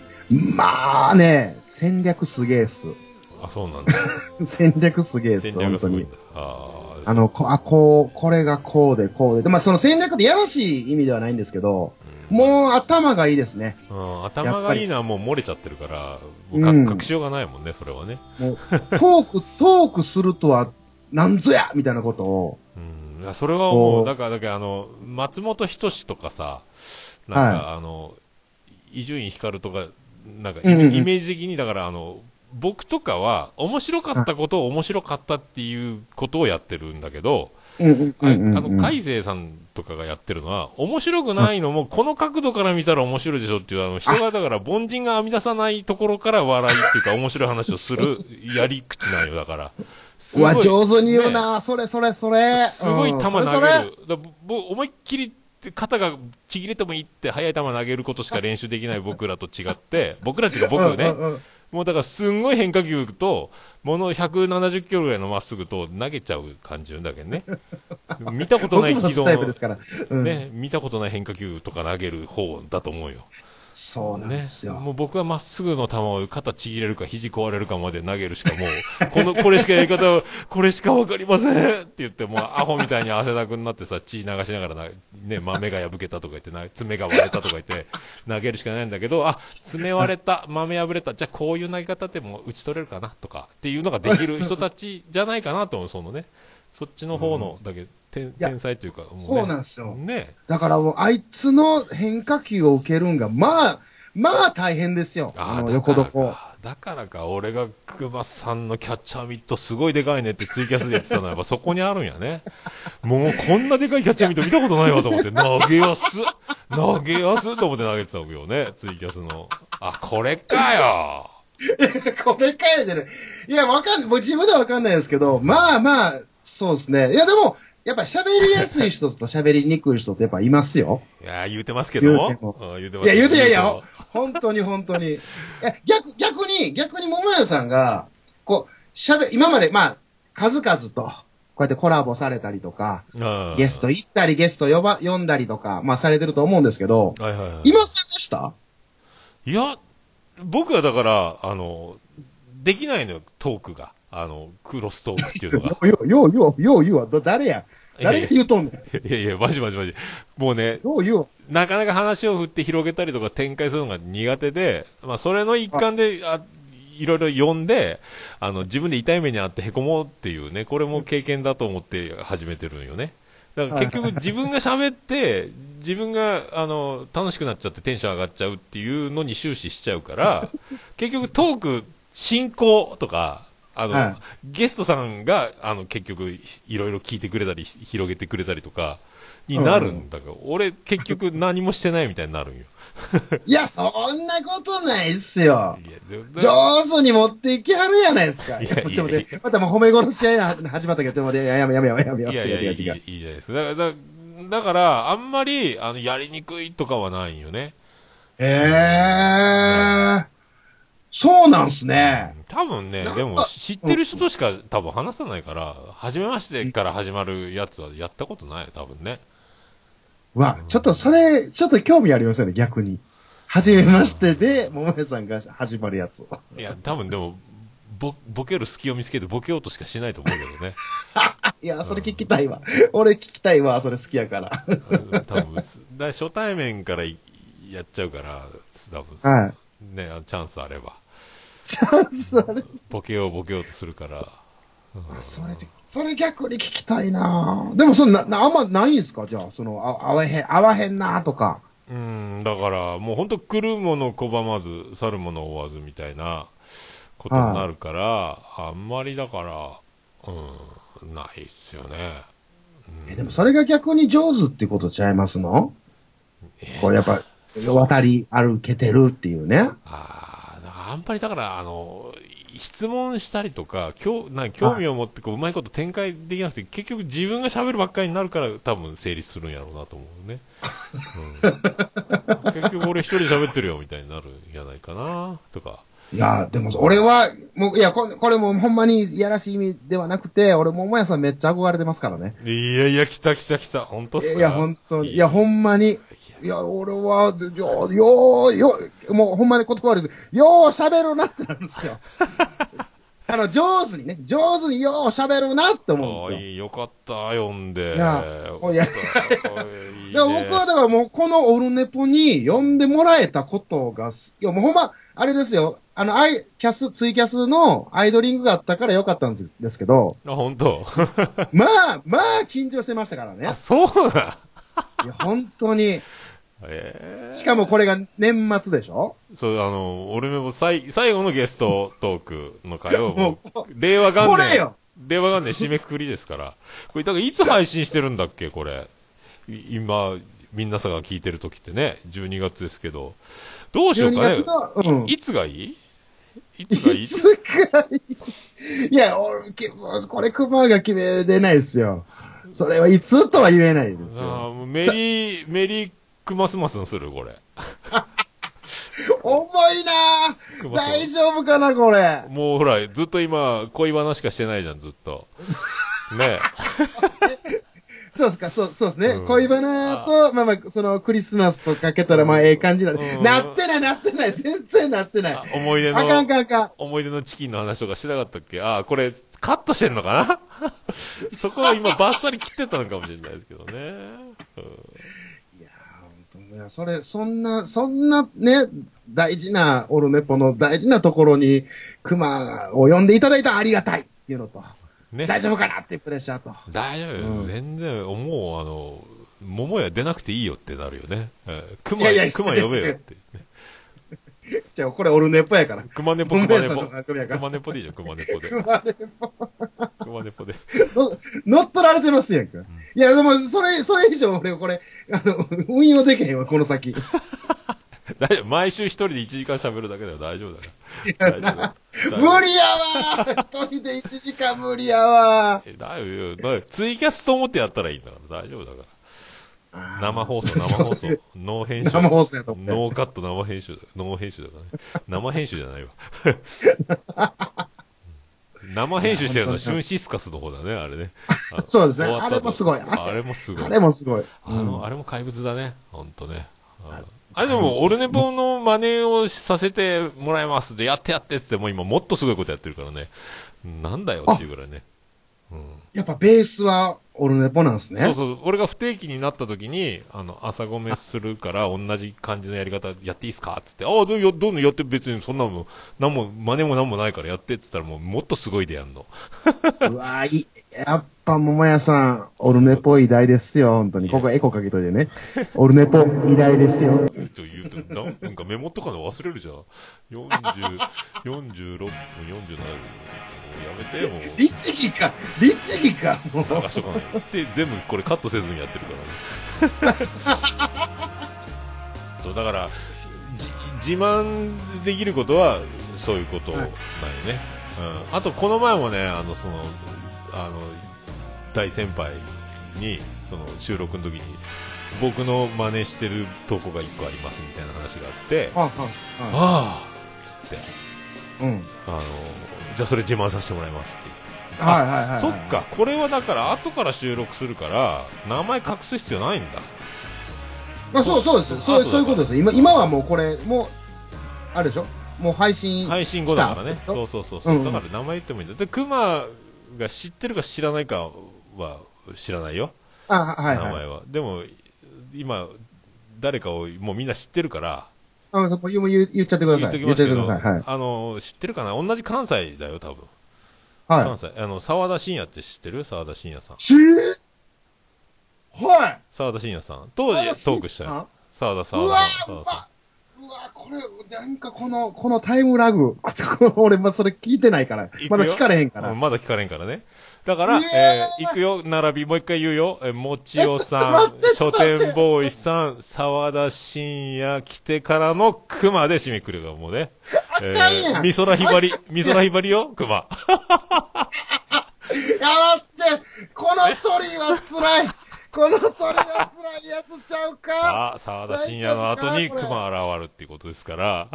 [SPEAKER 2] まあね、戦略すげえっす。
[SPEAKER 1] あ、そうなんだ。
[SPEAKER 2] 戦略すげえっす、
[SPEAKER 1] 戦略
[SPEAKER 2] 本
[SPEAKER 1] がす
[SPEAKER 2] 当
[SPEAKER 1] ごい
[SPEAKER 2] に
[SPEAKER 1] ん。だ。あー
[SPEAKER 2] あの、こ、あ、こう、これがこうで、こうで。でまあ、その戦略ってやらしい意味ではないんですけど、もう頭がいいですね。
[SPEAKER 1] うん、頭がいいのはもう漏れちゃってるから、もう
[SPEAKER 2] うん
[SPEAKER 1] か隠しようがないもんね、それはね。
[SPEAKER 2] もう、トーク、トークするとは、なんぞやみたいなことを。
[SPEAKER 1] うん、いやそれはも
[SPEAKER 2] お
[SPEAKER 1] う、
[SPEAKER 2] ー
[SPEAKER 1] だから、だからあの、松本人志とかさ、なんか、あの、伊集院光とか、なんか、イ
[SPEAKER 2] うんうんうん
[SPEAKER 1] イメージ的に、だから、あの、僕とかは、面白かったことを面白かったっていうことをやってるんだけど、
[SPEAKER 2] うんうん
[SPEAKER 1] あ
[SPEAKER 2] う
[SPEAKER 1] あ
[SPEAKER 2] んうん、うん。
[SPEAKER 1] の、海星さんとかがやってるのは、面白くないのも、この角度から見たら面白いでしょっていう、あの、人が、だから、凡人が編み出さないところから笑いっていうか、面白い話をするやり口なんよ、だから。す
[SPEAKER 2] う
[SPEAKER 1] ごい
[SPEAKER 2] わ、上手に言う
[SPEAKER 1] ね
[SPEAKER 2] な、それそれそれ。
[SPEAKER 1] すごい球投げ
[SPEAKER 2] うん
[SPEAKER 1] る。
[SPEAKER 2] それそれ
[SPEAKER 1] だぼ思いっきりで肩がちぎれてもいいって速い球投げることしか練習できない僕らと違って、 僕らっていうか僕ね、
[SPEAKER 2] うんうんうん
[SPEAKER 1] もうだからすんごい変化球と、もの170キロぐらいのまっすぐと投げちゃう感じだけ どね。見たことない
[SPEAKER 2] 僕も
[SPEAKER 1] 軌道
[SPEAKER 2] そうタイ
[SPEAKER 1] の
[SPEAKER 2] プですから。うん
[SPEAKER 1] ね、見たことない変化球とか投げる方だと思うよ。
[SPEAKER 2] そうなん
[SPEAKER 1] ね
[SPEAKER 2] です、よ。
[SPEAKER 1] もう僕はまっすぐの球を肩ちぎれるか肘壊れるかまで投げるしかもう、この、これしかやり方を、これしかわかりませんって言って、もうアホみたいに汗だくになってさ、血流しながらな、ね、豆が破けたとか言ってな、爪が割れたとか言って、投げるしかないんだけど、あ、爪割れた、豆破れた、じゃあこういう投げ方でも打ち取れるかなとか、っていうのができる人たちじゃないかなと思う、そのね。そっちの方の、だけ、天
[SPEAKER 2] や
[SPEAKER 1] 天才というか、もうね
[SPEAKER 2] そうなんですよ。
[SPEAKER 1] ね。
[SPEAKER 2] だからもう、あいつの変化球を受けるんが、まあ、まあ大変ですよ。
[SPEAKER 1] あ
[SPEAKER 2] あの、
[SPEAKER 1] ー
[SPEAKER 2] 横
[SPEAKER 1] だから
[SPEAKER 2] 床。
[SPEAKER 1] かだからか、俺が熊さんのキャッチャーミットすごいでかいねってツイキャスで言ってたのはやっぱそこにあるんやね。もうこんなでかいキャッチャーミット見たことないわと思って、投げやす投げやすと思って投げてたわけよね、ツイキャスの。あ、これかよ
[SPEAKER 2] これかよじゃない。いや、わかんない。もう自分ではわかんないですけど、まあまあ、そうですね。いや、でも、やっぱ喋りやすい人と喋りにくい人ってやっぱいますよ。
[SPEAKER 1] いやー言うてますけど。
[SPEAKER 2] 言うても
[SPEAKER 1] うん言うてま
[SPEAKER 2] い
[SPEAKER 1] すけど
[SPEAKER 2] や、言うていやいや、本当に本当に。え逆、逆に、逆に桃屋さんが、こう、喋、今まで、まあ、数々と、こうやってコラボされたりとか、
[SPEAKER 1] うん
[SPEAKER 2] ゲスト行ったり、ゲスト呼ば、呼んだりとか、まあされてると思うんですけど、
[SPEAKER 1] はいはいはい
[SPEAKER 2] いませんでした
[SPEAKER 1] いや、僕はだから、あの、できないのよ、トークが。あの、クロストークっていうの が。
[SPEAKER 2] よ、よ、よ、よ、よ、ど誰や誰が言うとんねん。
[SPEAKER 1] いやいや、マジマジマジ。もうね、
[SPEAKER 2] よ、よ。
[SPEAKER 1] なかなか話を振って広げたりとか展開するのが苦手で、まあ、それの一環で、あいろいろ読んで、あの、自分で痛い目にあって凹もうっていうね、これも経験だと思って始めてるんよね。だから結局自分が喋って、自分が、あの、楽しくなっちゃってテンション上がっちゃうっていうのに終始しちゃうから、結局トーク、進行とか、あの、
[SPEAKER 2] はい
[SPEAKER 1] ゲストさんが、あの、結局、いいろいろ聞いてくれたり、ひ広げてくれたりとか、になるんだけど、俺、結局何もしてないみたいになるんよ。
[SPEAKER 2] いや、そんなことないっすよ。
[SPEAKER 1] いや、でで
[SPEAKER 2] 上手に持っていきはるやないですか。
[SPEAKER 1] いやいやいや
[SPEAKER 2] ちょっと待ってまたもう褒め殺し合いが始まったけど、ちょっと待って、やめやめやめやめやめ
[SPEAKER 1] い
[SPEAKER 2] や
[SPEAKER 1] や
[SPEAKER 2] め
[SPEAKER 1] い
[SPEAKER 2] や
[SPEAKER 1] や、
[SPEAKER 2] め
[SPEAKER 1] い
[SPEAKER 2] や
[SPEAKER 1] いい
[SPEAKER 2] めやめ
[SPEAKER 1] いじゃないですか。だから、だだからあんまり、あの、やりにくいとかはないんよね。
[SPEAKER 2] えー、そうなんすね。
[SPEAKER 1] 多分ね
[SPEAKER 2] なん、か
[SPEAKER 1] でも、知ってる人としか多分話さないから、初めましてから始まるやつはやったことないよ、多分ね。
[SPEAKER 2] うわ、ちょっとそれ、ちょっと興味ありますよね、逆に。はじめましてで、桃屋さんが始まるやつ。
[SPEAKER 1] いや、多分でも、ぼ、ボケる隙を見つけてボケようとしかしないと思うけどね。
[SPEAKER 2] いや、それ聞きたいわ。俺聞きたいわ、それ好きやから。
[SPEAKER 1] 多分すだ初対面からいやっちゃうから、多分、
[SPEAKER 2] はい。
[SPEAKER 1] ね、あのチャンスあれば、
[SPEAKER 2] チャンスあれ。
[SPEAKER 1] ボケようボケようとするから、
[SPEAKER 2] それ、それ逆に聞きたいなぁでも、そんな、なあんまないんすかじゃあ、その、あ合わへん、合わへんなぁとか。
[SPEAKER 1] うん、だから、もう本当、来るもの拒まず、去るもの追わずみたいなことになるから、あんまりだから、うん、ないっすよね。
[SPEAKER 2] え、でもそれが逆に上手ってことちゃいますのこう、やっぱ、
[SPEAKER 1] そう
[SPEAKER 2] 渡り歩けてるっていうね。
[SPEAKER 1] ああ、だからあんまりだから、あの、質問したりとか、興なんか興味を持ってこう、うまいこと展開できなくて、結局自分が喋るばっかりになるから、多分成立するんやろうなと思うね。う ん、結局俺一人で喋ってるよ、みたいになるんじゃないかな、とか。
[SPEAKER 2] いや、でも、俺は、もう、いや、ここれもうほんまにいやらしい意味ではなくて、俺ももやさんめっちゃ憧れてますからね。
[SPEAKER 1] いやいや、来た来た来た。本当っすか
[SPEAKER 2] いや、本当に。い
[SPEAKER 1] いや
[SPEAKER 2] や、ほんまに。いや、俺は、よ、よ、よ、もうほんまに言葉悪いです。よう喋るなってなるんで すよ。あの、上手にね、上手によう喋るなって思うん
[SPEAKER 1] あ
[SPEAKER 2] ですよ。
[SPEAKER 1] いいよかった、読んで。
[SPEAKER 2] いや
[SPEAKER 1] お
[SPEAKER 2] いや
[SPEAKER 1] いいね
[SPEAKER 2] で僕はだからもう、このオルネポに呼んでもらえたことがす、いや、もうほんま、あれですよ。あの、アイ、キャス、ツイキャスのアイドリングがあったからよかったんですですけ ど、
[SPEAKER 1] あ、本当。
[SPEAKER 2] まあ、まあ、緊張してましたからね
[SPEAKER 1] あ、。そうだ。
[SPEAKER 2] いや、本当に。
[SPEAKER 1] ええ
[SPEAKER 2] しかもこれが年末でしょ
[SPEAKER 1] そう、あの、俺も最、最後のゲストトークの会 を、も
[SPEAKER 2] も
[SPEAKER 1] う、令和元
[SPEAKER 2] これ
[SPEAKER 1] 年
[SPEAKER 2] よ、
[SPEAKER 1] 令和元年締めくくりですから、これ、だからいつ配信してるんだっけ、これ。い今、みんなさんが聞いてる時ってね、12月ですけど、どうしよう
[SPEAKER 2] 12
[SPEAKER 1] かね
[SPEAKER 2] 月。の、うん。
[SPEAKER 1] いつがいいいつがいい
[SPEAKER 2] いつかいい。いや、俺、きこれ、熊が決めれないですよ。それはいつとは言えないです
[SPEAKER 1] あ
[SPEAKER 2] よ。
[SPEAKER 1] あもうメリー、メリークマスマスにするこれ。
[SPEAKER 2] 重いな
[SPEAKER 1] ク
[SPEAKER 2] ぁ
[SPEAKER 1] マスマ
[SPEAKER 2] 大丈夫かな、これ。
[SPEAKER 1] もうほら、ずっと今、恋話しかしてないじゃん、ずっと。 ね
[SPEAKER 2] そうですか、そう、そうですね。
[SPEAKER 1] うん
[SPEAKER 2] 恋バナと、まあまあ、その、クリスマスとかけたら、まあ、ええ感じなの、
[SPEAKER 1] うん
[SPEAKER 2] なってない、なってない。全然なってない。
[SPEAKER 1] あ
[SPEAKER 2] あ
[SPEAKER 1] 思い出
[SPEAKER 2] かんあ
[SPEAKER 1] の、
[SPEAKER 2] かんあかん。
[SPEAKER 1] 思い出のチキンの話とかしてなかったっけああ、これ、カットしてんのかな そこは今、バッサリ切ってたのかもしれないですけどね。
[SPEAKER 2] いやー、本当ね、それ、そんな、そんなね、大事な、オルネポの大事なところに、熊を呼んでいただいたらありがたいっていうのと、
[SPEAKER 1] ね。
[SPEAKER 2] 大丈夫かなっていうプレッシャーと。
[SPEAKER 1] 大丈夫よ、
[SPEAKER 2] うん
[SPEAKER 1] 全然、もう、あの、桃屋出なくていいよってなるよね。えー
[SPEAKER 2] い
[SPEAKER 1] 熊、
[SPEAKER 2] やいや
[SPEAKER 1] 熊呼べよ って。
[SPEAKER 2] じゃあ、これオルネポやから。
[SPEAKER 1] 熊猫、
[SPEAKER 2] ごめん
[SPEAKER 1] 熊
[SPEAKER 2] なさい
[SPEAKER 1] 猫
[SPEAKER 2] その番組や。から
[SPEAKER 1] 熊猫でいいじゃん、熊猫で。
[SPEAKER 2] 熊ネポ
[SPEAKER 1] 熊猫で。
[SPEAKER 2] の乗っ取られてますやんか。いや、でも、それ、それ以上俺、これ、あの、運用できへんわ、この先。
[SPEAKER 1] 大丈夫。毎週一人で1時間喋るだけだよ。大丈夫だよ。大丈
[SPEAKER 2] 無
[SPEAKER 1] 夫。
[SPEAKER 2] 理やわー一人で1時間無理やわー
[SPEAKER 1] だよ、だよ。ツイキャスと思ってやったらいいんだから、大丈夫だか
[SPEAKER 2] あ
[SPEAKER 1] ら。
[SPEAKER 2] ー
[SPEAKER 1] 生放送、生放送。ノー編集。
[SPEAKER 2] 生放送やと思って
[SPEAKER 1] ノーカット、生編集だ。ノー編集だからね。生編集じゃないわ。 生編集してるのはシュンシスカスの方だね、あれね。あ
[SPEAKER 2] そうですね
[SPEAKER 1] 終わった後
[SPEAKER 2] あれもすごいあ
[SPEAKER 1] あれもすごい。
[SPEAKER 2] あ
[SPEAKER 1] あ
[SPEAKER 2] れもすごい。
[SPEAKER 1] の、あれも怪物だね。ほんとね。ああれでも、オルネポの真似をさせてもらいますで、やってやってっつって、もう今もっとすごいことやってるからね。なんだよっていうぐらいね。
[SPEAKER 2] やっぱベースはオルネポなんですね。
[SPEAKER 1] そうそう、俺が不定期になった時に、あの、朝ごめするから、同じ感じのやり方やっていいっすかっつって、ああ、どうよ、どんどんやって、別にそんなもん、なんも、真似もなんもないからやってっつったら、もう、もっとすごいでやんの。
[SPEAKER 2] うわーいやっぱ桃屋さん、オルネポ偉大ですよ、本当に。
[SPEAKER 1] いや
[SPEAKER 2] ここエコかけといてね。オルネポ偉大ですよ。
[SPEAKER 1] と言うと、何分かメモとかの忘れるじゃん。40、46分、47分。もうやめて、もう。
[SPEAKER 2] 律儀か、律儀か、もう。
[SPEAKER 1] 探しとかないで全部これカットせずにやってるからね そうだからじ自慢できることはそういうことないね、うん、あとこの前もねあのそのあの大先輩にその収録の時に僕の真似してるとこが1個ありますみたいな話があってあ
[SPEAKER 2] はあはあ
[SPEAKER 1] あっつって
[SPEAKER 2] うん。はい
[SPEAKER 1] あのじゃあそれ自慢させてもらいますって言って
[SPEAKER 2] はいはいはい。
[SPEAKER 1] そっか、これはだから後から収録するから、名前隠す必要ないんだ。
[SPEAKER 2] まあそうそうですよ。そ
[SPEAKER 1] 後だか
[SPEAKER 2] う
[SPEAKER 1] ら
[SPEAKER 2] そういうことですよ。今、今はもうこれ、もう、あるでしょもう配信。
[SPEAKER 1] 配信後だからね
[SPEAKER 2] 来。た
[SPEAKER 1] そうそうそうそう、
[SPEAKER 2] うん
[SPEAKER 1] だから名前言ってもいいんだ。で、クマが知ってるか知らないかは知らないよ。
[SPEAKER 2] あ、はい
[SPEAKER 1] 名
[SPEAKER 2] はい
[SPEAKER 1] 前。は。でも、今、誰かをもうみんな知ってるから、
[SPEAKER 2] あ、そこ言う言う言っちゃってくだ
[SPEAKER 1] 言
[SPEAKER 2] さ
[SPEAKER 1] っ
[SPEAKER 2] い。
[SPEAKER 1] とき
[SPEAKER 2] 言っ
[SPEAKER 1] ま
[SPEAKER 2] ちゃ
[SPEAKER 1] す
[SPEAKER 2] っ
[SPEAKER 1] け
[SPEAKER 2] て
[SPEAKER 1] ど、
[SPEAKER 2] ください。はい。
[SPEAKER 1] あの、知ってるかな同じ関西だよ、多分。
[SPEAKER 2] は
[SPEAKER 1] 関西。あの、沢田信也って知ってる沢田信也さん
[SPEAKER 2] い。。しはい。
[SPEAKER 1] 沢田信也さん。当時トークしたよ。沢田沢
[SPEAKER 2] う
[SPEAKER 1] 田
[SPEAKER 2] わ
[SPEAKER 1] さん。沢
[SPEAKER 2] うわ
[SPEAKER 1] 田さん
[SPEAKER 2] うわこれ、なんかこの、このタイムラグ。 俺、まあ、それ聞いてないから
[SPEAKER 1] 行く。よ
[SPEAKER 2] まだ聞かれへんから。
[SPEAKER 1] う
[SPEAKER 2] うんん
[SPEAKER 1] まだ聞かれんからね。だから、
[SPEAKER 2] いやー
[SPEAKER 1] えー行くよ、並び、もう一回言うよ。えー、もちおさん
[SPEAKER 2] えち
[SPEAKER 1] 書
[SPEAKER 2] ょっと待って
[SPEAKER 1] 店ボーイさん、沢田信也来てからの熊で締めくるが、もうね。え
[SPEAKER 2] あかんやん
[SPEAKER 1] 美空ひばり、美空ひばりよ、熊。
[SPEAKER 2] やばって、この鳥は辛い。 この鳥は辛いやつちゃうか。
[SPEAKER 1] さあ、沢田信也の後に
[SPEAKER 2] 大丈夫か
[SPEAKER 1] 熊現るっていうことですから、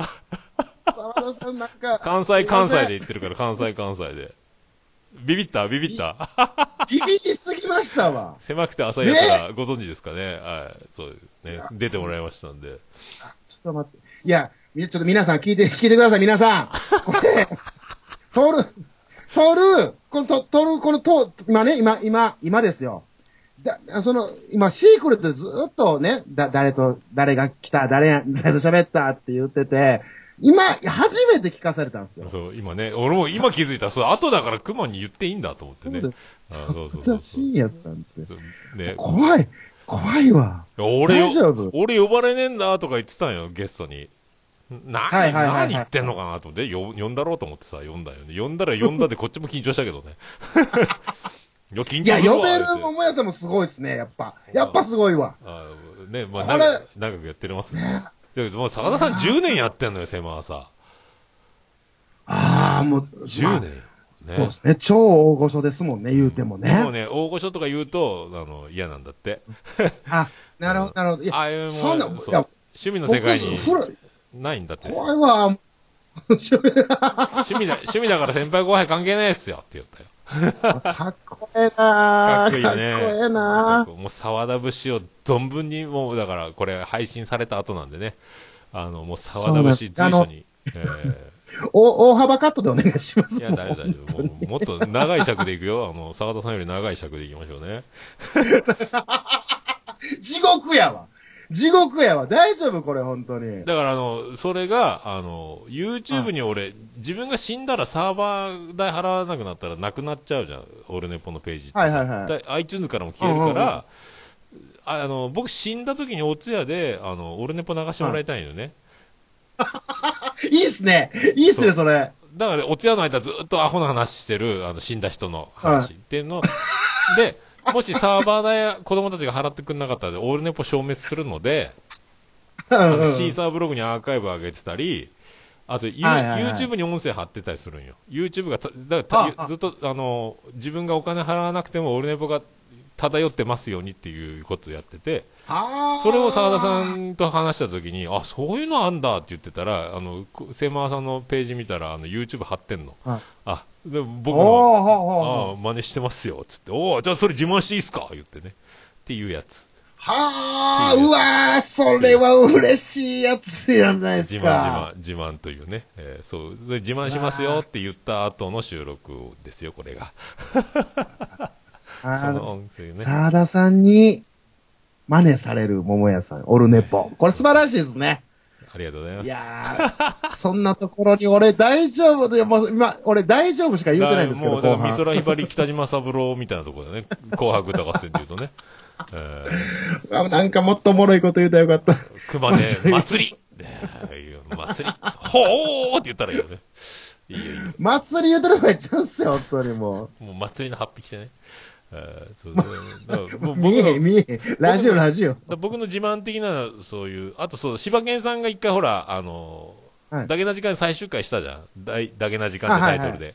[SPEAKER 2] 沢田さん、なんか。
[SPEAKER 1] 関西関西で
[SPEAKER 2] で。
[SPEAKER 1] 言ってるから、関西関西で。ビビったビビった
[SPEAKER 2] ビビりすぎましたわ。
[SPEAKER 1] 狭くて浅いやからご存知ですかねはい。そうね。出てもらいましたんで。
[SPEAKER 2] ちょっと待って。いや、みちょっと皆さん聞いて、 聞いてください、皆さん。これ、トル、トル、このトトル、このト、今ね、今、今、今ですよ。だ、その、今、シークレットでずっとね、だ、誰と、誰が来た、誰や、誰と喋ったって言ってて、今、初めて聞かされたんですよ。
[SPEAKER 1] そう、今ね、俺も今気づいた。そう、後だから熊に言っていいんだと思ってね
[SPEAKER 2] そうだ。
[SPEAKER 1] あそうそうそうそ
[SPEAKER 2] 田信也さんって。
[SPEAKER 1] う。ね、
[SPEAKER 2] 怖い、怖いわ。
[SPEAKER 1] 俺
[SPEAKER 2] 大丈夫
[SPEAKER 1] よ、俺呼ばれねえんだとか言ってたんよ、ゲストに。な、
[SPEAKER 2] はいはいはいはい
[SPEAKER 1] 何言ってんのかなと思って、よ呼んだろうと思ってさ、呼んだよね。呼んだら呼んだでこっちも緊張したけど ね。いや、緊
[SPEAKER 2] いや、
[SPEAKER 1] 張するわ
[SPEAKER 2] 呼べる
[SPEAKER 1] 言うて
[SPEAKER 2] 桃屋さんもすごいですね、やっぱ。やっぱすごいわ。
[SPEAKER 1] あね、まあ、
[SPEAKER 2] これ
[SPEAKER 1] 長く長くやってますね。だけど、もう、坂田さん10年やってんのよ、狭さ。
[SPEAKER 2] ああ、もう、
[SPEAKER 1] 10年よ。ね。
[SPEAKER 2] そうですね。超大御所ですもんね、言うても
[SPEAKER 1] でも
[SPEAKER 2] ね。
[SPEAKER 1] ね、大御所とか言うと、あの、嫌なんだって。
[SPEAKER 2] あ、なるほど、なるほど。い
[SPEAKER 1] ああいうも
[SPEAKER 2] や、
[SPEAKER 1] ん
[SPEAKER 2] そんな、い
[SPEAKER 1] そう
[SPEAKER 2] や、
[SPEAKER 1] 趣味の
[SPEAKER 2] 僕、
[SPEAKER 1] 世界に
[SPEAKER 2] 古い、
[SPEAKER 1] ないんだって。
[SPEAKER 2] これは、
[SPEAKER 1] 趣 味だ、趣味だから先輩後輩関係ないですよって言ったよ。
[SPEAKER 2] かっこええな
[SPEAKER 1] か
[SPEAKER 2] あ
[SPEAKER 1] っこいいね。
[SPEAKER 2] かっこええな
[SPEAKER 1] もう沢田節を存分に、もうだからこれ配信された後なんでね。あの、もう沢田節随所に。え
[SPEAKER 2] あお大幅カットでお願いし
[SPEAKER 1] え
[SPEAKER 2] ます。
[SPEAKER 1] いや、大丈夫、大丈夫。もうもっと長い尺でいくよ。あの、沢田さんより長い尺でいきましょうね。
[SPEAKER 2] 地獄やわ。地獄やわ。大丈夫これ、本当に。
[SPEAKER 1] だから、あの、それが、あの、YouTube に俺、自分が死んだらサーバー代払わなくなったらなくなっちゃうじゃん。オールネポのページってさ。
[SPEAKER 2] はいはいはい
[SPEAKER 1] だ iTunes からも消えるか
[SPEAKER 2] うんうんう
[SPEAKER 1] ら、ああの、僕死んだ時にお通夜で、あの、オールネポ流してもらいたいのよね。
[SPEAKER 2] いいっすね。いいっすね、
[SPEAKER 1] そう
[SPEAKER 2] それ。
[SPEAKER 1] だから、お通夜の間ずっとアホな話してる、あの、死んだ人の話、
[SPEAKER 2] はい
[SPEAKER 1] っていうのをで、もしサーバー代子供たちが払ってくれなかったら、オールネポ消滅するので、
[SPEAKER 2] う
[SPEAKER 1] あ
[SPEAKER 2] んう
[SPEAKER 1] の
[SPEAKER 2] ん
[SPEAKER 1] シーサーブログにアーカイブ上げてたり、あと、ユー
[SPEAKER 2] はいはいはい
[SPEAKER 1] YouTube に音声貼ってたりするんよ。YouTube がた、だから
[SPEAKER 2] あ
[SPEAKER 1] た
[SPEAKER 2] あ
[SPEAKER 1] ずっと、あの、自分がお金払わなくても、オールネポが漂ってますようにっていうことをやってて、
[SPEAKER 2] はあ
[SPEAKER 1] それを澤田さんと話したときに、あ、そういうのあんだって言ってたら、あの、こ瀬間さんのページ見たら、あの、YouTube 貼ってんの。
[SPEAKER 2] はい
[SPEAKER 1] あ、でも僕
[SPEAKER 2] おー
[SPEAKER 1] の、
[SPEAKER 2] ほうほう
[SPEAKER 1] あ
[SPEAKER 2] ほう
[SPEAKER 1] あ、真似してますよ、つって、おお、じゃあそれ自慢していいっすか言ってね。っていうやつ。
[SPEAKER 2] はあ、
[SPEAKER 1] っていう
[SPEAKER 2] うわーそれは嬉しいやつやんじゃないです
[SPEAKER 1] 自
[SPEAKER 2] か。
[SPEAKER 1] 慢、自慢、自慢というね。えーそう、それ自慢しますよって言った後の収録ですよ、これが。その
[SPEAKER 2] あ
[SPEAKER 1] 音声ね。
[SPEAKER 2] の沢田さんに真似される桃屋さん、オルネポ。これ素晴らしいですね。
[SPEAKER 1] ありがとうございます。
[SPEAKER 2] いやー、そんなところに俺大丈夫で、もう今、俺大丈夫しか言うてないんですけど、
[SPEAKER 1] だから
[SPEAKER 2] 後
[SPEAKER 1] もう、だから美
[SPEAKER 2] 半。
[SPEAKER 1] 空ひばり北島三郎みたいなところだね。紅白歌合戦で言うと ね。えー
[SPEAKER 2] あなんかもっとおもろいこと言うたらよかった。
[SPEAKER 1] 熊ね、祭りね祭りほーって言ったらいいよね。いいよいいよ。
[SPEAKER 2] 祭り言うてる場合ちゃうんすよ、本当にも
[SPEAKER 1] もう祭りの発匹でね。えーそうだからもう
[SPEAKER 2] う。
[SPEAKER 1] 僕
[SPEAKER 2] 見えへん、
[SPEAKER 1] の
[SPEAKER 2] 見えへん。ラジオ、ラジオ。
[SPEAKER 1] だ僕の自慢的な、そういう、あとそう、柴犬さんが一回ほら、あの、
[SPEAKER 2] はい
[SPEAKER 1] だけな時間最終回したじゃん。だいだけな時間ってタイトルで。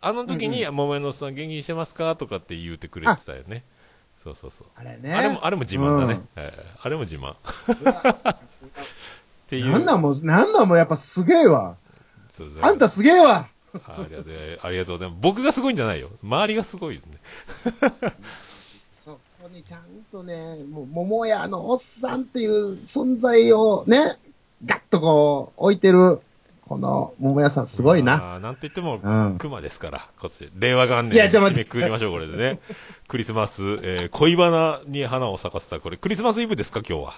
[SPEAKER 1] あの時に、桃江のおっさん元気にしてますかとかって言うてくれてたよね。そうそうそう。
[SPEAKER 2] あれね。
[SPEAKER 1] あれも、あれも自慢だ
[SPEAKER 2] う
[SPEAKER 1] ね
[SPEAKER 2] ん。
[SPEAKER 1] えーあれも自 慢。っていう。
[SPEAKER 2] なんなんもう、なんなんもうやっぱすげえわ。
[SPEAKER 1] そうだから
[SPEAKER 2] あんたすげえわ。
[SPEAKER 1] ありがとう、ありがとうございます。僕がすごいんじゃないよ。周りがすごいよね。
[SPEAKER 2] そこにちゃんとね、もう、桃屋のおっさんっていう存在をね、ガッとこう、置いてる、この桃屋さんすごいな。
[SPEAKER 1] あー。なんと言っても、
[SPEAKER 2] うん
[SPEAKER 1] 熊ですから、こっちで。令和元年
[SPEAKER 2] いやちょ
[SPEAKER 1] 締
[SPEAKER 2] 待
[SPEAKER 1] め
[SPEAKER 2] って
[SPEAKER 1] くくりましょう、これでね。 クリスマス、えー恋バナに花を咲かせた、これ、クリスマスイブですか、今日は。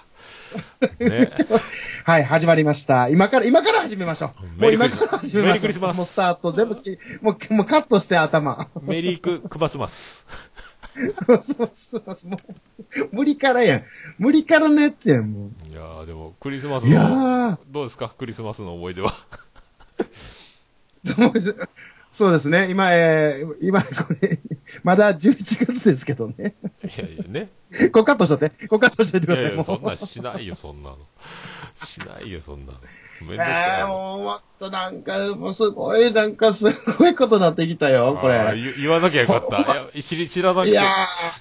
[SPEAKER 1] ね、
[SPEAKER 2] はい、始まりました。今から、今から始めましょう。
[SPEAKER 1] メ
[SPEAKER 2] もう
[SPEAKER 1] リーク
[SPEAKER 2] 今
[SPEAKER 1] リス
[SPEAKER 2] から始めまし
[SPEAKER 1] メ
[SPEAKER 2] ょう。
[SPEAKER 1] リークリスマス
[SPEAKER 2] もうスタート全部切り、もう、もうカットして頭。
[SPEAKER 1] メリーク、クマスマス。
[SPEAKER 2] そうそうそう。もう、無理からやん。無理からのやつやん、も
[SPEAKER 1] いやー、でも、クリスマス
[SPEAKER 2] う。いやー
[SPEAKER 1] の、。どうですか、クリスマスの思い出は。
[SPEAKER 2] そうですね。今、えー、今、これ、まだ11月ですけどね。
[SPEAKER 1] いやいや、ね。
[SPEAKER 2] これカットしとって。これカットしといて
[SPEAKER 1] い
[SPEAKER 2] くださ
[SPEAKER 1] や
[SPEAKER 2] い。
[SPEAKER 1] い
[SPEAKER 2] も
[SPEAKER 1] や、
[SPEAKER 2] う
[SPEAKER 1] そんなんしないよ、そんなの。しないよ、そんなの。めんどくさい。
[SPEAKER 2] えー、もう、もっとなんか、もうすごい、なんかすごいことになってきたよ、こ
[SPEAKER 1] あー
[SPEAKER 2] れ。
[SPEAKER 1] 言言わなきゃよかった。いや知り知らなくて。
[SPEAKER 2] いや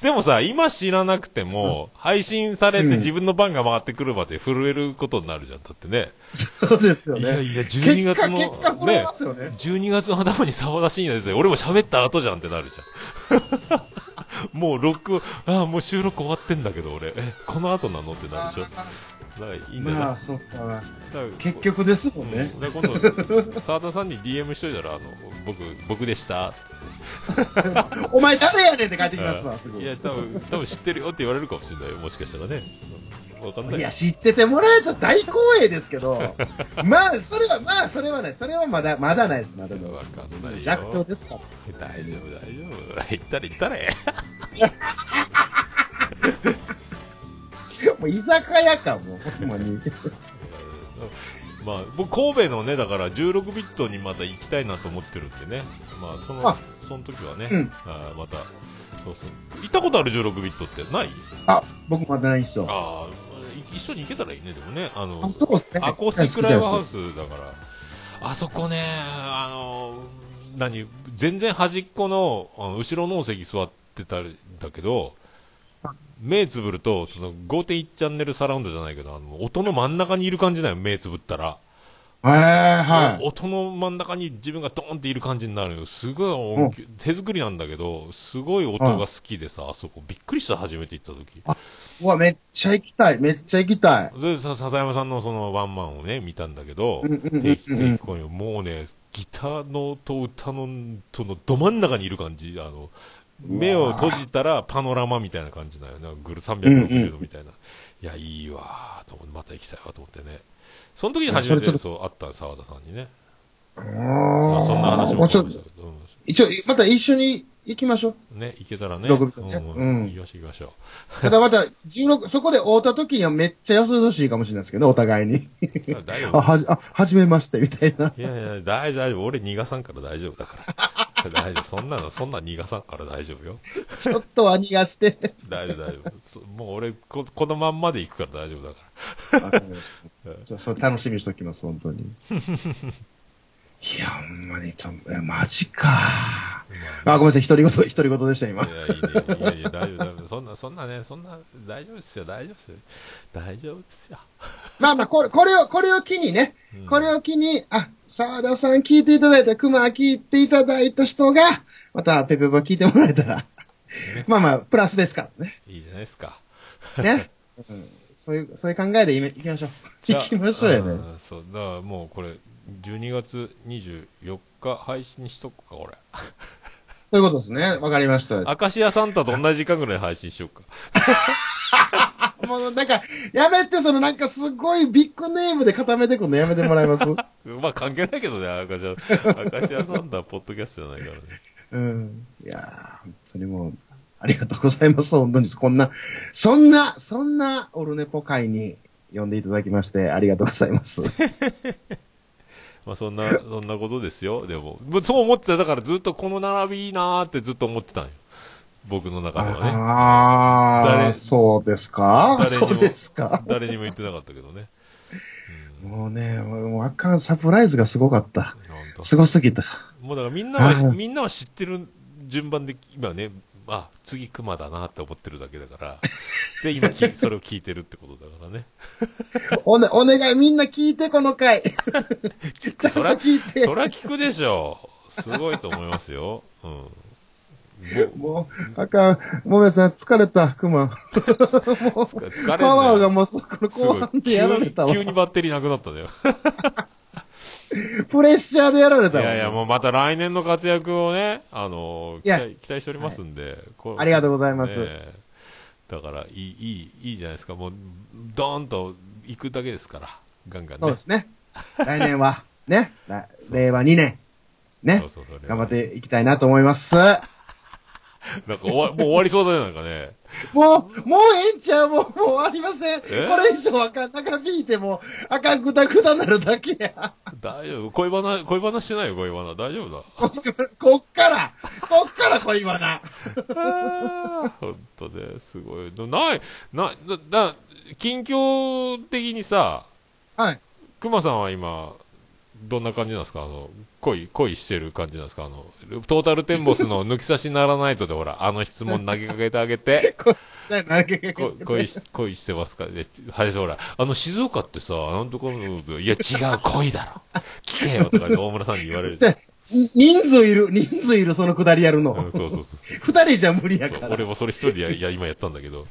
[SPEAKER 1] でもさ、今知らなくても、配信されて自分の番が回ってくるまで震えることになるじゃん。だってね。
[SPEAKER 2] ー、そうですよ
[SPEAKER 1] いや
[SPEAKER 2] ね。
[SPEAKER 1] いや、12
[SPEAKER 2] 結
[SPEAKER 1] 月
[SPEAKER 2] 果、
[SPEAKER 1] の、
[SPEAKER 2] 結果、これますよね。
[SPEAKER 1] 12月の頭に沢田信也出て、俺も喋った後じゃんってなるじゃん。 もう録、ああ、もう収録終わってんだけど俺、え、この後なのってなるでしょ。だからいいんだよな。
[SPEAKER 2] まあ、そっか。
[SPEAKER 1] だから
[SPEAKER 2] 結局ですもんね。
[SPEAKER 1] うん、だから今度、沢田さんに DM しといたら、あの、僕、 僕でした、っつって。
[SPEAKER 2] お前誰やねんって帰ってきますわ、すぐ。
[SPEAKER 1] い
[SPEAKER 2] いや
[SPEAKER 1] や、多分、多分知ってるよって言われるかもしれないよ。もしかしたらね。わかんない。
[SPEAKER 2] 知っててもらえたら大光栄です けど、まあ、それは、まあ、それはない。それはまだ、まだないです、まだ。
[SPEAKER 1] わかんないよ。
[SPEAKER 2] 弱小ですから。
[SPEAKER 1] 大丈夫、大丈夫。 行ったれ、行ったれ。
[SPEAKER 2] もう居酒屋か、もう、ほんまに。
[SPEAKER 1] まあ、僕、神戸のね、だから16ビットにまた行きたいなと思ってるんでね。まあ、その
[SPEAKER 2] あ、
[SPEAKER 1] その時はね、
[SPEAKER 2] うん
[SPEAKER 1] あーまた、そうそう。行ったことある16ビットってない
[SPEAKER 2] あ、僕まだないんすよ。
[SPEAKER 1] ああ、い一緒に行けたらいいね、でもね。あの
[SPEAKER 2] あ、、 そうですね。
[SPEAKER 1] アコースティックライブハウスだから、あそこね、あの、何全然端っこのあの後ろの席座ってたんだけど目つぶるとその5.1チャンネルサラウンドじゃないけどあの音の真ん中にいる感じだよ目つぶったら、
[SPEAKER 2] えー、はい。
[SPEAKER 1] 音の真ん中に自分がドーンっている感じになるよすごい音響手作りなんだけどすごい音が好きでさあそこびっくりした初めて行った時
[SPEAKER 2] うわ、めっちゃ行きたい。めっちゃ行きたい。
[SPEAKER 1] それでさ笹山さんのそのワンマンをね見たんだけど
[SPEAKER 2] うんうんうんうん
[SPEAKER 1] 定期的公演もうねギターのと歌のとのど真ん中にいる感じあの目を閉じたらパノラマみたいな感じだよねぐる360度みたいな、いやいいわーと思ってまた行きたいわと思ってねその時に初め
[SPEAKER 2] いやそれちょってと
[SPEAKER 1] そう会った澤田さんにね、
[SPEAKER 2] あ
[SPEAKER 1] ま
[SPEAKER 2] ー
[SPEAKER 1] あ、そんな話も
[SPEAKER 2] うちょ
[SPEAKER 1] 込みだけどうん
[SPEAKER 2] 一応、また一緒に行き ましょう。
[SPEAKER 1] ね、行けたらね。
[SPEAKER 2] ログビットね
[SPEAKER 1] うん。
[SPEAKER 2] うん
[SPEAKER 1] 行きましょう行きましょう。
[SPEAKER 2] ただまた、16、そこで会うた時にはめっちゃよそよそしいかもしれないですけど、お互いに。
[SPEAKER 1] いや大丈
[SPEAKER 2] あ、
[SPEAKER 1] 夫。
[SPEAKER 2] はじ、あ、はじめまして、みたい な。
[SPEAKER 1] いやいや、大丈夫、大丈夫。俺逃がさんから大丈夫だから。 大丈夫。そんなの、そんな逃がさんから大丈夫よ。
[SPEAKER 2] ちょっとは逃がして。
[SPEAKER 1] 大丈夫、大丈夫そ。もう俺こ、このまんまで行くから大丈夫だか
[SPEAKER 2] わかりました じゃあ、それ楽しみにしときます、本当 に。いや、ほんまに、ちょえマジか。あ、ごめんなさい、独り言、独り言でした、今
[SPEAKER 1] ら。。いや、いいね。いやいや、大丈夫、大丈夫。そんな、そんなね、そんな、大丈夫ですよ、大丈夫ですよ。大丈夫ですよ。
[SPEAKER 2] まあまあ、これ、これを、これを機にね、
[SPEAKER 1] うん
[SPEAKER 2] これを機に、あ、沢田さん聞いていただいた、熊聞いていただいた人が、また、ペペコ聞いてもらえたら、まあまあ、プラスですからね。
[SPEAKER 1] いいじゃないですか。
[SPEAKER 2] ね。 うんそういう、そういう考えでいめいきましょう。
[SPEAKER 1] じゃ
[SPEAKER 2] い
[SPEAKER 1] あ
[SPEAKER 2] きましょうよ
[SPEAKER 1] ん
[SPEAKER 2] ね。
[SPEAKER 1] そう、だからもうこれ、12月24日配信しとくか、俺。
[SPEAKER 2] ということですね。わかりました。
[SPEAKER 1] アカシアサンタと同じ時間ぐらい配信しようか。
[SPEAKER 2] もうなんか、やめて、そのなんかすごいビッグネームで固めてくんのやめてもらえます
[SPEAKER 1] まあ関係ないけどね、赤シア、赤シアサンダーポッドキャストじゃないからね。
[SPEAKER 2] うん。いやー、本当にもう、ありがとうございます。本当に、こんな、そんな、そんなオルネポ会に呼んでいただきまして、ありがとうございます。
[SPEAKER 1] まあそんな、そんなことですよ、でも。ぶそう思ってた、だからずっとこの並びいいなーってずっと思ってたんよ。僕の中ではね。
[SPEAKER 2] あ
[SPEAKER 1] 誰
[SPEAKER 2] あ、そうですか
[SPEAKER 1] 誰にも
[SPEAKER 2] そうですか
[SPEAKER 1] 誰にも言ってなかったけどね。
[SPEAKER 2] もうね、もうあかん、サプライズがすごかった。
[SPEAKER 1] ほんと
[SPEAKER 2] すごすぎた。
[SPEAKER 1] もうだからみんな
[SPEAKER 2] あ
[SPEAKER 1] は、
[SPEAKER 2] ー
[SPEAKER 1] みんなは知ってる順番で、今ね、あ、次熊だなって思ってるだけだ から。で、今き、それを聞いてるってことだからね。
[SPEAKER 2] お,、ね、お願い、みんな聞いて、この回。ちゃん と
[SPEAKER 1] そら
[SPEAKER 2] 聞いて。
[SPEAKER 1] そりゃ聞くでしょう。すごいと思いますよ。うん。
[SPEAKER 2] もう、あかん、もめさん、疲れた、クマ。もう
[SPEAKER 1] 疲れんだよ
[SPEAKER 2] パワーがもうそこの
[SPEAKER 1] す
[SPEAKER 2] 後
[SPEAKER 1] ごい
[SPEAKER 2] 半でやられたわ
[SPEAKER 1] 急に。急にバッテリーなくなったんだよ。
[SPEAKER 2] プレッシャーでやられ
[SPEAKER 1] い
[SPEAKER 2] たわ。
[SPEAKER 1] やいや、もうまた来年の活躍をね、あのー期
[SPEAKER 2] いや
[SPEAKER 1] 待期待しておりますんで、こ
[SPEAKER 2] ありがとうございます
[SPEAKER 1] ねえだからいい、いい、いいじゃないですか、もう、ドーンと行くだけですから、ガンガンね。
[SPEAKER 2] そうですね。来年は、ね、来
[SPEAKER 1] そう
[SPEAKER 2] 令和2年、ね
[SPEAKER 1] そう、そうそう
[SPEAKER 2] 頑張っ。ていきたいなと思います。も
[SPEAKER 1] なんか終わ、もう終わりそうだね、なんかね。
[SPEAKER 2] う、もうええんちゃうもう、もう終わりません。こ
[SPEAKER 1] え
[SPEAKER 2] れ以上あかん、中引いても、あかん、ぐだぐだなるだけや。
[SPEAKER 1] 大丈夫、恋バナ、恋バナしてないよ、恋バナ。大丈夫だ。
[SPEAKER 2] こっから、こっから恋バナ。
[SPEAKER 1] 本当ね、すごい。ない、な、な、な近況的にさ、
[SPEAKER 2] はい。
[SPEAKER 1] くまさんは今、どんな感じなんですかあの、恋、恋してる感じなんですかあの、トータルテンボスの抜き差しならないとで、ほら、あの質問投げかけてあげて、
[SPEAKER 2] だからね
[SPEAKER 1] こ恋し、恋してますかで、林ほら、あの静岡ってさ、なんとかの、いや違う、恋だろ。聞けよとかで大村さんに言われ る。
[SPEAKER 2] で人数いる、人数いる、そのくだりやるの。
[SPEAKER 1] うんそうそうそうそう。
[SPEAKER 2] 二人じゃ無理や
[SPEAKER 1] そう
[SPEAKER 2] から。
[SPEAKER 1] 俺もそれ一人でや、いや、今やったんだけど。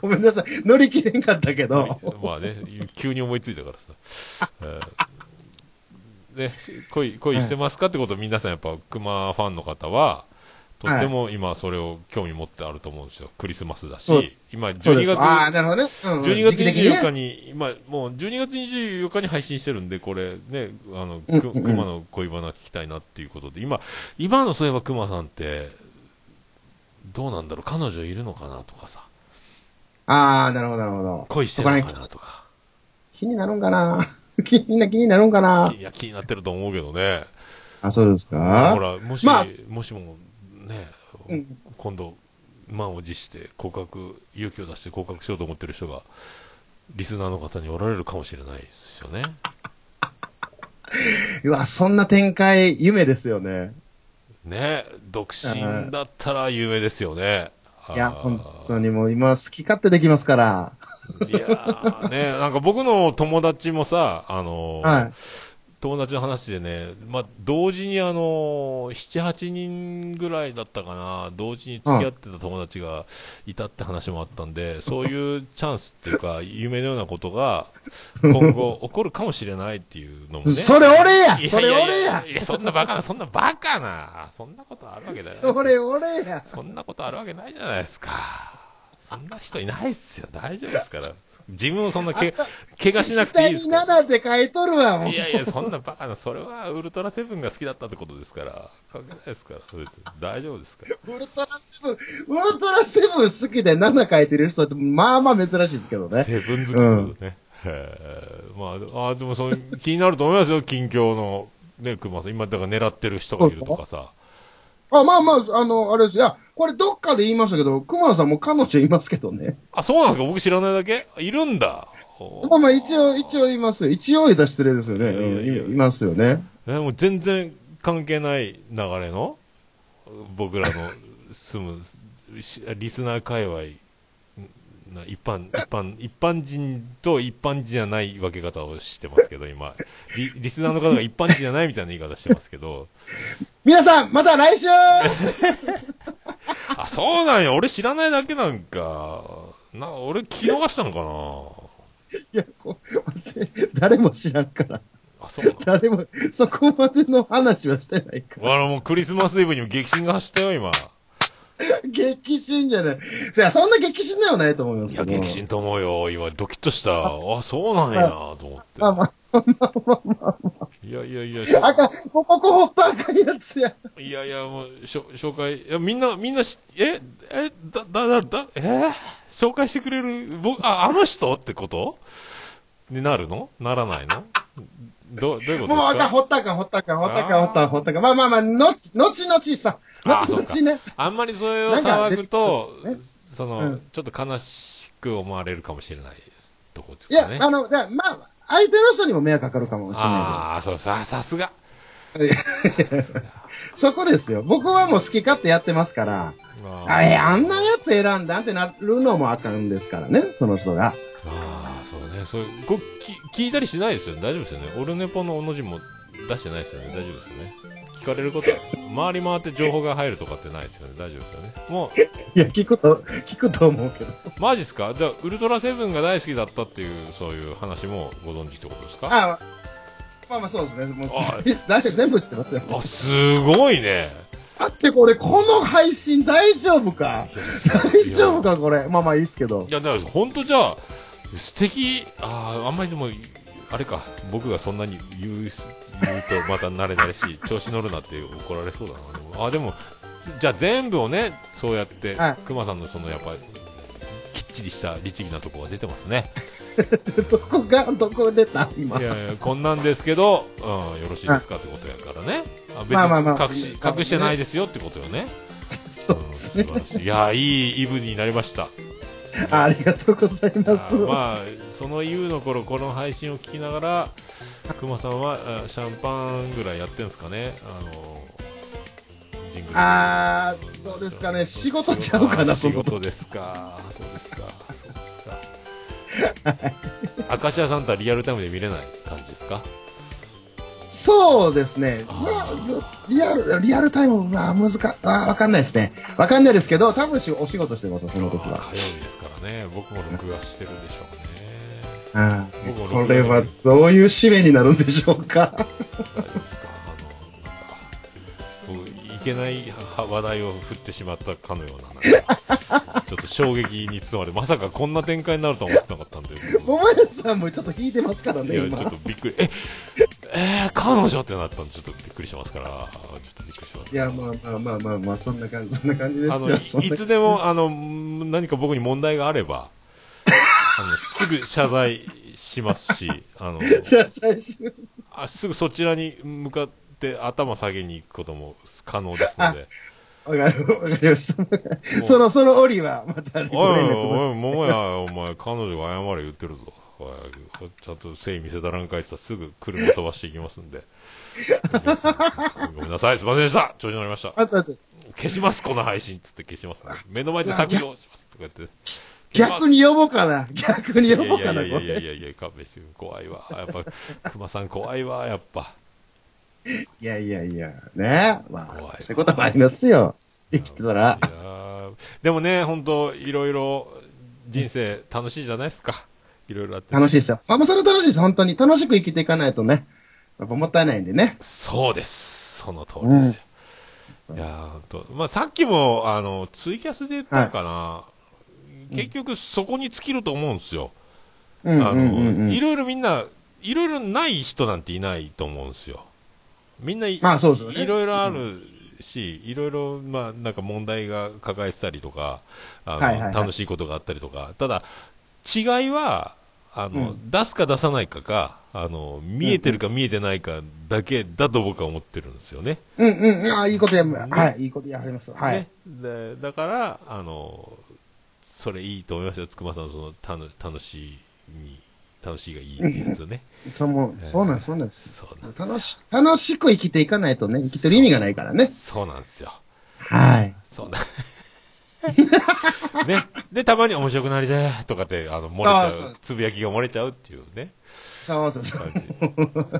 [SPEAKER 2] ごめんなさい。乗り切れんかったけど。
[SPEAKER 1] まあね、急に思いついたからさ。えーね、恋、恋してますかってことを皆さんやっぱ、熊ファンの方は、とっても今それを興味持ってあると思うんですよ。クリスマスだ
[SPEAKER 2] そう
[SPEAKER 1] し、今
[SPEAKER 2] そうで
[SPEAKER 1] 12
[SPEAKER 2] すああ、
[SPEAKER 1] 月、
[SPEAKER 2] なるほどね。うんうん、
[SPEAKER 1] 12月
[SPEAKER 2] 時期的にね
[SPEAKER 1] 24日に、今もう12月24日に配信してるんで、これね、あの、
[SPEAKER 2] うんうん
[SPEAKER 1] く熊の恋バナ聞きたいなっていうことで、今、今のそういえば熊さんって、どうなんだろう彼女いるのかなとかさ、
[SPEAKER 2] ああ、なるほど、なるほど。
[SPEAKER 1] 恋して
[SPEAKER 2] そこら
[SPEAKER 1] るのか
[SPEAKER 2] 辺
[SPEAKER 1] なとか。
[SPEAKER 2] 気になるんかな 気みんな気になるんかない
[SPEAKER 1] や、気になってると思うけどね。
[SPEAKER 2] あ、そうです
[SPEAKER 1] ほ、
[SPEAKER 2] から
[SPEAKER 1] もし、
[SPEAKER 2] まあ
[SPEAKER 1] もしもね、
[SPEAKER 2] うん
[SPEAKER 1] 今度、満を持して告白、勇気を出して告白しようと思ってる人が、リスナーの方におられるかもしれないですよね。
[SPEAKER 2] うわ、そんな展開、夢ですよね。
[SPEAKER 1] ね独身だったら有名ですよね。
[SPEAKER 2] いや、
[SPEAKER 1] あー
[SPEAKER 2] 本当にもう今、好き勝手できますから。
[SPEAKER 1] いやーね、なんか僕の友達もさ、あのー
[SPEAKER 2] はい。
[SPEAKER 1] 友達の話でね、まあ、同時にあのー、7、8人ぐらいだったかな、同時に付き合ってた友達がいたって話もあったんで、そういうチャンスっていう か、夢のようなことが、今後起こるかもしれないっていうのもね。
[SPEAKER 2] それ俺や
[SPEAKER 1] い
[SPEAKER 2] それ
[SPEAKER 1] い
[SPEAKER 2] 俺
[SPEAKER 1] い
[SPEAKER 2] や
[SPEAKER 1] いや、そんなバカな、そんなバカな、そんなことあるわけだよ。
[SPEAKER 2] それ俺や
[SPEAKER 1] そんなことあるわけないじゃないですか。そんな人いないっすよ。大丈夫ですから。自分をそんなけ、怪我しなくていいです
[SPEAKER 2] に
[SPEAKER 1] か
[SPEAKER 2] 7って書いとるわ、
[SPEAKER 1] ら。
[SPEAKER 2] もう
[SPEAKER 1] い。やいや、そんなバカな、それはウルトラセブンが好きだったってことですから。関係ないですから。別に大丈夫ですから。
[SPEAKER 2] ウルトラセブン、ウルトラセブン好きで7書いてる人って、まあまあ珍しいですけどね。
[SPEAKER 1] セブン好きってことね。へーまあで、あーでもその気になると思いますよ。近況の、ね、熊さん。今、だから狙ってる人がいるとかさ。
[SPEAKER 2] あ、まあまあ、あの、あれです。いや、これどっかで言いましたけど、熊野さんも彼女いますけどね。
[SPEAKER 1] あ、そうなんですか僕知らないだけいるんだ。おー
[SPEAKER 2] まあまあ、一応、一応いますよ。一応言いたら失礼ですよね。
[SPEAKER 1] いやいやいや
[SPEAKER 2] うんいいますよね。
[SPEAKER 1] えもう全然関係ない流れの僕らの住むしリスナー界隈な一般一般一般人と一般人じゃない分け方をしてますけど今リリスナーの方が一般人じゃないみたいな言い方してますけど
[SPEAKER 2] 皆さん、また 来週
[SPEAKER 1] あそうなんや俺知らないだけなんかな俺聞き逃したのか
[SPEAKER 2] いや、こう、待って誰も知らんから。
[SPEAKER 1] なあそうなん
[SPEAKER 2] 誰も、そこまでの話はしてないから。
[SPEAKER 1] あらもうクリスマスイブにも激震が走ったよ今
[SPEAKER 2] 激震じゃない。そや、そんな激震ではないと思います
[SPEAKER 1] い
[SPEAKER 2] け
[SPEAKER 1] や
[SPEAKER 2] ど。
[SPEAKER 1] 激震と思うよ今ドキッとしたあそうなんやと思って
[SPEAKER 2] まあまあ、
[SPEAKER 1] いやいやいや、しょ
[SPEAKER 2] あかん、もうここほっとあかんやつや。
[SPEAKER 1] いやいや、もう、しょ紹介、いや、みんな、みんなし、え、え、だ、だ、だ、だ、えー紹介してくれる、僕、あ、あの人ってことになるのならないのど、どういうことです
[SPEAKER 2] もうあかん、
[SPEAKER 1] か
[SPEAKER 2] ほったあかん、ほったあかん、ほったあかん、ほったあかんほったあかん。まあまあまあ、のち、のちのちさ。
[SPEAKER 1] あ
[SPEAKER 2] の
[SPEAKER 1] ー
[SPEAKER 2] ちのちね。
[SPEAKER 1] あんまりそれを騒ぐと
[SPEAKER 2] なんか出てくるね、
[SPEAKER 1] そうの
[SPEAKER 2] ん、
[SPEAKER 1] ちょっと悲しく思われるかもしれないです。とこです
[SPEAKER 2] いや
[SPEAKER 1] かね。、
[SPEAKER 2] あの、だまあ、相手の人にも迷惑かかるかもしれない
[SPEAKER 1] ああー、そう、さ、さすが。
[SPEAKER 2] です。 そこですよ。僕はもう好き勝手やってますから、
[SPEAKER 1] あ
[SPEAKER 2] あえ、あんな
[SPEAKER 1] あ
[SPEAKER 2] やつ選んだんってなるのもあかんですからね、その人が。
[SPEAKER 1] あー、そうね。そういう、こき聞いたりしないですよね。大丈夫ですよね。オルネポのおの字も出してないですよね。大丈夫ですよね。聞かれることは、回り回って情報が入るとかってないですよね。大丈夫ですよね。も
[SPEAKER 2] いや、聞くと、聞くと思うけど。
[SPEAKER 1] う、マジっすかじゃあ、ウルトラセブンが大好きだったっていう、そういう話もご存知ってことですかあ
[SPEAKER 2] あまあまあそうですね。もう
[SPEAKER 1] あ、
[SPEAKER 2] 大体全部知ってますよ。
[SPEAKER 1] すごいね。
[SPEAKER 2] だってこれ、この配信大丈夫か大丈夫かこれ。まあまあいいっすけど
[SPEAKER 1] い。や、だから、本当じゃあ、素敵、ああ、あんまりでも、あれか、僕がそんなに言う、言うとまた慣れ慣れし い、調子乗るなって怒られそうだな。でもあ、でも、じゃあ全部をね、そうやって、
[SPEAKER 2] はい
[SPEAKER 1] くまさんのその、やっぱり、きっちりした律儀なところが出てますね。
[SPEAKER 2] どこが、どこ出た今
[SPEAKER 1] い。やいや、こんなんですけど、うん、よろしいですかってことやからね。あ別
[SPEAKER 2] まあまあまあ
[SPEAKER 1] に隠し、隠してないですよってことよね。
[SPEAKER 2] そう
[SPEAKER 1] うん
[SPEAKER 2] で
[SPEAKER 1] 素晴
[SPEAKER 2] すね。
[SPEAKER 1] らしい。いや、いいイブになりました。
[SPEAKER 2] ありがとうございます。
[SPEAKER 1] まあその U の頃この配信を聞きながら熊さんはあシャンパンぐらいやってんですかねあのジングル
[SPEAKER 2] あーどうですかね仕事ちゃうかな
[SPEAKER 1] あー仕事ですかそうですかそうです か明石家さんとはリアルタイムで見れない感じですか
[SPEAKER 2] そうですね。ま
[SPEAKER 1] あー
[SPEAKER 2] あずリアル、リアルタイムは難か、あーわかんないですね。わかんないですけど、多分しお仕事してますよ、その時
[SPEAKER 1] あ
[SPEAKER 2] は
[SPEAKER 1] ー。火曜日ですからね僕も録画してるんでしょうね
[SPEAKER 2] あ
[SPEAKER 1] 僕も
[SPEAKER 2] ー
[SPEAKER 1] 録画
[SPEAKER 2] これはどういう使命になるんでしょうか。
[SPEAKER 1] 大丈夫ですかあのなんかこういけない話題を振ってしまったかのようななんかちょっと衝撃に包まれまさかこんな展開になるとは思ってなかったんで
[SPEAKER 2] ももやさんもちょっと引いてますから
[SPEAKER 1] い
[SPEAKER 2] ね、
[SPEAKER 1] やち
[SPEAKER 2] 今。
[SPEAKER 1] ょっとびっくりええー、彼女ってなったんでちょっとびっくりしますからちょっとびっくりします
[SPEAKER 2] いや、まあまあまあまあまあ、そんな感じ、そんな感じです
[SPEAKER 1] あの
[SPEAKER 2] よ。
[SPEAKER 1] い
[SPEAKER 2] そんない
[SPEAKER 1] つでもあのん何か僕に問題があればあのすぐ謝罪しますしあの
[SPEAKER 2] じゃあ、最終です。
[SPEAKER 1] あすぐそちらに向かって頭下げに行くことも可能ですので。
[SPEAKER 2] わかる、わかりま した。その、その折は、また、ご
[SPEAKER 1] おいおい
[SPEAKER 2] 連絡
[SPEAKER 1] おい、ももや、お前、彼女が謝れ言ってるぞ。はいちゃんと誠意見せたらんかいって言ったらすぐ車飛ばしていきますん で。ごめんなさい、すいませんでした。調子になりました。
[SPEAKER 2] あとあと、
[SPEAKER 1] 消します、この配信っつって消します、ね。目の前で削除しますとか言って。消します
[SPEAKER 2] 逆に呼ぼうかな。逆に
[SPEAKER 1] いや
[SPEAKER 2] 呼ぼう
[SPEAKER 1] い
[SPEAKER 2] か
[SPEAKER 1] や
[SPEAKER 2] な、
[SPEAKER 1] い
[SPEAKER 2] こ
[SPEAKER 1] やいや
[SPEAKER 2] れ。
[SPEAKER 1] いやいや、勘弁してよ怖いわ。やっぱ、熊さん怖いわ、やっぱ。
[SPEAKER 2] いやいやいや、ねま
[SPEAKER 1] 怖い
[SPEAKER 2] あ、そういうこともありますよ。生きてたら
[SPEAKER 1] い。やーでもね、本当いろいろ人生楽しいじゃないですか。いろいろあって。
[SPEAKER 2] 楽しいですよ。あ、もうそれ楽しいです、本当に。楽しく生きていかないとね。やっぱもったいないんでね。
[SPEAKER 1] そうです。その通りですよ。いやーほんとまあ、さっきも、あの、ツイキャスで言ったのかな。結局、そこに尽きると思うんですよ。
[SPEAKER 2] うんうん
[SPEAKER 1] あ
[SPEAKER 2] うんう
[SPEAKER 1] の、い
[SPEAKER 2] ん。
[SPEAKER 1] ろいろみんな、いろいろない人なんていないと思うんですよ。みんない、
[SPEAKER 2] まあそうですよね
[SPEAKER 1] いろいろあるし、いろいろ、まあ、なんか問題が抱えてたりとか、あの、
[SPEAKER 2] はいはいはい
[SPEAKER 1] 楽しいことがあったりとか、ただ、違いは、あの、出すか出さないかか、あの、見えてるか見えてないかだけだと僕は思ってるんですよね。
[SPEAKER 2] うんうん。あ、いいことや、はい、いいことやはります。はい
[SPEAKER 1] ね。。で、だから、あの、それいいと思いますよ。つくまさんのその、たの、楽しいに、楽しいがいいってやつ よね。
[SPEAKER 2] そうもうそうなんです、そうなんです。
[SPEAKER 1] そうなんですよ
[SPEAKER 2] 楽し、楽しく生きていかないとね、生きてる意味がないからね。
[SPEAKER 1] そうなんですよ。
[SPEAKER 2] はい。
[SPEAKER 1] そうなん。ね。で、たまに面白くなりたいとかって、あの、漏れちゃ
[SPEAKER 2] あーそう
[SPEAKER 1] う、つぶやきが漏れちゃうっていうね、
[SPEAKER 2] そうそうそう。
[SPEAKER 1] 感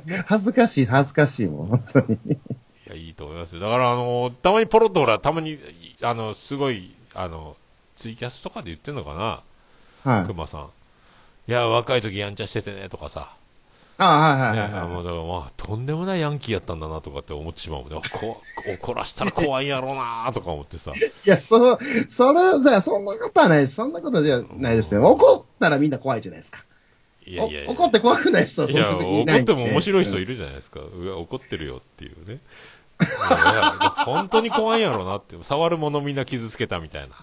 [SPEAKER 1] じ。い
[SPEAKER 2] 恥ずかしい、恥ずかしいもん、本当に。
[SPEAKER 1] や、いいと思いますよ。だから、あの、たまにポロッとほら、たまに、あの、すごい、あの、ツイキャスとかで言ってんのかな、
[SPEAKER 2] はい。
[SPEAKER 1] 熊さん。いや、若い時やんちゃしててね、とかさ。
[SPEAKER 2] あはい
[SPEAKER 1] ね、
[SPEAKER 2] はいはい
[SPEAKER 1] あ
[SPEAKER 2] は
[SPEAKER 1] もうだから、まあ、とんでもないヤンキーやったんだな、とかって思ってしまうもんね。あこわ怒らしたら怖いんやろうな、とか思ってさ。
[SPEAKER 2] い。いや、そう、それ、じゃあそんなことはないです。そんなことじゃないですよ。怒ったらみんな怖いじゃないですか。
[SPEAKER 1] いやいやいや。
[SPEAKER 2] お怒って怖くない人 はい
[SPEAKER 1] や、
[SPEAKER 2] そんなに
[SPEAKER 1] 怒
[SPEAKER 2] いない
[SPEAKER 1] っ
[SPEAKER 2] ん
[SPEAKER 1] て
[SPEAKER 2] で
[SPEAKER 1] も面白い人いるじゃないですか。うわ、怒ってるよっていうね。いやいや本当に怖いんやろなって。触るものみんな傷つけたみたいな。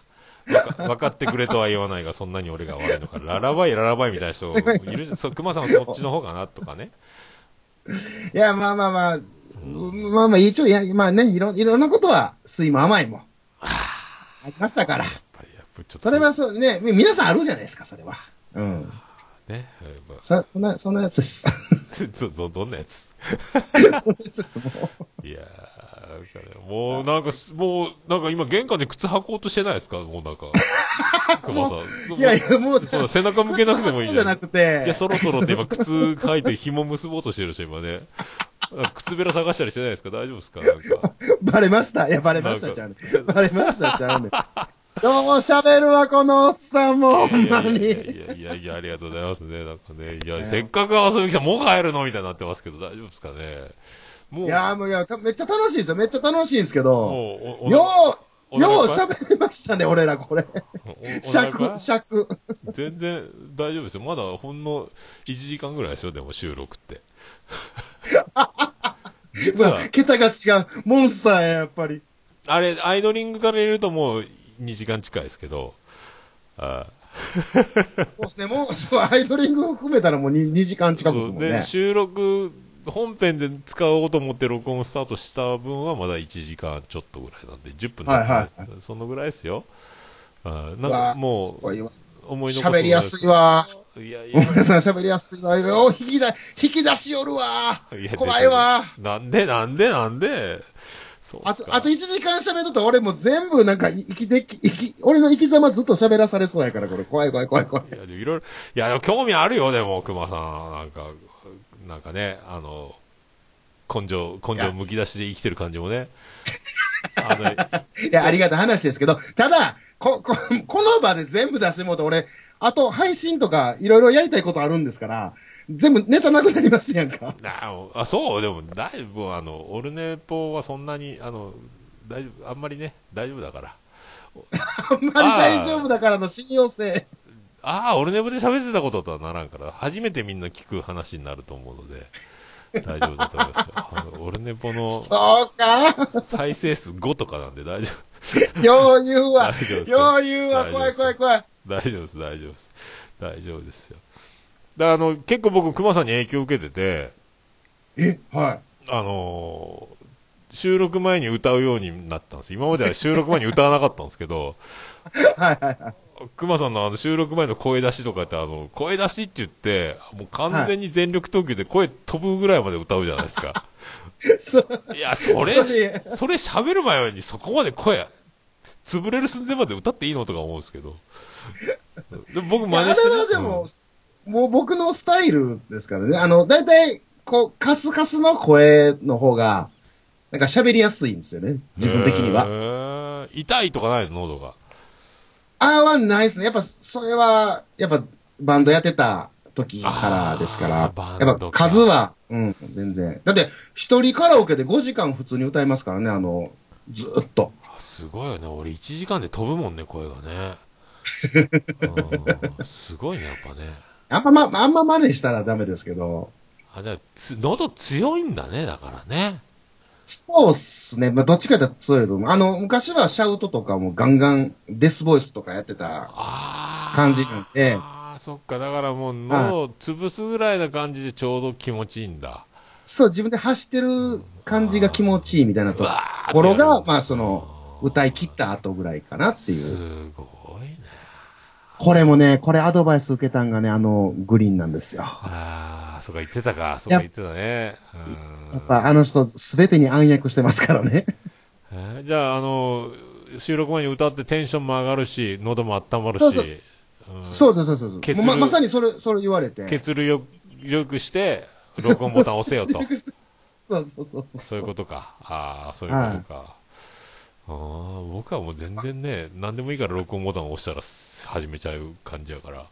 [SPEAKER 1] わか分かってくれとは言わないが、そんなに俺が悪いのか。ララバイ、ララバイみたいな人いるじゃん。そう、熊さんはそっちの方かなとかね。
[SPEAKER 2] いや、まあまあまあ、まあまあ、一応、いや、まあね、いろ、いろんなことは、酸いも甘いも。ありましたから。
[SPEAKER 1] やっぱり、やっぱりちょっと。
[SPEAKER 2] それはそう、ね、み皆さんあるじゃないですか、それは。うん。
[SPEAKER 1] ね。やっぱ
[SPEAKER 2] そ、そんな、そんなやつです。
[SPEAKER 1] ど、ど、どんなやつ
[SPEAKER 2] そんなやつです、もう。
[SPEAKER 1] いやーだからもうなんかす、もう、なんか今玄関で靴履こうとしてないですかもう なんか。熊さん。
[SPEAKER 2] いやいや、もう、
[SPEAKER 1] そうだ背中向けなくてもいいじゃん
[SPEAKER 2] なくて。
[SPEAKER 1] いや、そろそろって今、靴履いて紐結ぼうとしてるでしょ、今ね。なんか靴べら探したりしてないですか大丈夫ですかなんか。
[SPEAKER 2] バレました。いや、バレまし
[SPEAKER 1] な
[SPEAKER 2] た、
[SPEAKER 1] んか
[SPEAKER 2] ちゃうね。バレました、ちゃうね。どうも喋るわ、このおっさんも、ほんま
[SPEAKER 1] いやいや
[SPEAKER 2] に。
[SPEAKER 1] いやいやいや、ありがとうございますね。なんかね、いや、せっかく遊びに来たもう帰るのみたいになってますけど、大丈夫ですかねもう、
[SPEAKER 2] いや、もう、いや、ためっちゃ楽しいですよ。めっちゃ楽しいんですけど。
[SPEAKER 1] もう、おお
[SPEAKER 2] よ
[SPEAKER 1] お
[SPEAKER 2] う、よう
[SPEAKER 1] お腹
[SPEAKER 2] 喋りましたね、俺ら、これ。
[SPEAKER 1] おお腹
[SPEAKER 2] 尺、尺。
[SPEAKER 1] 全然大丈夫ですよ。まだほんの1時間ぐらいですよ、でも収録って。実は、
[SPEAKER 2] 桁が違う。モンスターや、やっぱり。
[SPEAKER 1] あれ、アイドリングから入れるともう2時間近いですけど、あー
[SPEAKER 2] そうですね、もう、そうアイドリングを含めたらもう 2, 時間近くですもんね。
[SPEAKER 1] で収録本編で使おうと思って録音スタートした分はまだ1時間ちょっとぐらいなんで10分
[SPEAKER 2] はいはい
[SPEAKER 1] い、そのぐらいですよあー
[SPEAKER 2] う
[SPEAKER 1] なん
[SPEAKER 2] わ
[SPEAKER 1] か
[SPEAKER 2] ーす
[SPEAKER 1] も
[SPEAKER 2] ごいわ
[SPEAKER 1] う思い残
[SPEAKER 2] 喋りやすいわ。
[SPEAKER 1] いやい
[SPEAKER 2] ご
[SPEAKER 1] や
[SPEAKER 2] めんなさい、喋りやすい わ。お引きだ、引き出しよるわ
[SPEAKER 1] いや。
[SPEAKER 2] 怖いわ。
[SPEAKER 1] なんでなんでなんでそうっ
[SPEAKER 2] あ
[SPEAKER 1] す
[SPEAKER 2] と、
[SPEAKER 1] か
[SPEAKER 2] あと1時間喋っとったら俺もう全部なんか生きてき、生き、俺の生き様ずっと喋らされそうやから、これ。怖い怖い怖い怖い。
[SPEAKER 1] いやでもいろいろいやでも興味あるよでも熊さんなんかなんかねあの根性根性むき出しで生きてる感じもねあの
[SPEAKER 2] いや、ありがたい話ですけど、ただ、こ、 こ、この場で全部出してもうと俺、あと配信とかいろいろやりたいことあるんですから、全部ネタなくなりますやんか。
[SPEAKER 1] なあ、そう、でも、だいぶ、あの、オルネポはそんなに、あの、大丈夫、あんまりね、大丈夫だから。
[SPEAKER 2] あんまり大丈夫だからの信用性。
[SPEAKER 1] ああ、オルネポで喋ってたこととはならんから、初めてみんな聞く話になると思うので、大丈夫だと思いますよ。あのオルネポの
[SPEAKER 2] そうか。
[SPEAKER 1] 再生数5とかなんで大丈夫。
[SPEAKER 2] 余裕
[SPEAKER 1] 大
[SPEAKER 2] は
[SPEAKER 1] 丈夫で、す
[SPEAKER 2] 余裕は、
[SPEAKER 1] 大丈夫
[SPEAKER 2] 怖
[SPEAKER 1] で
[SPEAKER 2] い
[SPEAKER 1] す
[SPEAKER 2] 怖い怖い。
[SPEAKER 1] 大丈夫です、大丈夫です。大丈夫ですよ。だからあの、結構僕、熊さんに影響を受けてて、
[SPEAKER 2] え、は
[SPEAKER 1] あのー収録前に歌うようになったんです。今までは収録前に歌わなかったんですけど、
[SPEAKER 2] い。はいはいはい。
[SPEAKER 1] 熊さんのあの収録前の声出しとかって、あの、声出しって言って、もう完全に全力投球で声飛ぶぐらいまで歌うじゃないですか。
[SPEAKER 2] そう
[SPEAKER 1] い、や、そ
[SPEAKER 2] そ
[SPEAKER 1] れ、
[SPEAKER 2] れ
[SPEAKER 1] それ喋る前にそこまで声、潰れる寸前まで歌っていいのとか思うんですけど。でも僕
[SPEAKER 2] いや
[SPEAKER 1] 真
[SPEAKER 2] あ
[SPEAKER 1] 似
[SPEAKER 2] れ
[SPEAKER 1] して
[SPEAKER 2] はでも、もう僕のスタイルですからね。あの、大体、こう、カスカスの声の方が、なんか喋りやすいんですよね。自分的には。
[SPEAKER 1] は。へー痛いとかないの喉が。
[SPEAKER 2] ああはないですね。やっぱ、それは、やっぱ、バンドやってた時からですから。
[SPEAKER 1] あーバン
[SPEAKER 2] やっ
[SPEAKER 1] ド
[SPEAKER 2] ぱ、
[SPEAKER 1] か
[SPEAKER 2] 数は、うん、全然。だって、一人カラオケで5時間普通に歌いますからね、あの、ずーっと。
[SPEAKER 1] あすごいよね。俺1時間で飛ぶもんね、声がね。うんすごいね、やっぱね。
[SPEAKER 2] あんま、ま、あんま真似したらダメですけど。
[SPEAKER 1] あ、じゃあ、つ喉強いんだね、だからね。
[SPEAKER 2] そうっすね。まあ、どっちかだとそういうの。あの、昔はシャウトとかもガンガン、デスボイスとかやってた。
[SPEAKER 1] ああ。
[SPEAKER 2] 感じなんで
[SPEAKER 1] ああ、そっか。だからもう喉を潰すぐらいな感じでちょうど気持ちいいんだ。
[SPEAKER 2] そう、自分で走ってる感じが気持ちいいみたいなと
[SPEAKER 1] うわー
[SPEAKER 2] ころ
[SPEAKER 1] なるほ
[SPEAKER 2] が、
[SPEAKER 1] ど
[SPEAKER 2] まあ、その、歌い切った後ぐらいかなっていう。
[SPEAKER 1] すごいね。
[SPEAKER 2] これもね、これアドバイス受けたんがね、あの、グリーンなんですよ。
[SPEAKER 1] ああ、そっか、言ってたか。そっか、言ってたね。うん
[SPEAKER 2] やっぱあの人、すべてに暗躍してますからね。
[SPEAKER 1] えーじゃあ、あの、収録前に歌ってテンションも上がるし、喉も温まるし、
[SPEAKER 2] そうそう
[SPEAKER 1] うん
[SPEAKER 2] そうそうそうそう
[SPEAKER 1] 結
[SPEAKER 2] もうま。まさにそれ、それ言われて。
[SPEAKER 1] 血流よよくして、録音ボタン押せよ と。
[SPEAKER 2] そうそうそうそう。。
[SPEAKER 1] そういうこととか。ああ、そういうことか。ああ、僕はもう全然ね、何でもいいから録音ボタンを押したら始めちゃう感じやから。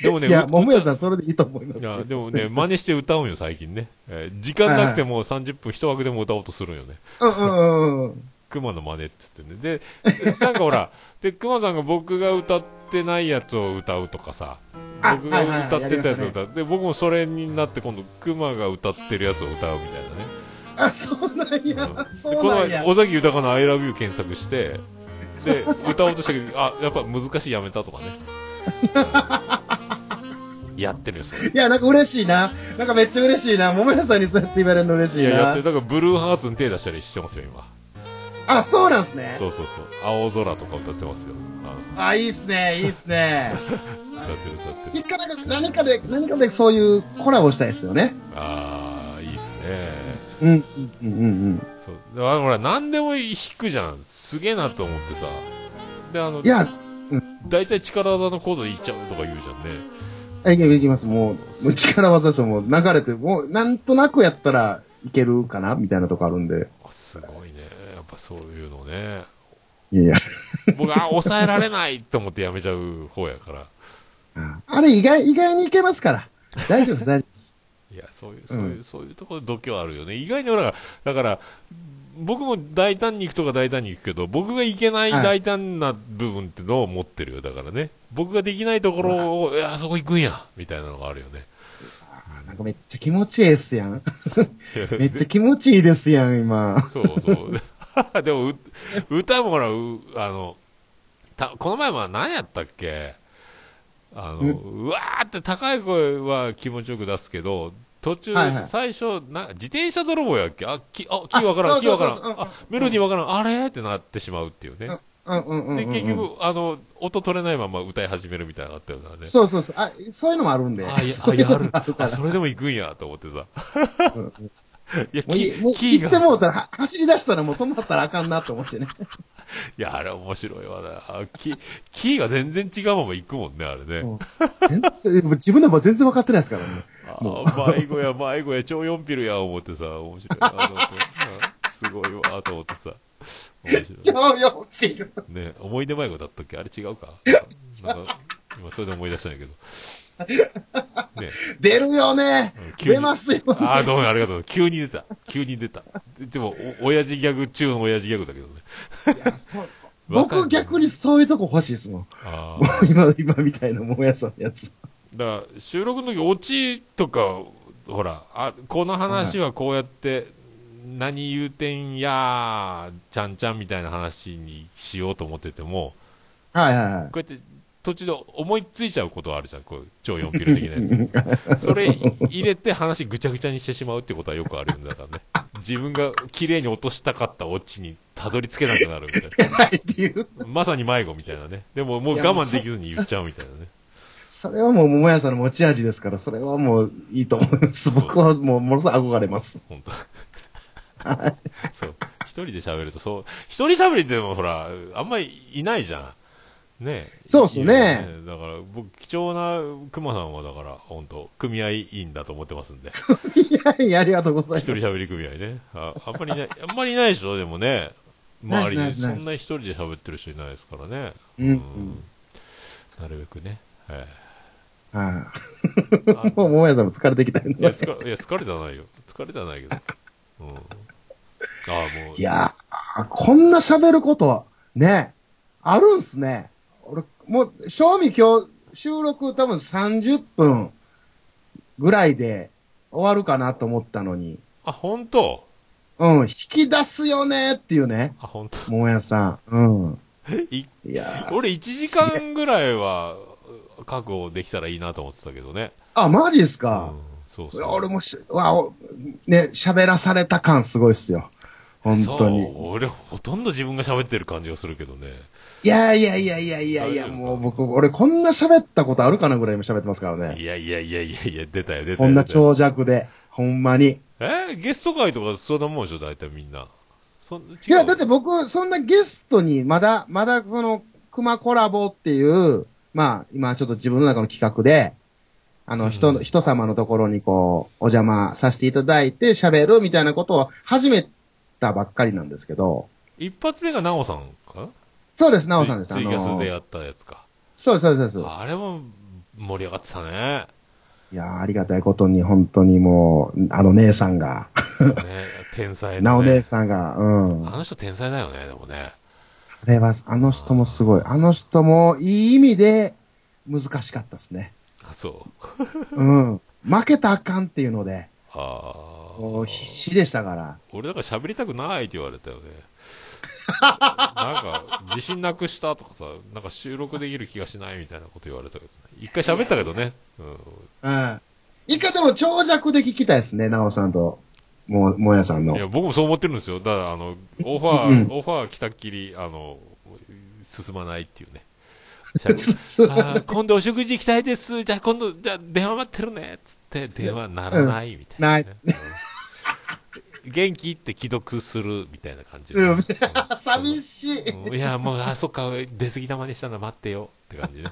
[SPEAKER 1] でもね、
[SPEAKER 2] いや、
[SPEAKER 1] う
[SPEAKER 2] 桃屋さん、それでいいと思いま
[SPEAKER 1] い
[SPEAKER 2] すよ。
[SPEAKER 1] やでもね、真似して歌うんよ、最近ね。えー時間なくても30分一枠でも歌おうとするんよね。
[SPEAKER 2] うんうんうん。
[SPEAKER 1] 熊の真似っつってね。で、なんかほ ら、で、熊さんが僕が歌ってないやつを歌うとかさ、
[SPEAKER 2] あ
[SPEAKER 1] 僕が歌ってたやつを
[SPEAKER 2] はいはいはいやりました
[SPEAKER 1] 歌う。で、僕もそれになって今度、熊が歌ってるやつを歌うみたいなね。
[SPEAKER 2] あ、そうなんや。
[SPEAKER 1] うん
[SPEAKER 2] そ
[SPEAKER 1] で
[SPEAKER 2] う
[SPEAKER 1] この
[SPEAKER 2] な
[SPEAKER 1] 前
[SPEAKER 2] んや。
[SPEAKER 1] 尾崎豊の「ILOVEYOU」検索して で歌おうとしたけどあやっぱ難しいやめたとかねやってるよそれ
[SPEAKER 2] いや、なんか嬉しいな。なんかめっちゃ嬉しいな。桃屋さんにそうやって言われるの嬉しい
[SPEAKER 1] い
[SPEAKER 2] な。
[SPEAKER 1] ややってるだからブルーハーツに手出したりしてますよ今
[SPEAKER 2] あ、そうなんすね。
[SPEAKER 1] そうそうそう青空とか歌ってますよあ
[SPEAKER 2] あ、いいっすね、いいっすね。
[SPEAKER 1] 歌ってる歌ってる
[SPEAKER 2] 一回なんか何かで、何かでそういうコラボしたいですよね。
[SPEAKER 1] ああいいっすね
[SPEAKER 2] うん、うん、うん、うん。
[SPEAKER 1] そうであのほら何でも弾くじゃんすげえなと思ってさであの
[SPEAKER 2] いや、うん。
[SPEAKER 1] 大体力技のコードでいっちゃうとか言うじゃんね
[SPEAKER 2] いけいきます。もう、もう力技ともう流れて、もう、なんとなくやったらいけるかなみたいなとこあるんで。
[SPEAKER 1] あすごいねやっぱそういうのね
[SPEAKER 2] いやいや。
[SPEAKER 1] 僕あ抑えられないと思ってやめちゃう方やから
[SPEAKER 2] あれ、意外、意外にいけますから。大丈夫です、大丈夫です。
[SPEAKER 1] いやそういうそういう、そういうところで度胸あるよね意外に俺らだから僕も大胆に行くとか大胆に行くけど僕がいけない
[SPEAKER 2] はい
[SPEAKER 1] 大胆な部分ってのを持ってるよだからね僕ができないところをいやあそこ行くんやみたいなのがあるよね
[SPEAKER 2] あなんかめっちゃ気持ちいいっすや ん。めっちゃ気持ちいいですやん、今。
[SPEAKER 1] そうそう でもう歌もほらうあのたこの前は何やったっけあのうわーって高い声は気持ちよく出すけど途中、
[SPEAKER 2] はいはい
[SPEAKER 1] 最初な自転車泥棒やっけあきあキーわから
[SPEAKER 2] あ
[SPEAKER 1] んキーわからん
[SPEAKER 2] そうそうそううん
[SPEAKER 1] あメロディーわからん、あれってなってしまうっていうね、
[SPEAKER 2] うんうんうんうん、うん。
[SPEAKER 1] で結局、あの音取れないまま歌い始めるみたいなのがあったよね
[SPEAKER 2] そうそうそう。あ、そういうのもあるんで。
[SPEAKER 1] あいや
[SPEAKER 2] そ
[SPEAKER 1] あ
[SPEAKER 2] ういう
[SPEAKER 1] や
[SPEAKER 2] の
[SPEAKER 1] る
[SPEAKER 2] もあるか
[SPEAKER 1] あ
[SPEAKER 2] ら。
[SPEAKER 1] それでも行くんやと思ってさ
[SPEAKER 2] うんうん
[SPEAKER 1] いや
[SPEAKER 2] もういもう
[SPEAKER 1] キー
[SPEAKER 2] 行って
[SPEAKER 1] が
[SPEAKER 2] もうたら、は走り出したらもう止まったらあかんなと思ってね。
[SPEAKER 1] いや、あれ面白いわな。あキー、キーが全然違うまま行くもんね、あれね。
[SPEAKER 2] もう全然自分でも全然分かってないですからね。
[SPEAKER 1] あー迷子や 迷子や、超四ピルや、思ってさ、面白いなと思って。あすごいわ、と思ってさ。面白い。
[SPEAKER 2] ようようっていう。
[SPEAKER 1] ね、思い出迷子だったっけあれ違うかなんか、今それで思い出したんだけど。ね、
[SPEAKER 2] 出るよね
[SPEAKER 1] うん。急に
[SPEAKER 2] 出ますよ。
[SPEAKER 1] ああ、どうもありがとう。急に出た。急に出た。でも、お親父ギャグ中の親父ギャグだけどね。
[SPEAKER 2] いやそう
[SPEAKER 1] 若
[SPEAKER 2] 僕
[SPEAKER 1] い
[SPEAKER 2] 逆にそういうとこ欲しいですもん。
[SPEAKER 1] あ
[SPEAKER 2] も
[SPEAKER 1] あ。
[SPEAKER 2] う今、今みたいなもやさんのやつ。
[SPEAKER 1] だから収録の時オチとかほらあこの話はこうやって、何言うてんやーちゃんちゃんみたいな話にしようと思ってても
[SPEAKER 2] はいはいはい。
[SPEAKER 1] こうやって途中で思いついちゃうことはあるじゃん、こう、超4ピル的な やつ。それ入れて話ぐちゃぐちゃにしてしまうってことはよくあるんだからね。自分が綺麗に落としたかったオチにたどり着けなくなるみたい
[SPEAKER 2] いけないっていう。
[SPEAKER 1] な。まさに迷子みたいなね。でももう我慢できずに言っちゃうみたいなね。
[SPEAKER 2] それはもう桃屋さんの持ち味ですから、それはもういいと思います。僕はもうものすごい憧れます。
[SPEAKER 1] 本当。そう。一人で喋ると、そう。一人喋りでもほら、あんまりいないじゃん。ねえ
[SPEAKER 2] そうっすね
[SPEAKER 1] いるよだから、僕、貴重な熊さんは、だから、本当組合員だと思ってますんで。
[SPEAKER 2] いやいや、ありがとうございま
[SPEAKER 1] 一人
[SPEAKER 2] す。
[SPEAKER 1] 喋り組合ね。ああんまりいない、あんまりいないでしょ、でもね。
[SPEAKER 2] ナイス
[SPEAKER 1] 周りに、そ
[SPEAKER 2] ナイスナイス
[SPEAKER 1] んな一人で喋ってる人いないですからね。
[SPEAKER 2] うん
[SPEAKER 1] なるべくね。 はい。
[SPEAKER 2] は
[SPEAKER 1] あ
[SPEAKER 2] い。もう桃屋さんも疲れてきたん
[SPEAKER 1] いや、
[SPEAKER 2] で。
[SPEAKER 1] つかいや疲れてはないよ。疲れてはないけど。うん。ああ、もう。
[SPEAKER 2] いやー、こんな喋ること、ね、あるんすね。俺、もう、正味今日、収録多分30分ぐらいで終わるかなと思ったのに、
[SPEAKER 1] あ、本当
[SPEAKER 2] うん、引き出すよねっていうね、
[SPEAKER 1] あ、本当
[SPEAKER 2] 桃屋さん。うん。
[SPEAKER 1] い
[SPEAKER 2] いやー
[SPEAKER 1] 俺1時間ぐらいはう覚悟できたらいいなと思ってたけどね。
[SPEAKER 2] あ、マジです
[SPEAKER 1] う
[SPEAKER 2] か。
[SPEAKER 1] ん、そう
[SPEAKER 2] い
[SPEAKER 1] そう。
[SPEAKER 2] や俺もし、わ、おね、喋らされた感すごいっすよ。本当
[SPEAKER 1] そう
[SPEAKER 2] に。
[SPEAKER 1] 俺ほとんど自分が喋ってる感じがするけどね。
[SPEAKER 2] いやいやいやいやいやいや、
[SPEAKER 1] 大丈夫
[SPEAKER 2] もう僕、俺こんな喋ったことあるかなぐらい今喋ってますからね。
[SPEAKER 1] いやいやいやいやいや、出たよ出たよ。
[SPEAKER 2] こんな
[SPEAKER 1] 出たよ
[SPEAKER 2] 長尺で、ほんまに。
[SPEAKER 1] えゲスト会とかそんなもんでしょ大体みんな。そん違う
[SPEAKER 2] いや、だって僕、そんなゲストにまだ、まだその、熊コラボっていう、まあ、今ちょっと自分の中の企画で、あ
[SPEAKER 1] う
[SPEAKER 2] の、
[SPEAKER 1] ん
[SPEAKER 2] 人の、人様のところにこう、お邪魔させていただいて喋るみたいなことを始めたばっかりなんですけど、
[SPEAKER 1] 一発目がナオさんか
[SPEAKER 2] そうです、なおさんです。
[SPEAKER 1] ツイツイキャ
[SPEAKER 2] あ
[SPEAKER 1] ス
[SPEAKER 2] の
[SPEAKER 1] でやったやつか。
[SPEAKER 2] そうです、そうです。そうです
[SPEAKER 1] あれも盛り上がってたね。
[SPEAKER 2] いやーありがたいことに、本当にもう、あの姉さんが、
[SPEAKER 1] ね天才
[SPEAKER 2] な
[SPEAKER 1] だ
[SPEAKER 2] お姉
[SPEAKER 1] ね。
[SPEAKER 2] さんが、うん。あ
[SPEAKER 1] あの人天才だよね、でもね。
[SPEAKER 2] れは、あの人もすごい。あの人も、いい意味で、難しかったですね。
[SPEAKER 1] あ、そう。
[SPEAKER 2] うん。負けたらあかんっていうので、
[SPEAKER 1] ああ。
[SPEAKER 2] もう必死でしたから。
[SPEAKER 1] 俺だから喋りたくないって言われたよね。なんか、自信なくしたとかさ、なんか収録できる気がしないみたいなこと言われたけどね。一回喋ったけどね。うん。
[SPEAKER 2] うん。一回でも長尺で聞きたいですね、なおさんと、も、もやさんの
[SPEAKER 1] い。 や、僕もそう思ってるんですよ。だから、あの、オファ
[SPEAKER 2] うん
[SPEAKER 1] ー、オファー来たっきり、あの、進まないっていうね。
[SPEAKER 2] 進ま
[SPEAKER 1] あー今度お食事行きたいです。じゃあ今度、じゃあ電話待ってるね。つって、電話ならないみたいな、ね。
[SPEAKER 2] ない
[SPEAKER 1] うん元気って既読するみたいな感じで、
[SPEAKER 2] うん寂しい。
[SPEAKER 1] うんいや、もう、あ、そっか、出過ぎたまでしたんだ、待ってよ。って感 じね。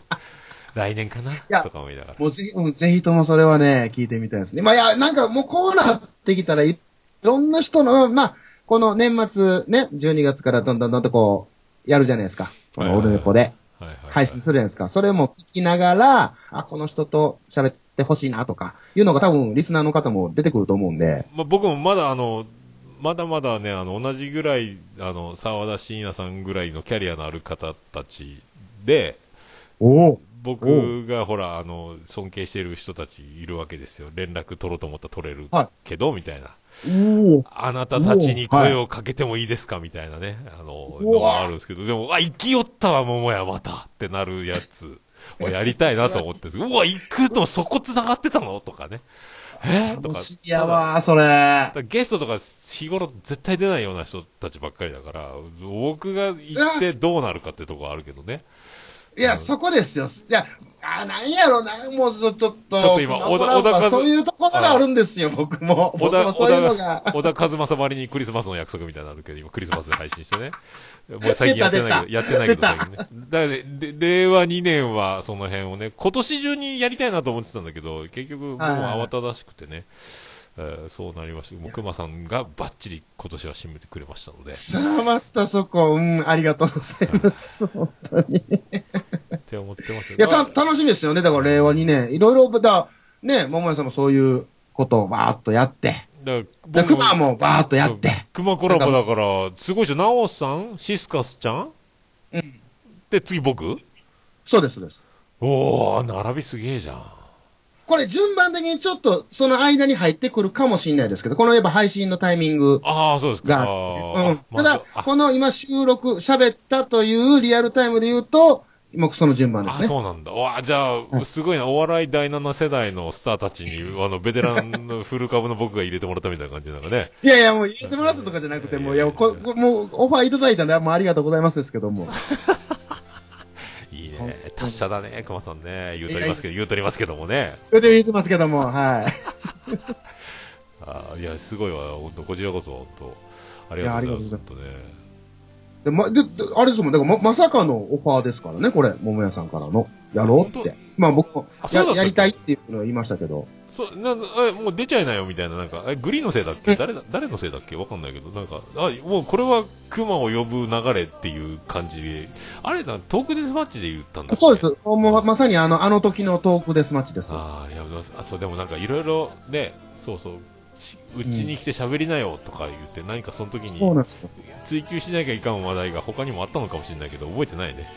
[SPEAKER 1] 来年か
[SPEAKER 2] や
[SPEAKER 1] なとか思いながら。
[SPEAKER 2] もうぜひ、うん、ぜひともそれはね、聞いてみたいですね。まあ、いや、なんかもうこうなってきたらい、いろんな人の、まあ、この年末ね、12月からどんどんどんとこう、やるじゃないですか。このオルネポで
[SPEAKER 1] はいはいはい
[SPEAKER 2] 配信するじゃないですか。それも聞きながら、あ、この人と喋ってほしいなとか、いうのが多分リスナーの方も出てくると思うんで。
[SPEAKER 1] まあ、僕もまだあの、まだまだね、あの、同じぐらい、あの、沢田信也さんぐらいのキャリアのある方たちで、
[SPEAKER 2] おお
[SPEAKER 1] 僕がほら、あの、尊敬してる人たちいるわけですよ。連絡取ろうと思ったら取れる
[SPEAKER 2] はい
[SPEAKER 1] けど、みたいな。
[SPEAKER 2] おお
[SPEAKER 1] あなたたちに声をかけてもいいですかみたいなね、あの、
[SPEAKER 2] うわ
[SPEAKER 1] のがあるんですけど、でも、あ、生きよったわ、桃や、またってなるやつ をやりたいなと思ってるんです けどうわ、行くのそこ繋がってたのとかね。えーと
[SPEAKER 2] 楽
[SPEAKER 1] か。
[SPEAKER 2] しいやわ、それ
[SPEAKER 1] だか。らゲストとか日頃絶対出ないような人たちばっかりだから、僕が行ってどうなるかってとこあるけどね。
[SPEAKER 2] いや、そこですよ。いや、あ、なんやろな、もうちょちょっと。
[SPEAKER 1] ちょっと今小田
[SPEAKER 2] なんか
[SPEAKER 1] 小田和
[SPEAKER 2] そういうところがあるんですよ、僕も。
[SPEAKER 1] 小
[SPEAKER 2] 僕
[SPEAKER 1] 田、
[SPEAKER 2] も
[SPEAKER 1] 小
[SPEAKER 2] そういうの
[SPEAKER 1] 田
[SPEAKER 2] が。、
[SPEAKER 1] 小田和正ばりにクリスマスの約束みたいになるけど、今クリスマスで配信してね。もう最近やってないけど、やってないけど
[SPEAKER 2] 出た
[SPEAKER 1] 最近ね。だからね、れ令和2年はその辺をね、今年中にやりたいなと思ってたんだけど、結局もう
[SPEAKER 2] はいはいはい
[SPEAKER 1] 慌ただしくてね、えーそうなりました。もう熊さんがバッチリ今年は締めてくれました ので。
[SPEAKER 2] さあ、またそこ、うん、ありがとうござい ます。本当に。い
[SPEAKER 1] って思ってます
[SPEAKER 2] や、た、楽しみですよね。だから、令和2年、いろいろ、だ、ね、桃屋さんもそういうことをバーっとやって、
[SPEAKER 1] だ
[SPEAKER 2] で、
[SPEAKER 1] 僕
[SPEAKER 2] クマもバーっとやって、
[SPEAKER 1] クマコラボだから、すごいでしょ。ナオさんシスカスちゃんで、次僕
[SPEAKER 2] そうです、そうです。
[SPEAKER 1] おー、並びすげえじゃん。
[SPEAKER 2] これ、順番的にちょっと、その間に入ってくるかもしれないですけど、このやっぱ配信のタイミング
[SPEAKER 1] ああ、そうですか。あ
[SPEAKER 2] があって、う
[SPEAKER 1] ー
[SPEAKER 2] ん。ただ
[SPEAKER 1] あ、まあ
[SPEAKER 2] この今収録、喋ったというリアルタイムで言うと、今、その順番で
[SPEAKER 1] あ、
[SPEAKER 2] すね。
[SPEAKER 1] そうなんだ。うわあ、じゃあ、すごいな。お笑い第7世代のスターたちに、あの、ベテランのフル株の僕が入れてもらったみたいな感じなん かね。
[SPEAKER 2] いやいや、もう入れてもらったとかじゃなくて、もう、いや、ここもう、オファーいただいたんで、もうありがとうございますですけども。
[SPEAKER 1] いいね。達者だね、熊さんね。言うとりますけど、言うとりますけどもね。
[SPEAKER 2] 言って言ってますけども、はい。
[SPEAKER 1] あいや、すごいわ。本当こちらこそ、本当あり
[SPEAKER 2] いや
[SPEAKER 1] が
[SPEAKER 2] あり
[SPEAKER 1] と
[SPEAKER 2] が
[SPEAKER 1] う
[SPEAKER 2] と
[SPEAKER 1] ご
[SPEAKER 2] う
[SPEAKER 1] ざ
[SPEAKER 2] ご
[SPEAKER 1] いま
[SPEAKER 2] ざ
[SPEAKER 1] す。本
[SPEAKER 2] い
[SPEAKER 1] 当ね。
[SPEAKER 2] で、ま、で、であれですもん、だからま、まさかのオファーですからね、これ、桃屋さんからの。やろうって。まあ僕も
[SPEAKER 1] あそう
[SPEAKER 2] や
[SPEAKER 1] だったっけ
[SPEAKER 2] やりたいっていうのは言いましたけど。
[SPEAKER 1] そう、な、え、もう出ちゃいなよみたいな、なんか、え、グリーンのせいだっけ誰だ、誰のせいだっけわかんないけど、なんか、あ、もうこれは熊を呼ぶ流れっていう感じで、あれだ、トークデスマッチで言ったんだっけ
[SPEAKER 2] そうです。もうまさにあの、あの時のトークデスマッチです。
[SPEAKER 1] ああ、いや、あそう、でもなんかいろいろね、そうそう、しうちに来て喋りなよとか言って、何かその時
[SPEAKER 2] そう
[SPEAKER 1] に
[SPEAKER 2] なんですよ。
[SPEAKER 1] 追求しなきゃいかん話題が他にもあったのかもしれないけど、覚えてないね。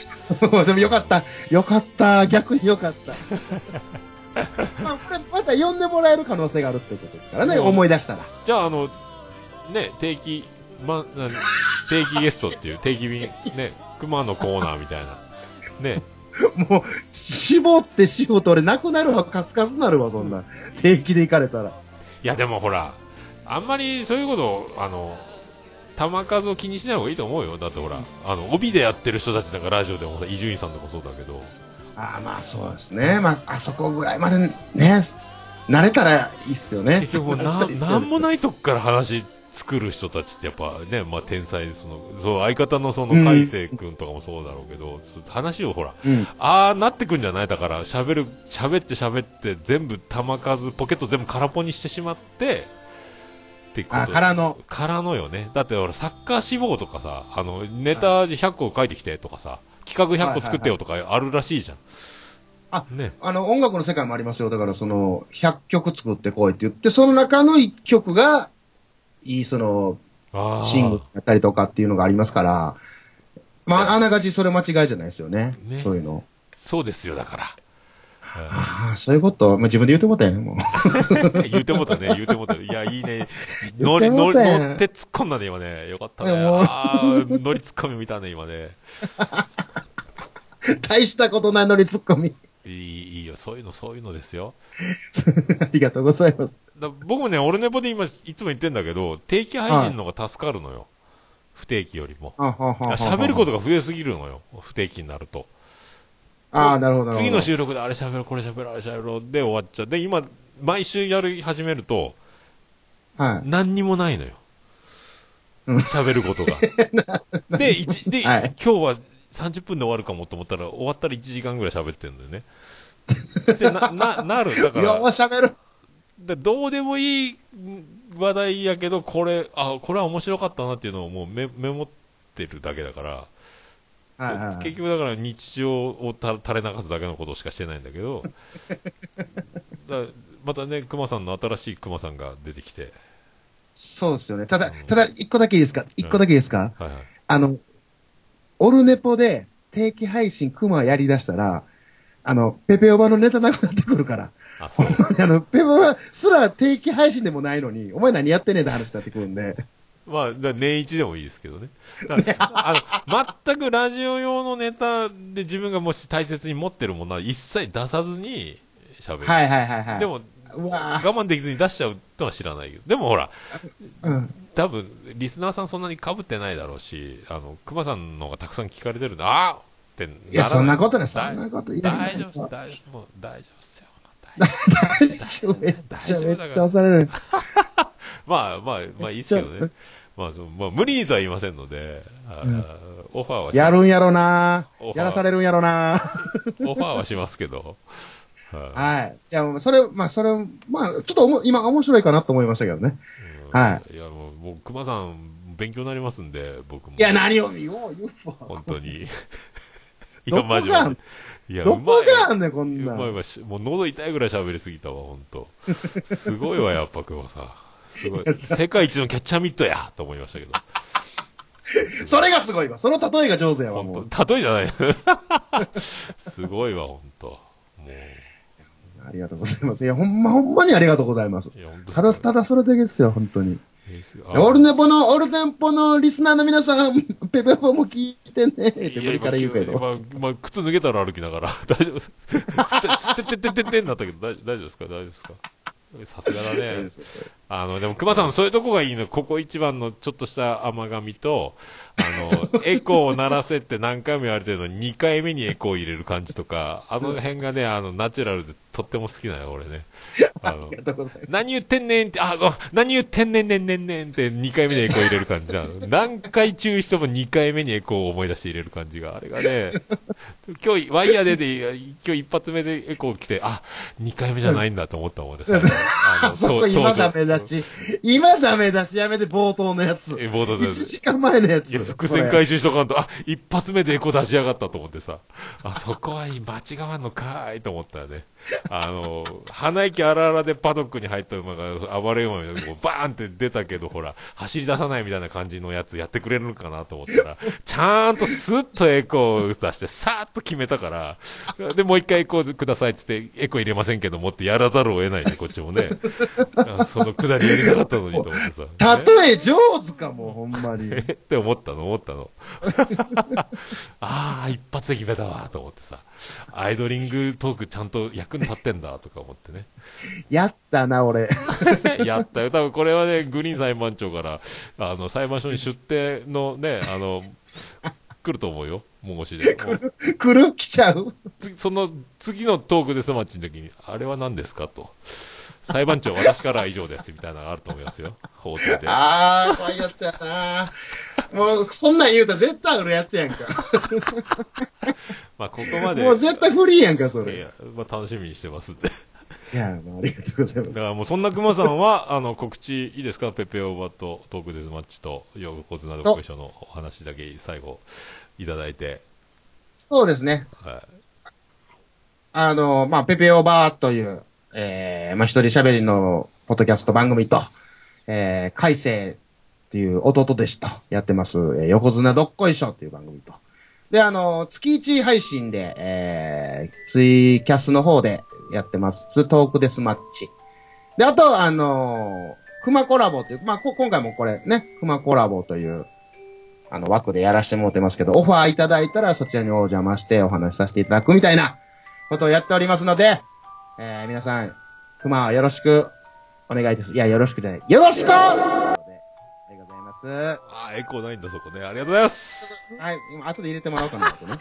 [SPEAKER 2] でもよかった。よかった。逆によかった。 まあ、これ、また呼んでもらえる可能性があるっていうことですからね、
[SPEAKER 1] うん
[SPEAKER 2] 思い出したら。
[SPEAKER 1] じゃあ、あの、ね、定期、ま、な定期ゲストっていう、定期便、ね、熊のコーナーみたいな。ね、
[SPEAKER 2] もう、絞って絞って、俺、なくなるわ、カスカスなるわ、そんな。定期で行かれたら。
[SPEAKER 1] いや、でもほら、あんまりそういうこと、あの、球数を気にしない方がいいと思うよ。だってほら、あの、帯でやってる人たちなんかラジオでもさ、伊集院さんとかそうだけど、
[SPEAKER 2] ああ、まあ、そうですね。まあ、あそこぐらいまで、ね、慣れたらいいっすよね。
[SPEAKER 1] 結局もう
[SPEAKER 2] 慣れ
[SPEAKER 1] な
[SPEAKER 2] たらいいっす
[SPEAKER 1] な
[SPEAKER 2] よ
[SPEAKER 1] んもないとこから話作る人たちってやっぱね、まあ、天才そのそう相方のその
[SPEAKER 2] うん
[SPEAKER 1] 海星君とかもそうだろうけど、そう話をほら
[SPEAKER 2] うん。
[SPEAKER 1] ああなってくんじゃないだから喋る喋って喋って全部球数ポケット全部空っぽにしてしまってってこと
[SPEAKER 2] あ、からの。
[SPEAKER 1] からのよねだって俺サッカー志望とかさあのネタ100個書いてきてとかさ企画100個作ってよとかあるらしいじゃん、
[SPEAKER 2] あ
[SPEAKER 1] ね
[SPEAKER 2] あの、音楽の世界もありますよ。だから、その、100曲作ってこいって言って、その中の1曲が、いい、その、
[SPEAKER 1] あー
[SPEAKER 2] シングルだったりとかっていうのがありますから、まあ、あながちそれ間違いじゃないですよね。
[SPEAKER 1] ね
[SPEAKER 2] そういうの。
[SPEAKER 1] そうですよだから、うん
[SPEAKER 2] ああ、そういうこと。まあ、自分で言ってもうたやん、もう。
[SPEAKER 1] 言うてもうたね、言うてもうた。いや、いいね。
[SPEAKER 2] 言
[SPEAKER 1] 乗
[SPEAKER 2] う
[SPEAKER 1] り、
[SPEAKER 2] ても
[SPEAKER 1] 乗
[SPEAKER 2] う
[SPEAKER 1] り、
[SPEAKER 2] たやん
[SPEAKER 1] 乗って突っ込んだね、今ね。よかったね。
[SPEAKER 2] でも
[SPEAKER 1] あー乗り突っ込み見たね、今ね。
[SPEAKER 2] 大したことないのにツッコミ。
[SPEAKER 1] いい、いいよ。そういうの、そういうのですよ。
[SPEAKER 2] ありがとうございます。
[SPEAKER 1] だ僕もね、俺ネポで今、いつも言ってんだけど、定期配信の方が助かるのよ。不定期よりも。
[SPEAKER 2] あはははは
[SPEAKER 1] 喋ることが増えすぎるのよ。不定期になると。
[SPEAKER 2] ああ、なるほど、なるほど。
[SPEAKER 1] 次の収録であれ喋ろう、これ喋ろう、あれ喋ろうで終わっちゃう。で、今、毎週やり始めると、
[SPEAKER 2] はい。
[SPEAKER 1] 何にもないのよ。
[SPEAKER 2] うん
[SPEAKER 1] 喋ることが。 で、一で、
[SPEAKER 2] はい
[SPEAKER 1] 今日は30分で終わるかもと思ったら、終わったら1時間ぐらい喋ってんだよね。で、な、な、なる。だか
[SPEAKER 2] よ
[SPEAKER 1] ら、
[SPEAKER 2] う喋る。
[SPEAKER 1] でどうでもいい話題やけど、これ、あ、これは面白かったなっていうのをもうメメモってるだけだから、
[SPEAKER 2] はいはいはい
[SPEAKER 1] 結局だから日常をた垂れ流すだけのことしかしてないんだけ ど、だからまたね、熊さんの新しい熊さんが出てきて、
[SPEAKER 2] そうですよね。ただ、ただ、一個だけいいですか一個だけいいですか、
[SPEAKER 1] はいはい。
[SPEAKER 2] あの、オルネポで定期配信クマやりだしたら、あの、ペペオバのネタなくなってくるから。
[SPEAKER 1] あ、そ
[SPEAKER 2] ほ。
[SPEAKER 1] うん
[SPEAKER 2] まにあの、ペペオバすら定期配信でもないのに、お前何やってんねんって話になってくるんで。
[SPEAKER 1] まあ、だ年一でもいいですけどね。だあの全くラジオ用のネタで自分がもし大切に持ってるものは一切出さずに喋る。
[SPEAKER 2] はいはいはいはい。
[SPEAKER 1] で、も、
[SPEAKER 2] うわ
[SPEAKER 1] 我慢できずに出しちゃうとは知らないけど。でもほら、
[SPEAKER 2] ぁ、うん。
[SPEAKER 1] 多分、リスナーさんそんなに被ってないだろうし、あの、熊さんの方がたくさん聞かれてるんで、あーってならない
[SPEAKER 2] いや、そんなことない、そ
[SPEAKER 1] だ
[SPEAKER 2] ん
[SPEAKER 1] い
[SPEAKER 2] なこといや
[SPEAKER 1] 大丈夫です、大丈夫、もう大丈夫っすよ。大丈
[SPEAKER 2] 大丈夫、めっちゃめっちゃ押される。
[SPEAKER 1] 夫まあまあ、まあいいですけど
[SPEAKER 2] めっ
[SPEAKER 1] ね。まあ、そうまあ、無理にとは言いませんので、あーオファーはし
[SPEAKER 2] やるんやろな
[SPEAKER 1] オファー
[SPEAKER 2] やらされるんやろな
[SPEAKER 1] オファーはしますけど。は
[SPEAKER 2] はい。いや、もうそれ、まあ、それ、まあ、ちょっとおも今面白いかなと思いましたけどね。
[SPEAKER 1] い。。
[SPEAKER 2] はい
[SPEAKER 1] いや、もう、もう熊さん、勉強になりますんで、僕も。
[SPEAKER 2] いや、何を見よう、UFO。
[SPEAKER 1] 本当 に。い
[SPEAKER 2] どこが
[SPEAKER 1] マジマジいや、
[SPEAKER 2] ど
[SPEAKER 1] うま
[SPEAKER 2] こ
[SPEAKER 1] い。
[SPEAKER 2] があんねん、こ
[SPEAKER 1] うん
[SPEAKER 2] な
[SPEAKER 1] ま
[SPEAKER 2] ん
[SPEAKER 1] いわしもう喉痛いぐらい喋りすぎたわ、本当。すごいわ、やっぱ熊さん。すごい。世界一のキャッチャーミットやと思いましたけど。
[SPEAKER 2] それがすごいわ。その例えが上手やわ、もう
[SPEAKER 1] 本。当例えじゃない。 すごいわ、本当。も
[SPEAKER 2] ありがとうございます。いや、ほんま、ほんまにありがとうございます
[SPEAKER 1] う、。いや、本当
[SPEAKER 2] ただ、ただそれだけですよ、本当に。
[SPEAKER 1] い平成
[SPEAKER 2] オルネポの、オルネポのリスナーの皆さん、ペペポも聞いてねって無理から言うけ
[SPEAKER 1] いや
[SPEAKER 2] ど。
[SPEAKER 1] まあ、まあ、靴脱げたら歩きながら、 大丈夫です。つって、つってってってってになったけど、大大丈夫ですか大丈夫ですかさすがだ ね。あの、でも、熊さん、そういうとこがいいの。ここ一番のちょっとした甘噛みと、あの、エ コーを鳴らせって何回も言われてるのに、2回目にエコーを入れる感じとか、あの辺がね、あの、ナチュラルでとっても好きなよ、俺ね。あ
[SPEAKER 2] あ
[SPEAKER 1] の
[SPEAKER 2] り、がとうございます。
[SPEAKER 1] 何言ってんねんって、あ、ごめん何言ってんねんねんねんねんって2回目でエコー入れる感じじゃん。何回注意しても2回目にエコーを思い出して入れる感じが。あれがね、今日ワイヤーでで、今日一発目でエコー来て、あ、2回目じゃないんだと思ったもんね。最初あ
[SPEAKER 2] あ そこ今ダメだ。し、今ダメだし、やめて冒頭のやつ。
[SPEAKER 1] え冒頭のやつ
[SPEAKER 2] 1時間前のやつ。
[SPEAKER 1] いや、伏線
[SPEAKER 2] これ
[SPEAKER 1] 回収しとかんと、あ、一発目でエコ出しやがったと思ってさ、あ、そこはいい、間違わんのかーいと思ったよね。あの、鼻息荒々でパドックに入った馬が暴れ馬にこうバーンって出たけど、ほら、走り出さないみたいな感じのやつやってくれるのかなと思ったら、ちゃんとスッとエコを出して、さーっと決めたから、で、もう一回エコーくださいっつって、エコー入れませんけどもってやらざるを得ないで、こっちもね。あそのくだりやりたかったのにと思ってさ。
[SPEAKER 2] 例え上手かも、ほんまに。
[SPEAKER 1] えって思ったの思ったの ああ一発で決めたわと思ってさアイドリングトークちゃんと役に立ってんだとか思ってね
[SPEAKER 2] やったな、俺。
[SPEAKER 1] やったよ多分これはねグリーン裁判長からあの裁判所に出廷のねあの来ると思うよもごしでもう
[SPEAKER 2] 来る来ちゃう
[SPEAKER 1] 次その次のトークでスマッチの時にあれは何ですかと裁判長私からは以上ですみたいなのがあると思いますよ法廷で
[SPEAKER 2] ああ、怖いやつやな。もう、そんなん言うたら絶対あるやつやんか。
[SPEAKER 1] まあここまで
[SPEAKER 2] もう絶対フリーやんか、そ
[SPEAKER 1] い
[SPEAKER 2] れ。
[SPEAKER 1] や、まあ、楽しみにしてますって
[SPEAKER 2] いや、もうありがとうございます
[SPEAKER 1] だ。からもうそんな熊さんは、あ の、告知いいですかペペオーバーとトークデスマッチと、横綱でご一緒のお話だけ最後いただいて、
[SPEAKER 2] そうですね。
[SPEAKER 1] は。
[SPEAKER 2] あの、まあ、ペペオバーという、えー、まあ、一人喋りのポッドキャスト番組と、えー、海星っていう弟弟子とやってます、えー横綱どっこいしょっていう番組と。で、あの、月1配信で、えー、ツイキャスの方でやってます。ツートークデスマッチ。で、あと、あの熊コラボという、まあ、こ今回もこれね、熊コラボという、あの、枠でやらせてもらってますけど、オファーいただいたらそちらにお邪魔してお話しさせていただくみたいな、ことをやっておりますので、えー、皆さん、熊をよろしくお願いいたし、いや、よろしくじゃない。よろしくということでありがとうございます。はい
[SPEAKER 1] ああ、エコーないんだそこね。ありがとうございます。
[SPEAKER 2] い、今、後で入れてもらお うかなとね。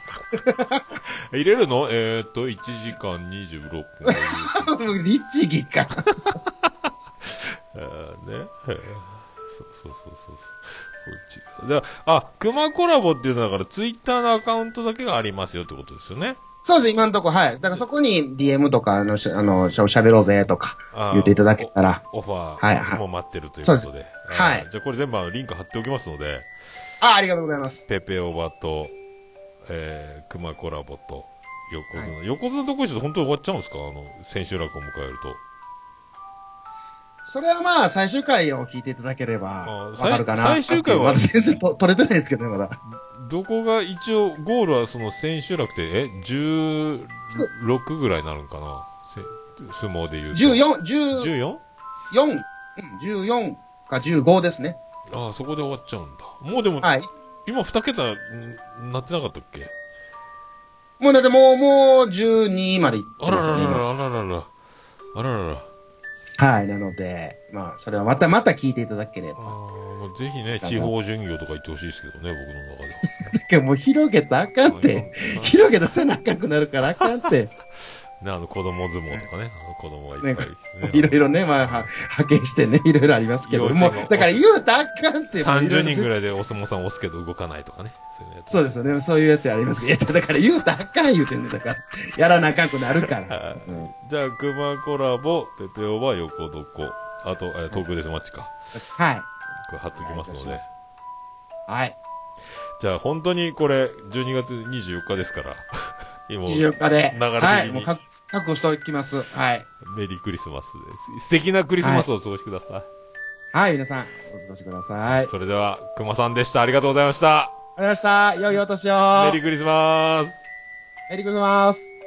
[SPEAKER 1] 入れるのえー、っと、1時間26分。
[SPEAKER 2] もう律儀か。
[SPEAKER 1] えーね。えーそうそうそうそうそう。こっち。じゃあ、あ、熊コラボっていうのはだから、ツイッターのアカウントだけがありますよってことですよね。
[SPEAKER 2] そうです、今んとこ、はい。だからそこに DM とか、あの、しあの、しゃ喋ろうぜとか
[SPEAKER 1] あー
[SPEAKER 2] 言っていただけたら。
[SPEAKER 1] オファ
[SPEAKER 2] はいは
[SPEAKER 1] ー
[SPEAKER 2] い
[SPEAKER 1] も待ってるということ
[SPEAKER 2] そ
[SPEAKER 1] で。
[SPEAKER 2] う
[SPEAKER 1] えー
[SPEAKER 2] はい
[SPEAKER 1] じゃあ、これ全部あのリンク貼っておきますので。
[SPEAKER 2] あ、ありがとうございます。
[SPEAKER 1] ペペオバと、えー、熊コラボと、横綱。横綱どこいしょ本当に終わっちゃうんですかあの、千秋楽を迎えると。
[SPEAKER 2] それはまあ、最終回を聞いていただければ
[SPEAKER 1] あ、ー
[SPEAKER 2] わかるかな。
[SPEAKER 1] 最最終回は
[SPEAKER 2] まだ全然 と取れてないですけどね、まだ。
[SPEAKER 1] どこが一応、ゴールはその千秋楽って、え、16ぐらいになるんかなせ相撲で言うと。
[SPEAKER 2] 14、14、
[SPEAKER 1] 14?
[SPEAKER 2] うん14か15ですね。
[SPEAKER 1] ああ、そこで終わっちゃうんだ。もうでも、
[SPEAKER 2] はい。
[SPEAKER 1] 今2桁になってなかったっけ
[SPEAKER 2] もうだってもう、もう12までいって
[SPEAKER 1] あら
[SPEAKER 2] ま
[SPEAKER 1] ら
[SPEAKER 2] すよ
[SPEAKER 1] ら
[SPEAKER 2] ね。
[SPEAKER 1] らら、あららら。あららら。
[SPEAKER 2] 今はい、なので、まあ、それはまたまた聞いていただけれ
[SPEAKER 1] ああ、
[SPEAKER 2] ば。
[SPEAKER 1] もうぜひね、地方巡業とか行ってほしいですけどね、僕の中で。
[SPEAKER 2] もう広げたらあかんって。広げたら背中赤くなるからあかんって。
[SPEAKER 1] ね、あの子供相撲とかね、あの子供がいっぱ
[SPEAKER 2] ないんか
[SPEAKER 1] です、ね。
[SPEAKER 2] いろいろね、まあ、は派遣してね、いろいろありますけど、
[SPEAKER 1] 幼稚
[SPEAKER 2] も
[SPEAKER 1] 園
[SPEAKER 2] う
[SPEAKER 1] の、
[SPEAKER 2] だから言うたらあかんって。
[SPEAKER 1] 30人
[SPEAKER 2] い
[SPEAKER 1] ぐ
[SPEAKER 2] い。
[SPEAKER 1] らいでお相撲さん押すけど動かないとかね。そういうやつ。
[SPEAKER 2] そうですよね、そういうやつありますけど、いや、だから言うたらあかん言うてんねだから。やらなあかんくなるから。
[SPEAKER 1] あ
[SPEAKER 2] うん
[SPEAKER 1] じゃあ、熊コラボ、ペペオは横どこ。あと、えー、東京デスマッチか。
[SPEAKER 2] はい。
[SPEAKER 1] これ貼っときますので。
[SPEAKER 2] はい。
[SPEAKER 1] じゃあ、本当にこれ、12月24日ですから。今、
[SPEAKER 2] 24日で。
[SPEAKER 1] 流れ的に
[SPEAKER 2] はい、もう覚覚悟しておきます。はい。
[SPEAKER 1] メリークリスマスです。素敵なクリスマスをお過ごしください。
[SPEAKER 2] はい、皆さん、お過ごしください。ありがとう
[SPEAKER 1] それでは、熊さんでした。ありがとうございました。
[SPEAKER 2] ございました。良いお年を。
[SPEAKER 1] メリークリスマス。
[SPEAKER 2] メリークリスマス。